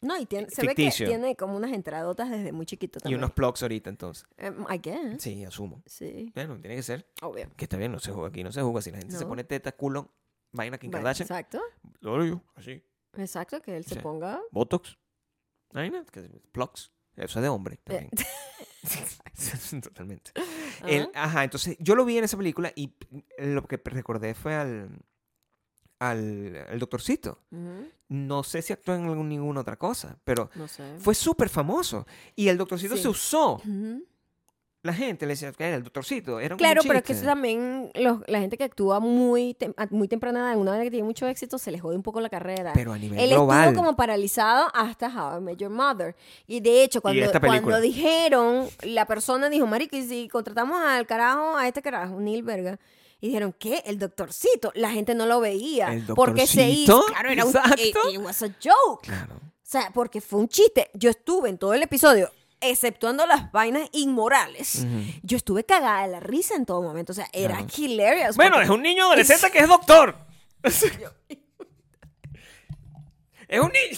A: no, y tiene- se
B: ficticio.
A: ve que tiene como unas entradotas desde muy chiquito
B: y
A: también.
B: unos plugs ahorita, entonces.
A: Em, I guess.
B: Sí, asumo.
A: Sí,
B: Bueno, tiene que ser.
A: obvio.
B: Que está bien, no se juega aquí, no se juega. Si la gente se
A: No.
B: pone teta, culo, vaina Kim
A: Bueno,
B: Kardashian,
A: exacto.
B: lo hago yo, así.
A: Exacto, que él se
B: Sí.
A: ponga. ah,
B: Botox, vaina, que- plugs. Eso es de hombre
A: Eh.
B: también.
A: <laughs>
B: <laughs> Totalmente. El-
A: Ajá.
B: ajá, entonces yo lo vi en esa película y lo que recordé fue al, al, al doctorcito.
A: Ujú,
B: No sé si actuó en algún- ninguna otra cosa, pero
A: No sé.
B: fue súper famoso. Y el doctorcito
A: Mm. Sí.
B: se usó.
A: Ujú.
B: La gente le decía que era el doctorcito. Era como un
A: Claro, pero es que
B: chiste.
A: eso también los- la gente que actúa muy, tem- a- muy temprana, alguna vez que tiene mucho éxito, se les jode un poco la carrera.
B: Pero a nivel
A: Él
B: global.
A: estuvo como paralizado hasta How I Met Your Mother. Y de hecho, cuando,
B: esta película.
A: cuando dijeron, la persona dijo, marico, y si contratamos al carajo, a este carajo, Neil Berga, y dijeron, ¿qué? El doctorcito. La gente no lo veía.
B: ¿El
A: Porque se hizo.
B: doctorcito?
A: Claro, era un eh,
B: Exacto.
A: it- it was a joke.
B: Claro.
A: O sea, porque fue un chiste. Yo estuve en todo el episodio, exceptuando las vainas inmorales. Yo estuve cagada de la risa en todo momento. O sea, era
B: Claro.
A: hilarious.
B: Bueno,
A: porque-
B: es un niño adolescente que es doctor. <laughs>
A: <laughs>
B: es un niño.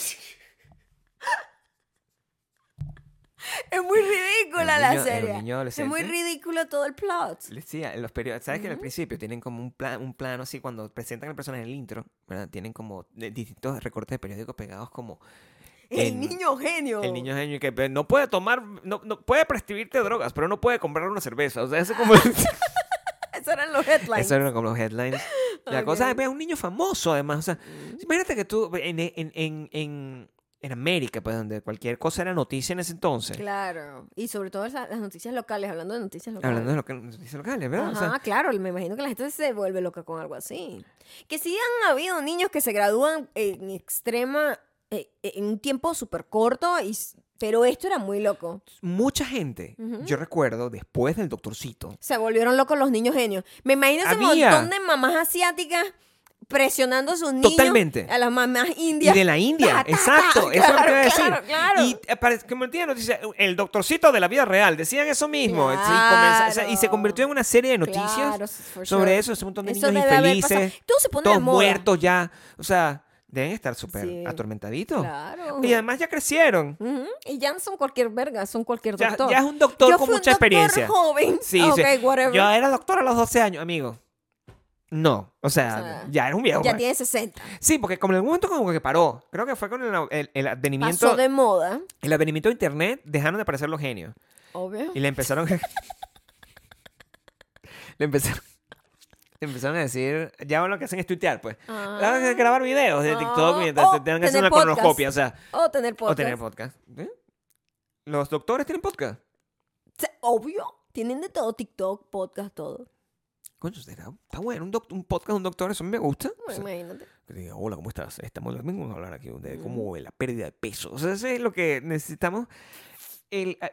A: es muy ridícula
B: El
A: la
B: niño- el
A: serie.
B: niño
A: es muy
B: adolescente.
A: ridículo todo el plot.
B: Les decía, en los periodos, ¿sabes que al principio tienen como un, plan, un plano así cuando presentan el personaje en el intro, ¿verdad? Tienen como de- distintos recortes de periódicos pegados como
A: El,
B: en-
A: niño genio.
B: el niño genio que pe- no puede tomar, no, no puede prescribirte drogas, pero no puede comprar una cerveza. O sea, eso
A: <laughs> <laughs>
B: como <laughs>
A: Eso eran los headlines.
B: eso eran como los headlines. La cosa es
A: Ok. Mm.
B: es un niño famoso además, o sea, imagínate que tú en, en, en, en, en América, pues donde cualquier cosa era noticia en ese entonces.
A: Claro. Y sobre todo esa- las noticias locales, hablando de noticias locales.
B: Hablando de lo que noticias locales, ¿verdad? O sea,
A: Ajá, claro, me imagino que la gente se vuelve loca con algo así. Que sí han habido niños que se gradúan en extrema, eh, en un tiempo súper corto, y, s- pero esto era muy loco.
B: mucha gente,
A: Ujú.
B: yo recuerdo, después del doctorcito,
A: Se volvieron locos los niños genios. Me imagino ese
B: Había.
A: montón de mamás asiáticas presionando a sus niños.
B: Totalmente.
A: A las mamás
B: Y
A: indias.
B: de la India,
A: Ta, ta, ta.
B: exacto, eso es lo que iba a decir.
A: Claro, claro.
B: Y eh, para que me entiendan, noticia, el doctorcito de la vida real, decían eso mismo. sí,
A: Claro.
B: comenza- o sea, y se convirtió en una serie de noticias
A: Claro, for
B: sobre
A: sure.
B: eso, ese montón de
A: Eso
B: niños
A: debe haber pasado.
B: infelices,
A: Todo se pone de
B: todos
A: moda.
B: muertos ya. O sea, deben estar súper
A: Sí.
B: atormentaditos.
A: Claro.
B: Y además ya crecieron.
A: Ujú, Y ya no son cualquier verga, son cualquier
B: Ya,
A: doctor.
B: ya es un doctor
A: Yo
B: con
A: fui un
B: mucha
A: doctor
B: experiencia.
A: joven.
B: Sí,
A: Ah,
B: sí.
A: ok, whatever.
B: Yo era doctor a los 12 años, amigo. No, o sea,
A: O sea,
B: ya era un viejo.
A: Ya
B: pues.
A: tiene 60.
B: Sí, porque como en algún momento como que paró. Creo que fue con el, el, el advenimiento.
A: Pasó de moda,
B: El advenimiento de internet dejaron de aparecer los genios.
A: obvio.
B: Y le empezaron <laughs> le empezaron le empezaron a decir, ya lo que hacen es tuitear, pues.
A: Ah.
B: Ahora que grabar videos de
A: Ah.
B: TikTok mientras
A: O
B: te tengan que hacer
A: tener
B: una
A: podcast.
B: cronoscopia, o sea,
A: O tener podcast.
B: o tener podcast. ¿Eh? Los doctores tienen podcast.
A: Se- Obvio. Tienen de todo, TikTok, podcast, todo.
B: Coño, será- está bueno un, doc- un podcast de un doctor, eso me gusta. O
A: Bueno,
B: sea,
A: imagínate.
B: que que te diga, hola, ¿cómo estás? Estamos vamos a hablar aquí de cómo la pérdida de peso. O sea, eso es lo que necesitamos. El, ah,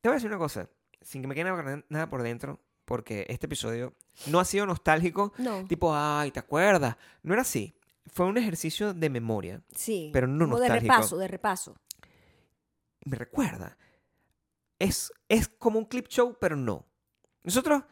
B: te voy a decir una cosa, sin que me quede nada, nada por dentro, porque este episodio no ha sido nostálgico,
A: No.
B: tipo, ay, ¿te acuerdas? No era así. Fue un ejercicio de memoria.
A: Sí.
B: pero no
A: Como de
B: nostálgico.
A: repaso, de repaso.
B: me recuerda. Es, es como un clip show, pero no. Nosotros,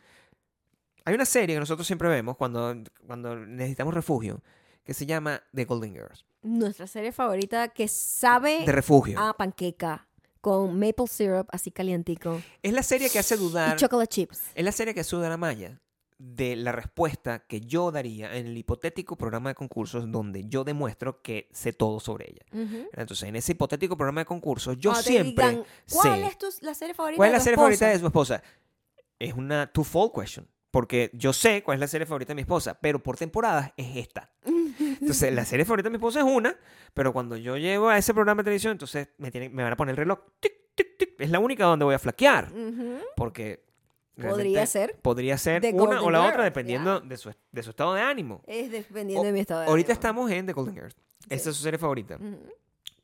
B: hay una serie que nosotros siempre vemos cuando, cuando necesitamos refugio, que se llama The Golden Girls.
A: Nuestra serie favorita que sabe
B: De refugio.
A: a panqueca con maple syrup así calientico
B: Es la serie que hace
A: y
B: dudar,
A: chocolate chips.
B: es la serie que hace dudar a Maya de la respuesta que yo daría en el hipotético programa de concursos donde yo demuestro que sé todo sobre ella.
A: Ujú.
B: Entonces, en ese hipotético programa de concursos, yo
A: Cuando te
B: siempre
A: digan, ¿Cuál
B: sé
A: es tu, la serie favorita?
B: ¿Cuál es
A: de
B: la
A: tu
B: serie
A: esposa?"
B: favorita de su esposa? Es una two-fold question. Porque yo sé cuál es la serie favorita de mi esposa, pero por temporadas es esta. Entonces, la serie favorita de mi esposa es una, pero cuando yo llego a ese programa de televisión, entonces me, tienen, me van a poner el reloj. Tic, tic, tic. Es la única donde voy a flaquear.
A: Ujú.
B: Porque.
A: Podría
B: realmente
A: ser.
B: Podría ser
A: The
B: una o
A: Golden
B: la
A: Girl,
B: otra, dependiendo de, su, de su estado de ánimo.
A: Es dependiendo
B: O-
A: de mi estado de
B: Ahorita
A: ánimo.
B: estamos en The Golden Girls. Esa es su serie favorita.
A: Ujú.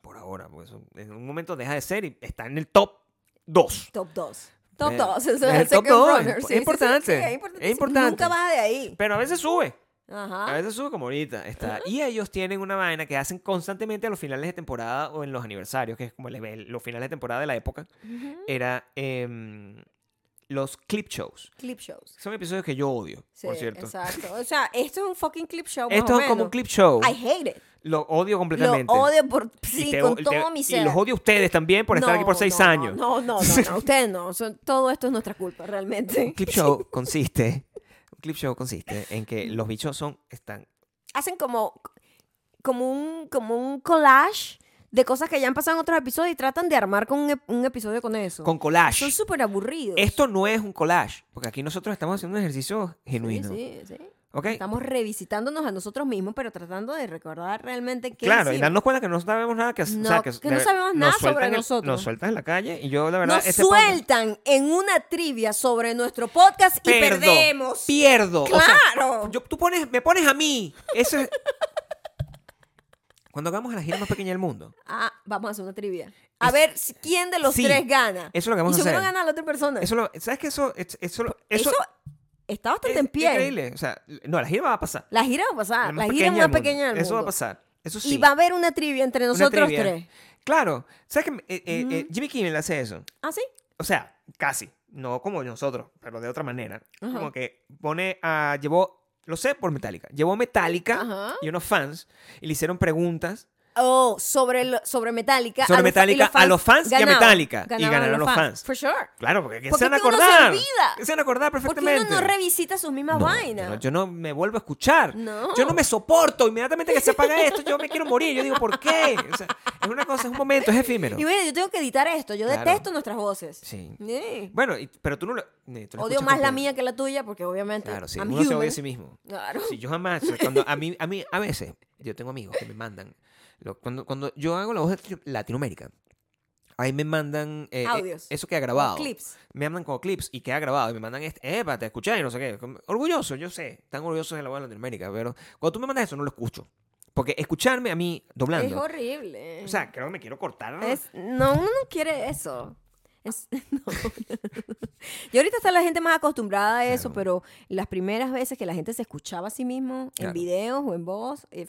B: Por ahora, porque eso en un momento deja de ser y está en el top 2.
A: Top 2. Top
B: Eh,
A: 2.
B: eh, top dos, es importante, es
A: importante.
B: importante.
A: Nunca baja de ahí.
B: Pero a veces sube. A
A: Ajá.
B: veces sube como ahorita. Está. Y ellos tienen una vaina que hacen constantemente a los finales de temporada o en los aniversarios, que es como el- el- los finales de temporada de la época.
A: Ujú.
B: Era em, los clip shows.
A: Clip shows.
B: Son episodios que yo odio,
A: Sí,
B: por cierto.
A: Exacto. O sea, esto es un fucking clip show. más
B: Esto
A: o
B: es como un
A: menos.
B: clip show.
A: I hate it.
B: Lo odio
A: Lo
B: completamente.
A: odio por
B: Y
A: sí,
B: te-
A: con
B: te-
A: todo mi ser.
B: Y los odio a ustedes también por estar aquí por
A: No,
B: seis
A: no,
B: años.
A: No, no, no,
B: <laughs>
A: no, ustedes no. Son, todo esto es nuestra culpa, realmente.
B: Un
A: <laughs>
B: clip show consiste. Un clip show consiste en que los bichos son. están.
A: Hacen como, como, un, como un collage de cosas que ya han pasado en otros episodios y tratan de armar con un, ep- un episodio con eso.
B: con collage.
A: Son súper aburridos.
B: Esto no es un collage, porque aquí nosotros estamos haciendo un ejercicio
A: Sí,
B: genuino. Eh.
A: sí, sí.
B: ¿ok?
A: Estamos revisitándonos a nosotros mismos, pero tratando de recordar realmente qué
B: Claro, y
A: hicimos.
B: darnos cuenta que no sabemos nada que hacer.
A: No, que no sabemos nada sobre nosotros.
B: Nos sueltan en la calle y yo, la verdad,
A: Nos
B: este podcast-
A: sueltan en una trivia sobre nuestro podcast y
B: Perdo,
A: perdemos.
B: Pierdo. o sea,
A: ¡Claro!
B: yo- tú pones, me pones a mí. Eso es- <laughs> Cuando hagamos a la gira más pequeña del mundo.
A: Ah, vamos a hacer una trivia. A ver si- quién de los
B: Sí,
A: tres gana.
B: eso es lo que vamos
A: y
B: a
A: seguro
B: hacer.
A: gana la otra persona.
B: Eso lo- ¿Sabes qué? Eso, es- eso, lo- eso,
A: Eso está bastante
B: es
A: en pie.
B: increíble. O sea, no, la gira va a pasar.
A: La gira va a
B: La
A: pasar. La, gira
B: más
A: es
B: pequeña del
A: una
B: mundo.
A: pequeña del
B: Eso va a
A: mundo.
B: pasar. Eso sí.
A: Y va a haber una trivia entre
B: Una
A: nosotros
B: trivia.
A: tres.
B: Claro. ¿Sabes que eh, eh, eh, Jimmy Kimmel hace eso?
A: ¿Ah, sí?
B: O sea, casi. No como nosotros, pero de otra manera.
A: Ajá.
B: Como que pone a. Llevó. Lo sé por Metallica. Llevó Metallica
A: Ajá.
B: y unos fans y le hicieron preguntas
A: Oh, sobre, lo- sobre Metallica. los fa- y
B: Sobre Metallica, a los fans y a
A: ganaban.
B: Metallica. Y
A: Ganaban
B: ganaron los fans.
A: For sure.
B: Claro, porque ¿qué
A: ¿Por
B: se
A: qué
B: van a
A: que uno se
B: acordar?
A: olvida?
B: ¿Qué se van a acordar
A: Porque uno
B: perfectamente?
A: no revisita sus mismas
B: No,
A: vainas.
B: yo no- Yo no me vuelvo a escuchar.
A: No.
B: Yo no me soporto. Inmediatamente que se apaga esto, yo me quiero morir. Yo digo, ¿por qué? O sea, es una cosa, es un momento, es efímero.
A: Y bueno, yo tengo que editar esto. Yo
B: Claro.
A: detesto nuestras voces.
B: Sí.
A: Sí.
B: Bueno, y- pero tú no lo. eh, tú lo
A: Odio
B: escuchas
A: más la
B: completo.
A: mía que la tuya porque obviamente
B: Claro, sí.
A: I'm
B: Uno se odia
A: human.
B: a sí mismo.
A: Claro.
B: Sí, yo jamás. o sea, Cuando a, mí, a mí, a veces, yo tengo amigos que me mandan. lo- cuando, cuando yo hago la voz de Latino- Latinoamérica, ahí me mandan. eh, eh,
A: Audios.
B: Eso queda grabado.
A: clips.
B: Me mandan como clips y queda grabado. Y me mandan este. Epa, te escuché y no sé qué. Como- Orgulloso, yo sé. Tan orgulloso de la voz de Latinoamérica. Pero cuando tú me mandas eso, no lo escucho. Porque escucharme a mí
A: Es
B: doblando.
A: horrible.
B: O sea, creo que me quiero cortar.
A: Es- no, uno no quiere eso. Es- <laughs> no. y ahorita está la gente más acostumbrada a eso, pero las primeras veces que la gente se escuchaba a sí mismo
B: Claro.
A: en videos o en voz, eh,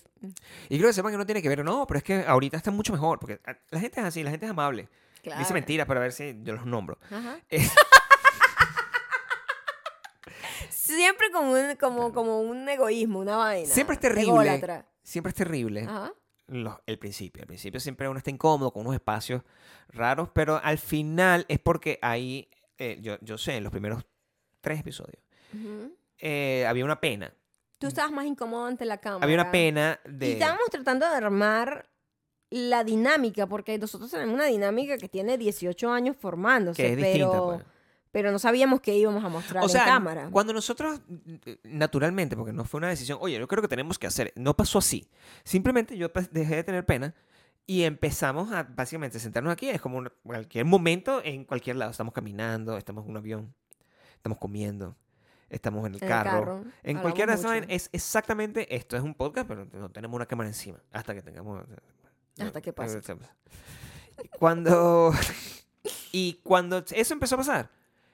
B: Y creo que sepan que no tiene que ver. No, pero es que ahorita está mucho mejor. Porque ah, la gente es así, la gente es amable.
A: claro.
B: Dice mentiras para ver si yo
A: <laughs>
B: los nombro.
A: Ajá.
B: Eh,
A: Siempre como un, como, como un egoísmo, una vaina.
B: Siempre es terrible. eh.
A: ególatra.
B: Siempre es terrible
A: Ajá.
B: los- el principio. Al principio siempre uno está incómodo con unos espacios raros, pero al final es porque ahí, eh, yo, yo sé, en los primeros tres episodios,
A: Ujú.
B: eh, había una pena.
A: Tú estabas más incómodo ante la cámara.
B: Mm. Había una pena de...
A: Y estábamos tratando de armar la dinámica, porque nosotros tenemos una dinámica que tiene 18 años formándose,
B: que es
A: pero,
B: distinta. pues.
A: pero no sabíamos qué íbamos a mostrar
B: O sea,
A: en cámara.
B: cuando nosotros, eh, naturalmente, porque no fue una decisión, oye, yo creo que tenemos que hacer, no pasó así. Simplemente yo pues, dejé de tener pena y empezamos a básicamente sentarnos aquí. Es como un- cualquier momento, en cualquier lado. Estamos caminando, estamos en un avión, estamos comiendo, estamos en el
A: En el
B: carro.
A: carro,
B: En
A: hablamos
B: cualquiera de esas
A: mucho.
B: vainas es exactamente esto. Es un podcast, pero no tenemos una cámara encima. Hasta que tengamos... eh,
A: Hasta que pase.
B: Cuando... <laughs> y cuando eso empezó a pasar,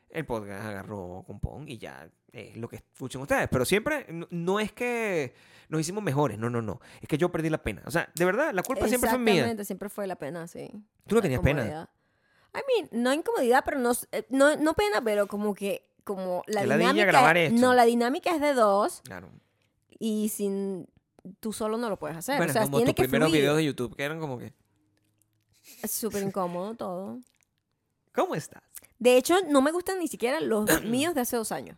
B: el podcast agarró compón y ya es lo que escuchan ustedes. Pero siempre, no, no es que nos hicimos mejores, no, no, no. Es que yo perdí la pena. O sea, de verdad, la culpa siempre fue mía.
A: Exactamente, siempre fue la pena, sí.
B: Tú no
A: La
B: tenías pena.
A: incomodidad. I mean, no incomodidad, pero no, eh, no, no pena, pero como que como la
B: Que la niña
A: dinámica
B: grabar
A: es-
B: esto.
A: no la dinámica es de dos
B: Claro.
A: y sin tú solo no lo puedes hacer
B: Bueno,
A: o sea
B: como
A: tiene que
B: tus primeros
A: fluir
B: videos de YouTube, que eran como que,
A: es
B: <laughs>
A: súper incómodo todo
B: ¿cómo estás?
A: de hecho no me gustan ni siquiera
B: <coughs>
A: los míos de hace dos años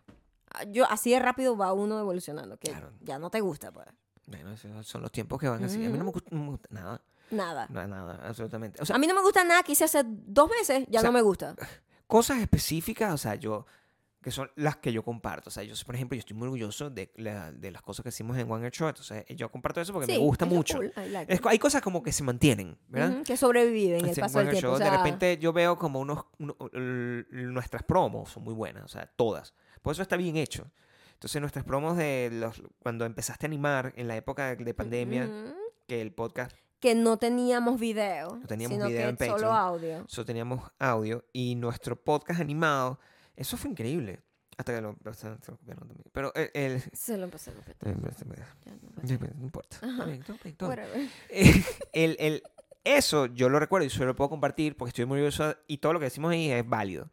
A: Ah, yo así de rápido va uno evolucionando que
B: Claro.
A: ya no te gusta pues
B: Bueno, esos son los tiempos que van así. A mí no me gusta, no me gusta nada,
A: nada
B: nada, nada, absolutamente. O sea,
A: a mí no me gusta nada que hice hace dos meses ya
B: O sea,
A: no me gusta
B: cosas específicas, o sea, yo, que son las que yo comparto. O sea, yo, por ejemplo, yo estoy muy orgulloso de, la- de las cosas que hicimos en One Air Show. Entonces, yo comparto eso porque
A: Sí,
B: me gusta
A: es lo
B: mucho.
A: cool, I like
B: Es
A: it.
B: co- hay cosas como que se mantienen, ¿verdad?
A: Ujú, que sobreviven en el
B: Este,
A: paso del
B: One Air
A: tiempo o
B: Show, de
A: sea,
B: repente yo veo como unos, uno- l- nuestras promos son muy buenas, o sea, todas. Por eso está bien hecho. Entonces nuestras promos de los, cuando empezaste a animar en la época de pandemia,
A: ujú.
B: que el podcast
A: que no teníamos video,
B: No teníamos
A: sino
B: video
A: que
B: en Patreon.
A: solo audio.
B: solo teníamos audio y nuestro podcast animado, eso fue increíble. Hasta que lo, hasta que lo copiaron también. Pero el... el-
A: Se lo empecé a repetir,
B: <laughs>
A: ya no pasa
B: no importa. Está bien, todo bien, Eh, todo bien.
A: nada. Whatever.
B: Eh, el, el- eso yo lo recuerdo y solo lo puedo compartir porque estoy muy orgulloso y todo lo que decimos ahí es válido.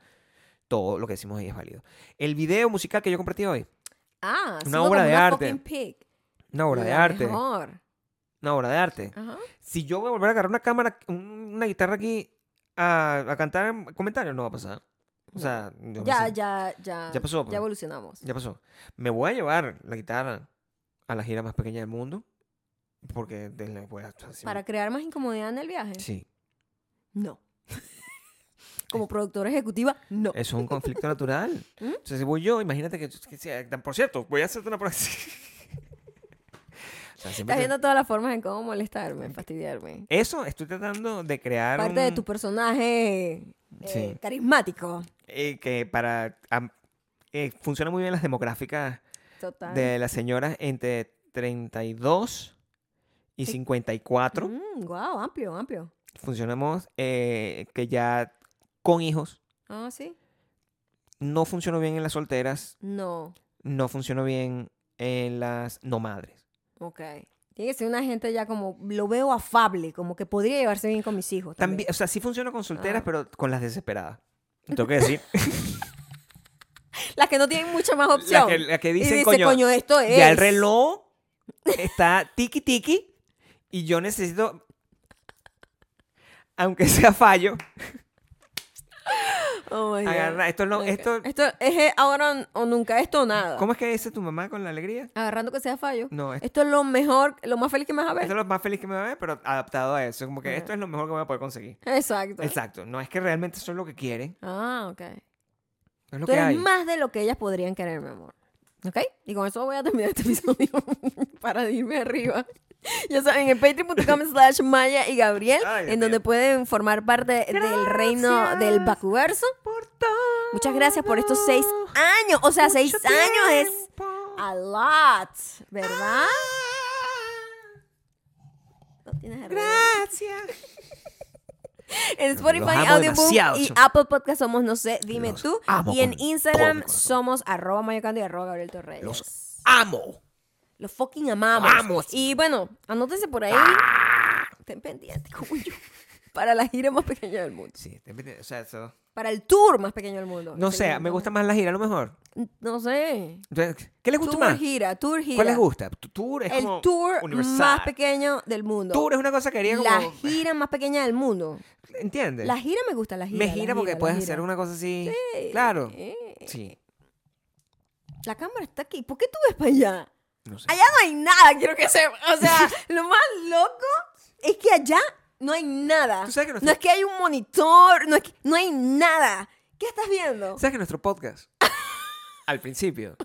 B: Todo lo que decimos ahí es válido. El video musical que yo compartí hoy,
A: Ah,
B: Una
A: somos
B: obra
A: como
B: de
A: una
B: arte.
A: fucking pig.
B: una obra de
A: La
B: arte.
A: mejor.
B: Una obra de arte.
A: Ajá.
B: Si yo voy a volver a agarrar una cámara, un- una guitarra aquí a, a cantar en comentarios, no va a pasar. O
A: No.
B: sea, yo
A: Ya,
B: pensé,
A: ya, ya.
B: Ya pasó, pues.
A: Ya evolucionamos.
B: ya pasó. Me voy a llevar la guitarra a la gira más pequeña del mundo porque de la- voy a- o sea, si me-
A: Para crear más incomodidad en el viaje.
B: Sí. <laughs>
A: No. como productora ejecutiva, no.
B: Eso es
A: <laughs>
B: un conflicto natural.
A: ¿Mm?
B: Entonces, si voy yo, imagínate que, que sea- Por cierto, voy a hacerte <laughs> una próxima. O sea, siempre
A: Estás
B: te-
A: viendo todas las formas en cómo molestarme, fastidiarme.
B: Eso, estoy tratando de crear
A: Parte de
B: un-
A: tu personaje eh,
B: Sí.
A: carismático.
B: eh, que para... am- eh, funciona muy bien las demográficas
A: Total.
B: de las señoras entre 32 y 54.
A: wow, Mm, amplio, amplio.
B: Funcionamos eh, que ya con hijos.
A: Ah, sí.
B: No funcionó bien en las solteras.
A: No.
B: No funcionó bien en las no madres.
A: Ok. Tiene que ser una gente ya como, lo veo afable, como que podría llevarse bien con mis hijos. También.
B: También, o sea, sí funciona con solteras,
A: Ah.
B: pero con las desesperadas. <laughs> Tengo que decir.
A: <laughs> Las que no tienen mucha más
B: la
A: opción.
B: que, la que
A: y
B: dicen,
A: dice,
B: coño,
A: coño, esto es.
B: ya el <laughs> reloj está tiki tiki y yo necesito, aunque sea fallo,
A: Oh my God.
B: agarrar. Esto no,
A: Ok.
B: esto.
A: Esto es eh, ahora o nunca, esto o nada.
B: ¿Cómo es que dice tu mamá con la alegría?
A: Agarrando que sea fallo.
B: No, esto,
A: Esto es lo mejor, lo más feliz que me vas a ver.
B: esto es lo más feliz que me va a ver, pero adaptado a eso. Como que
A: Ajá.
B: esto es lo mejor que voy a poder conseguir.
A: Exacto.
B: Exacto. No es que realmente eso es lo que quieren.
A: Ah, ok.
B: Es lo
A: Tú
B: que
A: eres
B: hay.
A: más de lo que ellas podrían querer, mi amor. ¿Ok? Y con eso voy a terminar este episodio <laughs> para irme arriba. Ya saben, en patreon.com slash Maya y Gabriel,
B: Ay, Dios
A: en donde
B: mío.
A: pueden formar parte del reino del
B: Gracias.
A: Bacuverso.
B: Por todo.
A: Muchas gracias por estos seis años. O sea,
B: Oh, Mucho
A: seis años es Ah.
B: tiempo. Ah,
A: a lot, ¿verdad? No tienes error.
B: Gracias.
A: En Spotify,
B: amo
A: Audioboom
B: demasiado,
A: y
B: chicos.
A: Apple Podcast somos No sé, dime
B: Los
A: tú.
B: amo
A: Y en
B: con todo mi
A: Instagram
B: corazón.
A: somos arroba mayocando y arroba Gabriel Torreyes. Los,
B: Amo.
A: fucking amamos.
B: Amo.
A: Y bueno, anótense por ahí.
B: Ah.
A: Estén pendientes como yo. Para la gira más pequeña del mundo.
B: Sí, te metí- o sea, eso.
A: Para el tour más pequeño del mundo.
B: No
A: Este
B: sé, me
A: mundo.
B: gusta más la gira a lo mejor.
A: No sé.
B: Entonces, ¿Qué les gusta
A: Tour
B: más?
A: gira, tour gira.
B: ¿Cuál les gusta? Tu- Tour es
A: El
B: como
A: tour
B: universal.
A: más pequeño del mundo.
B: Tour es una cosa que haría como
A: La gira más pequeña del mundo.
B: ¿Entiendes?
A: La gira me gusta, la gira.
B: me
A: la
B: gira porque
A: la
B: puedes
A: gira.
B: hacer una cosa así. Claro.
A: Eh,
B: Sí.
A: La cámara está aquí. ¿Por qué tú ves para allá?
B: No sé.
A: Allá no hay nada, quiero que sepa. O
B: <laughs>
A: sea, lo más loco es que allá no hay nada.
B: Tú sabes que no
A: No
B: está-
A: es que hay un monitor, no, es que- no hay nada. ¿Qué estás viendo?
B: ¿Sabes que nuestro
A: <laughs>
B: podcast al principio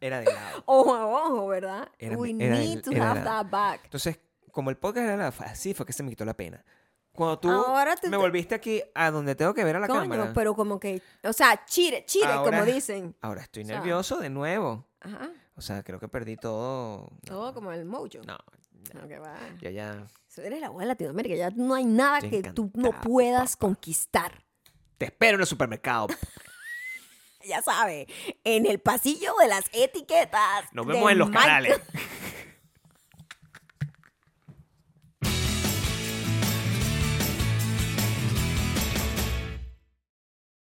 B: era de lado?
A: Ojo a ojo, ¿verdad?
B: Era-
A: We
B: era-
A: need to
B: era-
A: have that back.
B: Entonces, como el podcast era la- así fue que se me quitó la pena. Cuando tú
A: Ahora tú
B: me
A: te-
B: volviste aquí a donde tengo que ver a la
A: Coño,
B: cámara.
A: pero como que, o sea, chire, chire,
B: Ahora-
A: como dicen.
B: Ahora estoy
A: O sea-
B: nervioso de nuevo.
A: Ajá.
B: O sea, creo que perdí todo.
A: Todo como el mojo.
B: No,
A: No, que va.
B: yo ya
A: Eso Eres la abuela de Latinoamérica, ya no hay nada
B: Estoy
A: que tú no
B: encantado,
A: puedas conquistar.
B: te espero en el supermercado.
A: Ya sabes, en el pasillo de las etiquetas.
B: Nos
A: de
B: vemos en los
A: Michael-
B: canales.